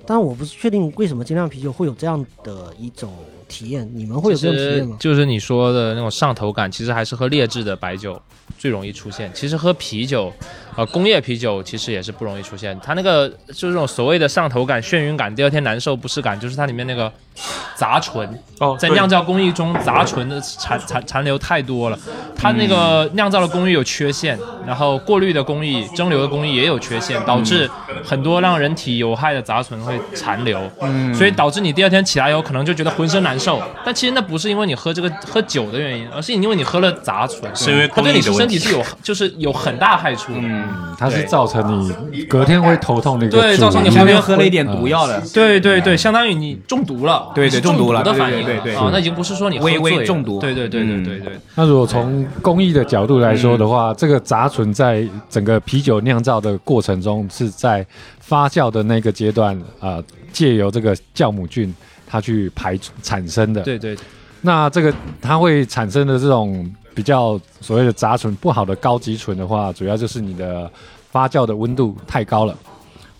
[SPEAKER 6] 但我不是确定为什么精酿啤酒会有这样的一种体验，你们会有
[SPEAKER 1] 其
[SPEAKER 6] 这种体
[SPEAKER 1] 实
[SPEAKER 6] 验吗？
[SPEAKER 1] 就是你说的那种上头感，其实还是喝劣质的白酒最容易出现。其实喝啤酒，呃，工业啤酒其实也是不容易出现。它那个就是这种所谓的上头感、眩晕感，第二天难受不适感，就是它里面那个杂醇
[SPEAKER 2] 哦
[SPEAKER 1] 在酿造工艺中杂醇的残残残留太多了。它那个
[SPEAKER 4] 嗯
[SPEAKER 1] 酿造的工艺有缺陷，然后过滤的工艺、蒸馏的工艺也有缺陷，导致
[SPEAKER 4] 嗯
[SPEAKER 1] 很多让人体有害的杂醇会残留。
[SPEAKER 4] 嗯
[SPEAKER 1] 所以导致你第二天起来以后可能就觉得浑身难受，但其实那不是因为你喝这个喝酒的原因，而是因为你喝了杂醇，
[SPEAKER 2] 是因为
[SPEAKER 1] 它对
[SPEAKER 2] 工
[SPEAKER 1] 你
[SPEAKER 2] 艺的问
[SPEAKER 1] 身体
[SPEAKER 2] 题
[SPEAKER 1] 是有就是有很大害处的。
[SPEAKER 7] 嗯，它是造成你隔天会头痛的一个
[SPEAKER 1] 对
[SPEAKER 7] 主
[SPEAKER 1] 造成你
[SPEAKER 7] 因
[SPEAKER 4] 前
[SPEAKER 1] 后
[SPEAKER 4] 面
[SPEAKER 1] 面
[SPEAKER 4] 喝了一点毒药了。
[SPEAKER 1] 对对对，相当于你中毒了，
[SPEAKER 4] 对对
[SPEAKER 1] 是
[SPEAKER 4] 中
[SPEAKER 1] 中
[SPEAKER 4] 毒了
[SPEAKER 1] 的反应
[SPEAKER 4] 对对对对
[SPEAKER 1] 啊，那已经不是说你喝
[SPEAKER 4] 微微
[SPEAKER 1] 醉了
[SPEAKER 4] 中毒
[SPEAKER 1] 对对对对
[SPEAKER 4] 嗯
[SPEAKER 1] 对对，
[SPEAKER 7] 那如果从工艺的角度来说的话，这个杂醇在整个啤酒酿造的过程中，是在发酵的那个阶段啊，呃借、由这个酵母菌它去排出产生的。
[SPEAKER 1] 对对对
[SPEAKER 7] 那这个它会产生的这种比较所谓的杂醇不好的高级醇的话，主要就是你的发酵的温度太高了。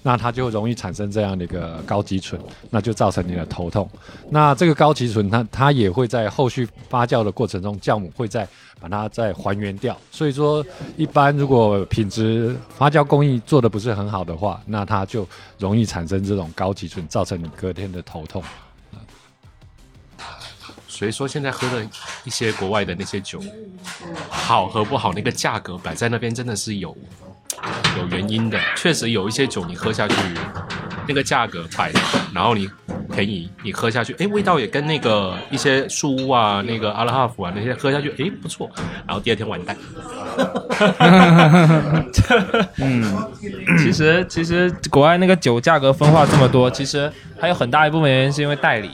[SPEAKER 7] 那它就容易产生这样的一个高级醇，那就造成你的头痛。那这个高级醇它它也会在后续发酵的过程中，酵母会再把它再还原掉。所以说，一般如果品质发酵工艺做的不是很好的话，那它就容易产生这种高级醇，造成你隔天的头痛。
[SPEAKER 2] 所以说现在喝的一些国外的那些酒，好和不好，那个价格摆在那边真的是有有原因的。确实有一些酒你喝下去，那个价格摆，然后你便宜，你喝下去，哎，味道也跟那个一些树屋啊、那个阿拉哈夫啊那些喝下去，哎，不错。然后第二天完蛋，
[SPEAKER 1] 其实其实国外那个酒价格分化这么多，其实还有很大一部分原因是因为代理。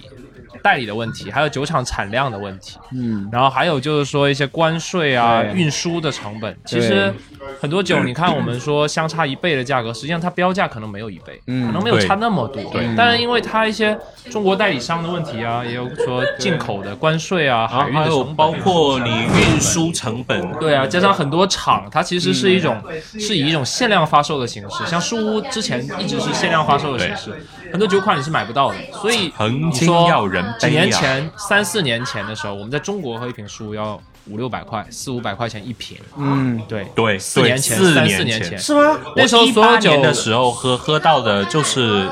[SPEAKER 1] 代理的问题，还有酒厂产量的问题，嗯，然后还有就是说一些关税啊、
[SPEAKER 4] 对
[SPEAKER 1] 运输的成本。其实很多酒，你看我们说相差一倍的价格，实际上它标价可能没有一倍，
[SPEAKER 4] 嗯
[SPEAKER 1] 可能没有
[SPEAKER 2] 对
[SPEAKER 1] 差那么多。
[SPEAKER 2] 对
[SPEAKER 1] 当然因为它一些中国代理商的问题啊，也有说进口的关税啊、
[SPEAKER 2] 然
[SPEAKER 1] 海
[SPEAKER 2] 后
[SPEAKER 1] 运的
[SPEAKER 2] 还有
[SPEAKER 1] 成本
[SPEAKER 2] 包括你运输成本，
[SPEAKER 1] 对啊，加上很多厂，它其实是一种、是以一种限量发售的形式，像书屋之前一直是限量发售的形式，很多酒款你是买不到的，所以
[SPEAKER 2] 曾
[SPEAKER 1] 你
[SPEAKER 2] 经
[SPEAKER 1] 说
[SPEAKER 2] 要人
[SPEAKER 1] 几
[SPEAKER 2] 悲
[SPEAKER 1] 年
[SPEAKER 2] 啊
[SPEAKER 1] 前三四年前的时候，我们在中国喝一瓶书要五六百块，四五百块钱一瓶，
[SPEAKER 4] 嗯，
[SPEAKER 1] 对，
[SPEAKER 2] 对，
[SPEAKER 1] 四年前
[SPEAKER 2] 四
[SPEAKER 1] 三四
[SPEAKER 2] 年
[SPEAKER 1] 年
[SPEAKER 2] 前
[SPEAKER 1] 前。
[SPEAKER 6] 是吗？
[SPEAKER 1] 那时候
[SPEAKER 2] 一
[SPEAKER 1] 所
[SPEAKER 2] 八
[SPEAKER 1] 有酒
[SPEAKER 2] 年的时候喝喝到的就是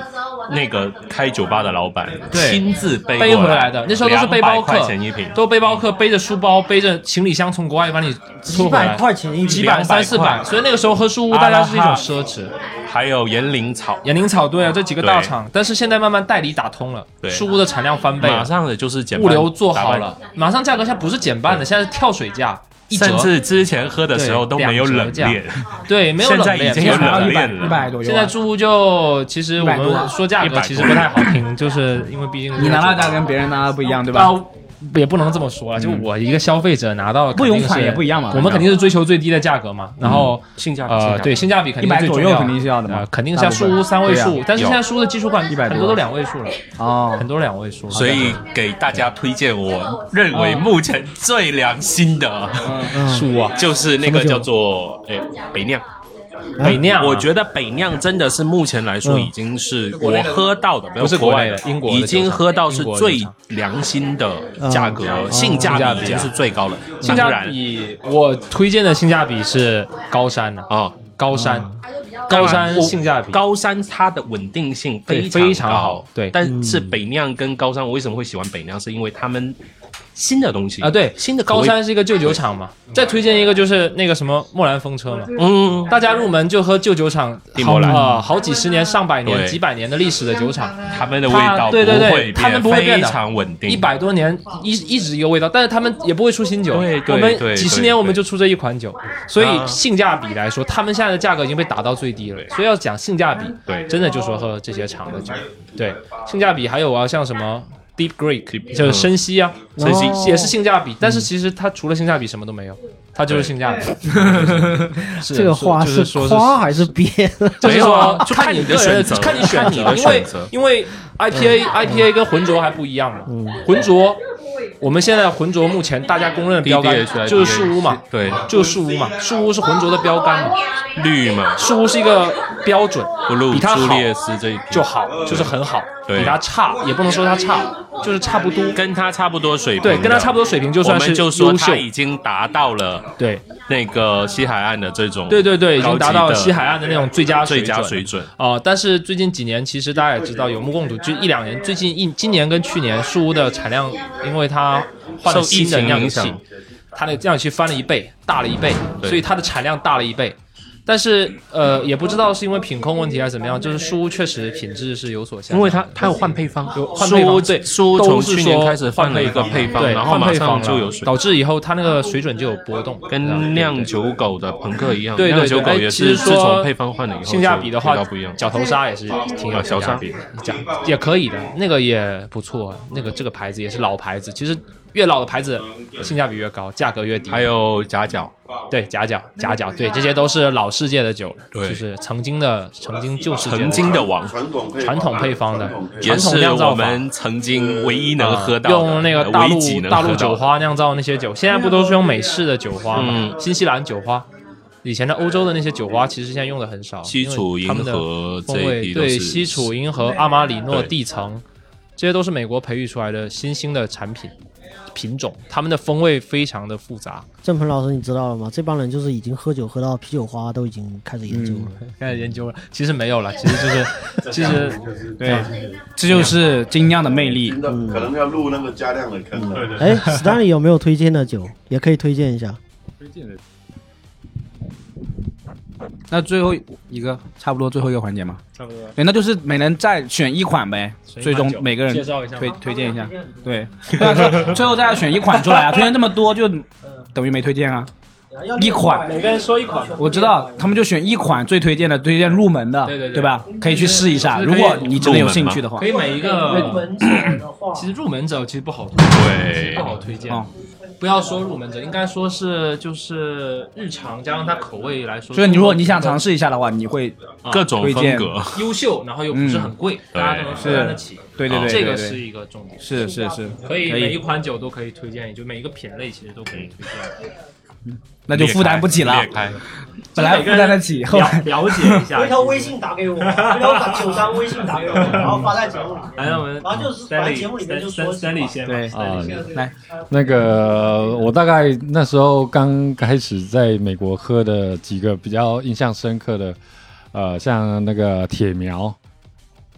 [SPEAKER 2] 那个开酒吧的老板
[SPEAKER 1] 对
[SPEAKER 2] 亲自背
[SPEAKER 1] 背
[SPEAKER 2] 过
[SPEAKER 1] 回来的，那时候都是背
[SPEAKER 2] 200
[SPEAKER 1] 包
[SPEAKER 2] 块
[SPEAKER 1] 客
[SPEAKER 2] 钱一瓶，，
[SPEAKER 1] 都背包客背着书包背着行李箱从国外把你拖
[SPEAKER 6] 几
[SPEAKER 1] 回来
[SPEAKER 6] 百，块钱一
[SPEAKER 1] 几
[SPEAKER 6] 瓶，
[SPEAKER 1] 百
[SPEAKER 2] 200
[SPEAKER 1] 三四百，所以那个时候喝书屋大家是一种奢侈。
[SPEAKER 2] 还有岩灵草，
[SPEAKER 1] 眼灵草队啊，这几个大厂，但是现在慢慢代理打通了，
[SPEAKER 2] 对
[SPEAKER 1] 书屋的产量翻倍了，
[SPEAKER 2] 马上的就是减半
[SPEAKER 1] 物流做好，
[SPEAKER 2] 打
[SPEAKER 1] 了
[SPEAKER 2] 半，
[SPEAKER 1] 马上价格现在不是减半的，现在是跳水价，一折
[SPEAKER 2] 甚至之前喝的时候都没有冷
[SPEAKER 1] 对两
[SPEAKER 2] 链
[SPEAKER 1] 折，对，没有
[SPEAKER 2] 现
[SPEAKER 1] 冷
[SPEAKER 2] 在
[SPEAKER 1] 链，
[SPEAKER 2] 已经有冷链
[SPEAKER 6] 一百
[SPEAKER 2] 了。
[SPEAKER 6] 左右啊。
[SPEAKER 1] 现在住屋就其实我
[SPEAKER 6] 100多啊
[SPEAKER 1] 们说价格其实不太好听，就是因为毕竟
[SPEAKER 4] 你拿到价跟别人拿到不一样，对吧？
[SPEAKER 1] 啊，也不能这么说啊
[SPEAKER 2] 嗯
[SPEAKER 1] 了，就我一个消费者拿到
[SPEAKER 4] 不
[SPEAKER 1] 肯定
[SPEAKER 4] 用款
[SPEAKER 1] 是
[SPEAKER 4] 也不一样嘛
[SPEAKER 1] 我们肯定是追求最低的价格嘛，然后
[SPEAKER 2] 嗯性价比
[SPEAKER 1] 呃，对，性价比肯
[SPEAKER 4] 一
[SPEAKER 1] 定
[SPEAKER 4] 百
[SPEAKER 1] 最
[SPEAKER 4] 左
[SPEAKER 1] 重
[SPEAKER 4] 右
[SPEAKER 1] 要
[SPEAKER 4] 肯定是要的嘛
[SPEAKER 1] 呃，肯定是要
[SPEAKER 4] 大部
[SPEAKER 1] 书
[SPEAKER 4] 分
[SPEAKER 1] 屋三位数
[SPEAKER 4] 对啊，
[SPEAKER 1] 但是现在书的基础款很
[SPEAKER 4] 100
[SPEAKER 1] 多
[SPEAKER 4] 多
[SPEAKER 1] 都两位数了，
[SPEAKER 4] 哦
[SPEAKER 1] 很多两位数了，
[SPEAKER 2] 所以给大家推荐，我认为目前最良心的，
[SPEAKER 1] 书啊，
[SPEAKER 2] 就是那个叫做诶北酿。
[SPEAKER 1] 北酿啊，
[SPEAKER 2] 我觉得北酿真的是目前来说
[SPEAKER 6] 嗯
[SPEAKER 2] 已经是我喝到的，
[SPEAKER 1] 不是
[SPEAKER 2] 国
[SPEAKER 1] 国外的英国的
[SPEAKER 2] 已经喝到是
[SPEAKER 1] 酒厂
[SPEAKER 2] 最良心的价格，
[SPEAKER 1] 嗯
[SPEAKER 2] 性价比已经是最高了。
[SPEAKER 1] 啊性
[SPEAKER 2] 当
[SPEAKER 1] 价
[SPEAKER 2] 然
[SPEAKER 1] 比，我推荐的性价比是高山的啊，
[SPEAKER 2] 啊，
[SPEAKER 1] 高山，
[SPEAKER 2] 当
[SPEAKER 1] 高
[SPEAKER 2] 然
[SPEAKER 1] 山
[SPEAKER 2] 我
[SPEAKER 1] 性价比
[SPEAKER 2] 高山它的稳定性非
[SPEAKER 1] 对非常
[SPEAKER 2] 常高
[SPEAKER 1] 好，对嗯
[SPEAKER 2] 但是北酿跟高山，我为什么会喜欢北酿？是因为他们新的东西
[SPEAKER 1] 啊，对，
[SPEAKER 2] 新的口
[SPEAKER 1] 高
[SPEAKER 2] 味
[SPEAKER 1] 山，是一个旧酒厂嘛，再推荐一个就是那个什么莫兰风车嘛，
[SPEAKER 2] 嗯，
[SPEAKER 1] 大家入门就喝旧酒厂，
[SPEAKER 2] 地
[SPEAKER 1] 好
[SPEAKER 2] 莫兰
[SPEAKER 1] 啊、好几十年、上百年、
[SPEAKER 2] 对
[SPEAKER 1] 几百年的历史的酒厂，
[SPEAKER 2] 他们的味道
[SPEAKER 1] 它对对对
[SPEAKER 2] 不会变
[SPEAKER 1] 他们不会变
[SPEAKER 2] 非
[SPEAKER 1] 的
[SPEAKER 2] 常稳定，
[SPEAKER 1] 一百多年一一直一个味道，但是他们也不会出新酒，
[SPEAKER 2] 对对
[SPEAKER 1] 我
[SPEAKER 2] 对
[SPEAKER 1] 们几十年
[SPEAKER 2] 对
[SPEAKER 1] 我们就出这一款酒，所
[SPEAKER 2] 啊
[SPEAKER 1] 以性价比来说，他们现在的价格已经被打到最低了，所以要讲性价比，
[SPEAKER 2] 对
[SPEAKER 1] 真的就说喝这些厂的酒，对，性价比还有啊，像什么 Deep Greek 就是深吸啊，
[SPEAKER 2] 深吸
[SPEAKER 1] 哦也是性价比，但
[SPEAKER 2] 嗯
[SPEAKER 1] 是其实它除了性价比什么都没有，它就是性价比，是
[SPEAKER 6] 这个话
[SPEAKER 1] 就是说是
[SPEAKER 6] 夸还是 编？
[SPEAKER 1] 就是
[SPEAKER 2] 没有啊
[SPEAKER 1] 说，
[SPEAKER 2] 就看
[SPEAKER 1] 看
[SPEAKER 2] 你的
[SPEAKER 1] 个人
[SPEAKER 2] 选择
[SPEAKER 1] 看你选
[SPEAKER 2] 看你的
[SPEAKER 1] 因为
[SPEAKER 2] 选择嗯
[SPEAKER 1] 因为 IPA IPA 跟浑浊还不一样嘛。
[SPEAKER 6] 嗯
[SPEAKER 1] 浑浊，我们现在浑浊目前大家公认的标杆
[SPEAKER 2] DDHIPA
[SPEAKER 1] 就是树屋嘛，
[SPEAKER 2] 对，
[SPEAKER 1] 就是树屋嘛，树屋是浑浊的标杆嘛，
[SPEAKER 2] 绿嘛，
[SPEAKER 1] 树屋是一个标准，
[SPEAKER 2] 不
[SPEAKER 1] 嗯
[SPEAKER 2] 露
[SPEAKER 1] 比它
[SPEAKER 2] 朱
[SPEAKER 1] 好
[SPEAKER 2] 丽叶斯这一批
[SPEAKER 1] 就好，就是很好，
[SPEAKER 2] 对
[SPEAKER 1] 比它差也不能说它差，就是差不多，
[SPEAKER 2] 跟他差不多水平的，
[SPEAKER 1] 对，跟它差不多水平就算
[SPEAKER 2] 我
[SPEAKER 1] 是
[SPEAKER 2] 们就说
[SPEAKER 1] 优秀
[SPEAKER 2] 他，已经达到了
[SPEAKER 1] 对
[SPEAKER 2] 那个西海岸的这种
[SPEAKER 1] 对对对，已经达
[SPEAKER 2] 高
[SPEAKER 1] 到
[SPEAKER 2] 级的
[SPEAKER 1] 西海岸的那种最佳
[SPEAKER 2] 最佳
[SPEAKER 1] 准
[SPEAKER 2] 水准。
[SPEAKER 1] 啊、但是最近几年，其实大家也知道有目共睹，就一两年，最近一今年跟去年树屋的产量，因为它换了
[SPEAKER 2] 受疫
[SPEAKER 1] 新的
[SPEAKER 2] 情
[SPEAKER 1] 酿酒
[SPEAKER 2] 影响
[SPEAKER 1] 器，它那个酿酒器翻了一倍，大了一倍，
[SPEAKER 2] 对
[SPEAKER 1] 所以它的产量大了一倍。但是呃，也不知道是因为品控问题还是怎么样，就是树屋确实品质是有所下降，
[SPEAKER 2] 因为它它有换配方，有
[SPEAKER 1] 换配方对
[SPEAKER 2] 书
[SPEAKER 1] 都
[SPEAKER 2] 从
[SPEAKER 1] 是
[SPEAKER 2] 去年
[SPEAKER 1] 说
[SPEAKER 2] 开始换了一个
[SPEAKER 1] 换
[SPEAKER 2] 配方，
[SPEAKER 1] 对，
[SPEAKER 2] 然后马
[SPEAKER 1] 换配方啊
[SPEAKER 2] 上
[SPEAKER 1] 了
[SPEAKER 2] 就有水，
[SPEAKER 1] 导致以后它那个水准就有波动，
[SPEAKER 2] 跟酿酒狗的朋克一样，
[SPEAKER 1] 对对
[SPEAKER 2] 酿
[SPEAKER 1] 对
[SPEAKER 2] 酒狗
[SPEAKER 1] 哎
[SPEAKER 2] 也
[SPEAKER 1] 其
[SPEAKER 2] 是
[SPEAKER 1] 实
[SPEAKER 2] 自
[SPEAKER 1] 说
[SPEAKER 2] 从配方换了以后，
[SPEAKER 1] 性价比的话
[SPEAKER 2] 不一样，，
[SPEAKER 1] 角头鲨也是挺有
[SPEAKER 2] 啊
[SPEAKER 1] 性
[SPEAKER 2] 小鲨
[SPEAKER 1] 价比的，讲也可以的，那个也不错，那个这个牌子也是老牌子，其实越老的牌子性价比越高，价格越低。
[SPEAKER 2] 还有夹角，
[SPEAKER 1] 对夹角、夹角，对，这些都是老世界的酒，
[SPEAKER 2] 对
[SPEAKER 1] 就是曾经的、曾经旧世界
[SPEAKER 2] 曾经的王。
[SPEAKER 5] 传统配啊
[SPEAKER 1] 传统配方的
[SPEAKER 5] 传统配方
[SPEAKER 2] 也
[SPEAKER 1] 传统
[SPEAKER 2] 是
[SPEAKER 1] 酿造法嗯
[SPEAKER 2] 我们曾经唯一能喝到的，
[SPEAKER 1] 啊用那个大
[SPEAKER 2] 唯一几
[SPEAKER 1] 陆
[SPEAKER 2] 能
[SPEAKER 1] 大
[SPEAKER 2] 喝
[SPEAKER 1] 陆
[SPEAKER 2] 到
[SPEAKER 1] 酒
[SPEAKER 2] 的
[SPEAKER 1] 花酿造那些酒，现在不都是用美式的酒花吗？
[SPEAKER 2] 嗯
[SPEAKER 1] 新西兰酒花，以前的欧洲的那些酒花，其实现在用的很少，
[SPEAKER 2] 西楚
[SPEAKER 1] 因为他们的
[SPEAKER 2] 银河这
[SPEAKER 1] 风
[SPEAKER 2] 一
[SPEAKER 1] 味
[SPEAKER 2] 批都
[SPEAKER 1] 对
[SPEAKER 2] 是
[SPEAKER 1] 西楚银河、阿玛里诺
[SPEAKER 2] 对
[SPEAKER 1] 地层，这些都是美国培育出来的新兴的产品品种，他们的风味非常的复杂，
[SPEAKER 6] 郑鹏老师，你知道了吗？这帮人就是已经喝酒喝到啤酒花都已经开始研究了。
[SPEAKER 1] 开始研究了，其实没有了，其实就是其实
[SPEAKER 4] 对，这就是精酿的魅力
[SPEAKER 5] 真。的
[SPEAKER 6] 嗯
[SPEAKER 5] 可能要录那个加量的坑啊了。
[SPEAKER 10] 对
[SPEAKER 6] 哎、史丹利有没有推荐的酒？也可以推荐一下。
[SPEAKER 4] 那最后一个，差不多最后一个环节嘛，差不多。对，那就是每人再选一款呗，最终每个人
[SPEAKER 1] 介绍一下
[SPEAKER 4] 推推荐一下。对，对啊就最后大家选一款出来啊，推荐这么多就等于没推荐啊。一款，
[SPEAKER 1] 每个人说一款，
[SPEAKER 4] 我知道，他们就选一款最推荐的，推荐入门的，
[SPEAKER 1] 对对对
[SPEAKER 4] 吧？可以去试一下，
[SPEAKER 1] 就是
[SPEAKER 4] 如
[SPEAKER 1] 可以
[SPEAKER 4] 果你真的有兴趣的话
[SPEAKER 1] 可。以每一个。其实入门者其实不好推荐，
[SPEAKER 2] 对
[SPEAKER 1] 不好推荐。
[SPEAKER 4] 哦
[SPEAKER 1] 不要说入门者，应该说是就是日常加上它口味来说，
[SPEAKER 4] 所以你如果你想尝试一下的话，你会
[SPEAKER 2] 各种
[SPEAKER 4] 推
[SPEAKER 2] 风
[SPEAKER 4] 荐
[SPEAKER 2] 格，
[SPEAKER 1] 优秀，然后又不是很贵，
[SPEAKER 2] 嗯
[SPEAKER 1] 大家都能负担得起，
[SPEAKER 4] 对对对，
[SPEAKER 1] 这个
[SPEAKER 4] 对
[SPEAKER 1] 是一个重点。
[SPEAKER 4] 哦是是是，
[SPEAKER 1] 可以
[SPEAKER 4] 可
[SPEAKER 1] 每一
[SPEAKER 4] 以，
[SPEAKER 1] 款酒都可以推荐，也就每一个品类其实都可以推荐。
[SPEAKER 4] 那就负担不起了
[SPEAKER 2] 裂。 开
[SPEAKER 4] 本来负担得起，后来
[SPEAKER 1] 了了解一下。
[SPEAKER 11] 回头微信打给我，回头把九三微信打给我，然后发在节目里。
[SPEAKER 1] 来，让我们
[SPEAKER 11] 然后就是反正节目里面就说
[SPEAKER 1] Stanley- Stanley 先吧
[SPEAKER 4] 对
[SPEAKER 7] 啊、
[SPEAKER 4] 来
[SPEAKER 7] 那个我大概那时候刚开始在美国喝的几个比较印象深刻的，呃，像那个铁苗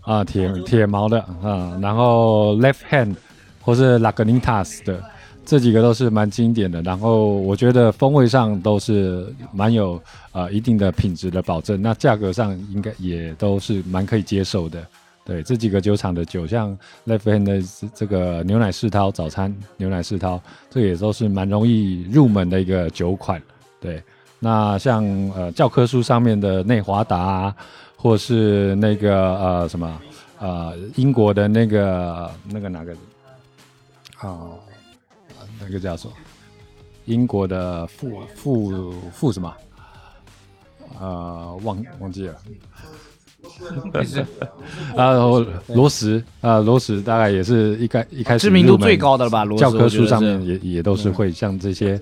[SPEAKER 7] 啊、铁铁毛的啊、然后 Left Hand 或是 Lagunitas 的这几个都是蛮经典的，然后我觉得风味上都是蛮有呃一定的品质的保证，那价格上应该也都是蛮可以接受的。对，这几个酒厂的酒，像 Left Hand 的这这个牛奶世涛早餐牛奶世涛，这个也都是蛮容易入门的一个酒款。对，那像呃教科书上面的内华达、啊，或是那个呃什么呃英国的那个那个哪个哦、呃那个叫什么？英国的副副副什么？呃，忘忘记了。
[SPEAKER 4] 没事
[SPEAKER 7] 啊，然后罗石啊，罗石大概也是一开一开始
[SPEAKER 4] 知名度
[SPEAKER 7] 入门
[SPEAKER 4] 最高的了吧罗石
[SPEAKER 7] 教科书上
[SPEAKER 4] 我
[SPEAKER 7] 面
[SPEAKER 4] 觉嗯
[SPEAKER 7] 也也都是会像这些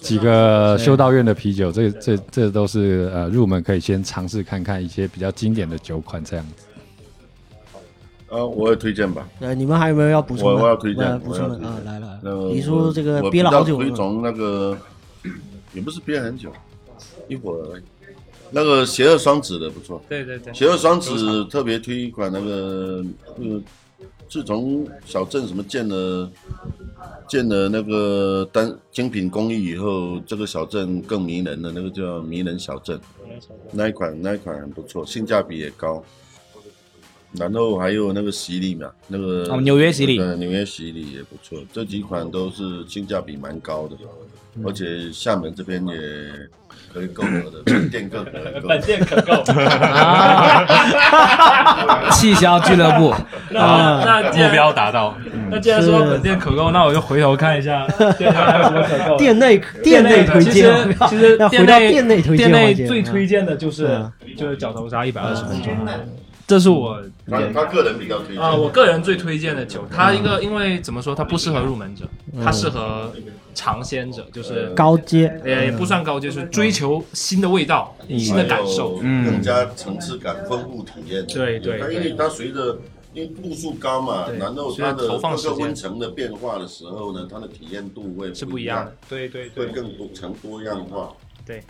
[SPEAKER 7] 几个修道院的啤酒，这这这都是呃入门可以先尝试看看一些比较经典的酒款这样子。
[SPEAKER 5] 呃，我也推荐吧。
[SPEAKER 6] 呃，你们还有没有要补充
[SPEAKER 5] 我
[SPEAKER 6] 的？
[SPEAKER 5] 我要推荐
[SPEAKER 6] 呃
[SPEAKER 5] 我
[SPEAKER 6] 补充
[SPEAKER 5] 要
[SPEAKER 6] 的
[SPEAKER 5] 推荐
[SPEAKER 6] 啊，来了
[SPEAKER 5] 那，
[SPEAKER 6] 李
[SPEAKER 5] 我
[SPEAKER 6] 叔这个
[SPEAKER 5] 我
[SPEAKER 6] 憋
[SPEAKER 5] 比
[SPEAKER 6] 了
[SPEAKER 5] 较
[SPEAKER 6] 好久
[SPEAKER 5] 推
[SPEAKER 6] 了，
[SPEAKER 5] 崇那个，也不是憋很久，一会儿那个邪恶双子的不错。
[SPEAKER 1] 对对对
[SPEAKER 5] 邪恶双子特别推一款那个，呃，自从小镇什么建了建了那个单精品公寓以后，这个小镇更迷人了，那个叫迷人小镇。那一款那一款很不错，性价比也高。然后还有那个洗礼嘛，那个
[SPEAKER 4] 哦纽约洗礼
[SPEAKER 5] 对，纽约洗礼也不错，这几款都是性价比蛮高的，
[SPEAKER 4] 嗯
[SPEAKER 5] 而且厦门这边也可以购得 的，本店更可以购，
[SPEAKER 11] 本店可购
[SPEAKER 4] 气消俱乐 部
[SPEAKER 1] 那那既然
[SPEAKER 8] 目标达到。
[SPEAKER 1] 那既然说到本店可购，那我就回头看一下店内还有什么可购的。
[SPEAKER 6] 店内
[SPEAKER 1] 店
[SPEAKER 6] 内推
[SPEAKER 1] 其实
[SPEAKER 6] 荐，啊
[SPEAKER 1] 其实
[SPEAKER 6] 要回
[SPEAKER 1] 店
[SPEAKER 6] 到
[SPEAKER 1] 内
[SPEAKER 6] 店内推荐嗯
[SPEAKER 1] 店内
[SPEAKER 6] 环节
[SPEAKER 1] 最推荐的就是
[SPEAKER 6] 嗯
[SPEAKER 1] 就是角头鲨一百二十分钟，这是我
[SPEAKER 5] 他他个人比较推荐
[SPEAKER 1] 啊，我个人最推荐的酒，它一个因为怎么说，它不适合入门者，它
[SPEAKER 6] 嗯
[SPEAKER 1] 适合尝鲜者，就是
[SPEAKER 6] 高阶
[SPEAKER 1] 也也不算高阶，就是
[SPEAKER 6] 嗯
[SPEAKER 1] 追求新的味道、新的感受，
[SPEAKER 5] 嗯，更加层次感、丰富体验。
[SPEAKER 1] 对对
[SPEAKER 5] 它
[SPEAKER 1] 对
[SPEAKER 5] 因为它随着因为度数高嘛，
[SPEAKER 1] 对
[SPEAKER 5] 然后
[SPEAKER 1] 随着
[SPEAKER 5] 它的
[SPEAKER 1] 投放
[SPEAKER 5] 各
[SPEAKER 1] 时
[SPEAKER 5] 个
[SPEAKER 1] 间
[SPEAKER 5] 温层的变化的时候呢，它的体验度会
[SPEAKER 1] 是
[SPEAKER 5] 不
[SPEAKER 1] 不一样的，对对
[SPEAKER 5] 会更多成多样化。
[SPEAKER 1] 对。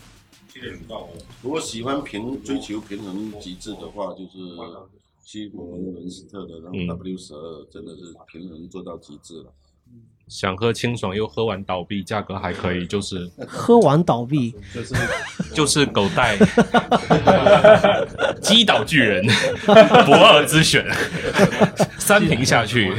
[SPEAKER 5] 如果喜欢平追求平衡极致的话，就是西伯伦斯特的那
[SPEAKER 2] 嗯
[SPEAKER 5] 种 W 十二，真的是平衡做到极致了。
[SPEAKER 2] 想喝清爽又喝完倒闭，价格还可以，就是
[SPEAKER 6] 喝完倒闭，
[SPEAKER 2] 就是 就是狗带 击倒巨 人不二之 选，三瓶下去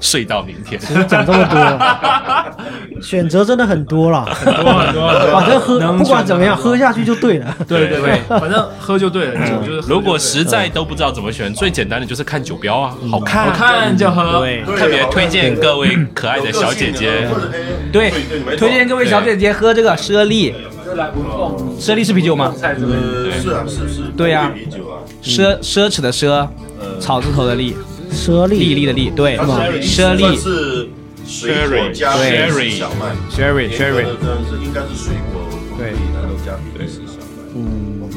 [SPEAKER 2] 睡到明 天。
[SPEAKER 6] 只是讲这么 多，选择真的很多 了，很
[SPEAKER 1] 多很多很多
[SPEAKER 6] 反正喝
[SPEAKER 1] 能
[SPEAKER 6] 不管
[SPEAKER 1] 选
[SPEAKER 6] 怎么样，喝下去就对了。
[SPEAKER 1] 对对对，反正喝就对了，酒就是喝
[SPEAKER 2] 如果实在都不知道怎么选，最简单的就是看酒标啊，好看，
[SPEAKER 1] 好看就喝对
[SPEAKER 2] 特别推荐各位可爱的小姐姐，
[SPEAKER 4] 对，推荐各位小姐姐喝这个猞猁，猞猁是啤酒吗？
[SPEAKER 5] 是啊，是是。
[SPEAKER 4] 对呀
[SPEAKER 5] 啤酒啊，
[SPEAKER 4] 奢奢侈的奢，草字头的砾，
[SPEAKER 6] 猞猁
[SPEAKER 4] 粒粒的粒，对，
[SPEAKER 5] 它是
[SPEAKER 4] 猞
[SPEAKER 5] 算
[SPEAKER 4] 猁，
[SPEAKER 5] 是水果加
[SPEAKER 4] 啊对
[SPEAKER 5] 比利时小麦
[SPEAKER 4] Sherry，
[SPEAKER 5] 严格
[SPEAKER 4] Sherry
[SPEAKER 5] 的真的是应该是水果对，然后加比利时小麦。
[SPEAKER 6] 嗯，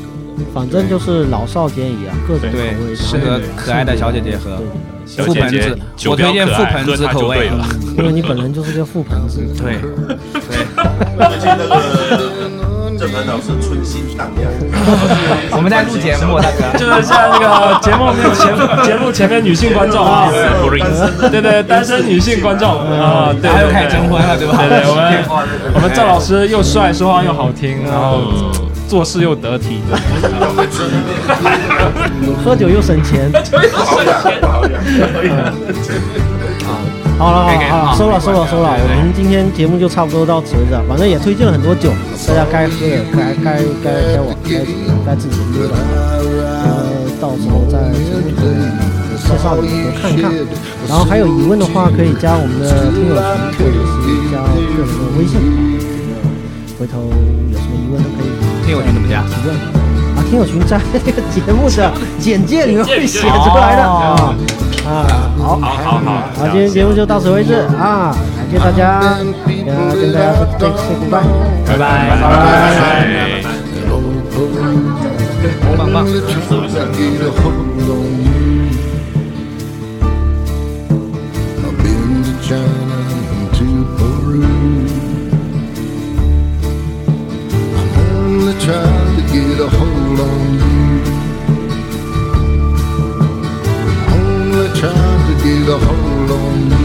[SPEAKER 6] 反正就是老少皆宜啊，各种口味，
[SPEAKER 4] 对，适合可爱的小姐姐喝，
[SPEAKER 2] 小
[SPEAKER 4] 覆
[SPEAKER 2] 姐
[SPEAKER 4] 盆
[SPEAKER 2] 姐
[SPEAKER 4] 子，
[SPEAKER 2] 酒
[SPEAKER 4] 我
[SPEAKER 2] 标
[SPEAKER 4] 推荐
[SPEAKER 2] 可
[SPEAKER 4] 覆
[SPEAKER 2] 爱
[SPEAKER 4] 盆
[SPEAKER 2] 喝
[SPEAKER 4] 子
[SPEAKER 2] 它就
[SPEAKER 4] 口味
[SPEAKER 2] 对了，
[SPEAKER 6] 因为你本人就是个覆盆子。
[SPEAKER 4] 对，
[SPEAKER 5] 最近那个郑恒老师春心荡漾，
[SPEAKER 4] 我们在录节 目，大哥，
[SPEAKER 1] 就是像那个节目面前节目前面女性观众
[SPEAKER 4] 哦
[SPEAKER 1] 啊， 对对，单身女性观众啊，对对
[SPEAKER 4] 嗯还有
[SPEAKER 1] 对
[SPEAKER 4] 开始征婚了，对吧？
[SPEAKER 1] 对对，我 们我们赵老师又帅，说话又好听，然后做事又得体，
[SPEAKER 6] 喝酒又省钱。好了好了好了，收了收了收了，我们今天节目就差不多到此为止，了，反正也推荐了很多酒，大家该喝的该该该该往该该自己喝的，呃，到时候在节目组里介绍给你们看一看。然后还有疑问的话，可以加我们的听友群，或者是加个人的微信，回头有什么疑问都可以
[SPEAKER 4] 听友群怎么加？
[SPEAKER 6] 提问。啊，听友群在 这个节目的简介里面会写出来的啊。啊，好，好好好，好，今天节目就到此为止啊，感谢大家，呃，跟大家说 say say goodbye，
[SPEAKER 4] 拜拜，拜拜，红棒棒。
[SPEAKER 12] I've been to China and to Peru. I'm only trying to get a hold on you. Only trying to get a hold on you.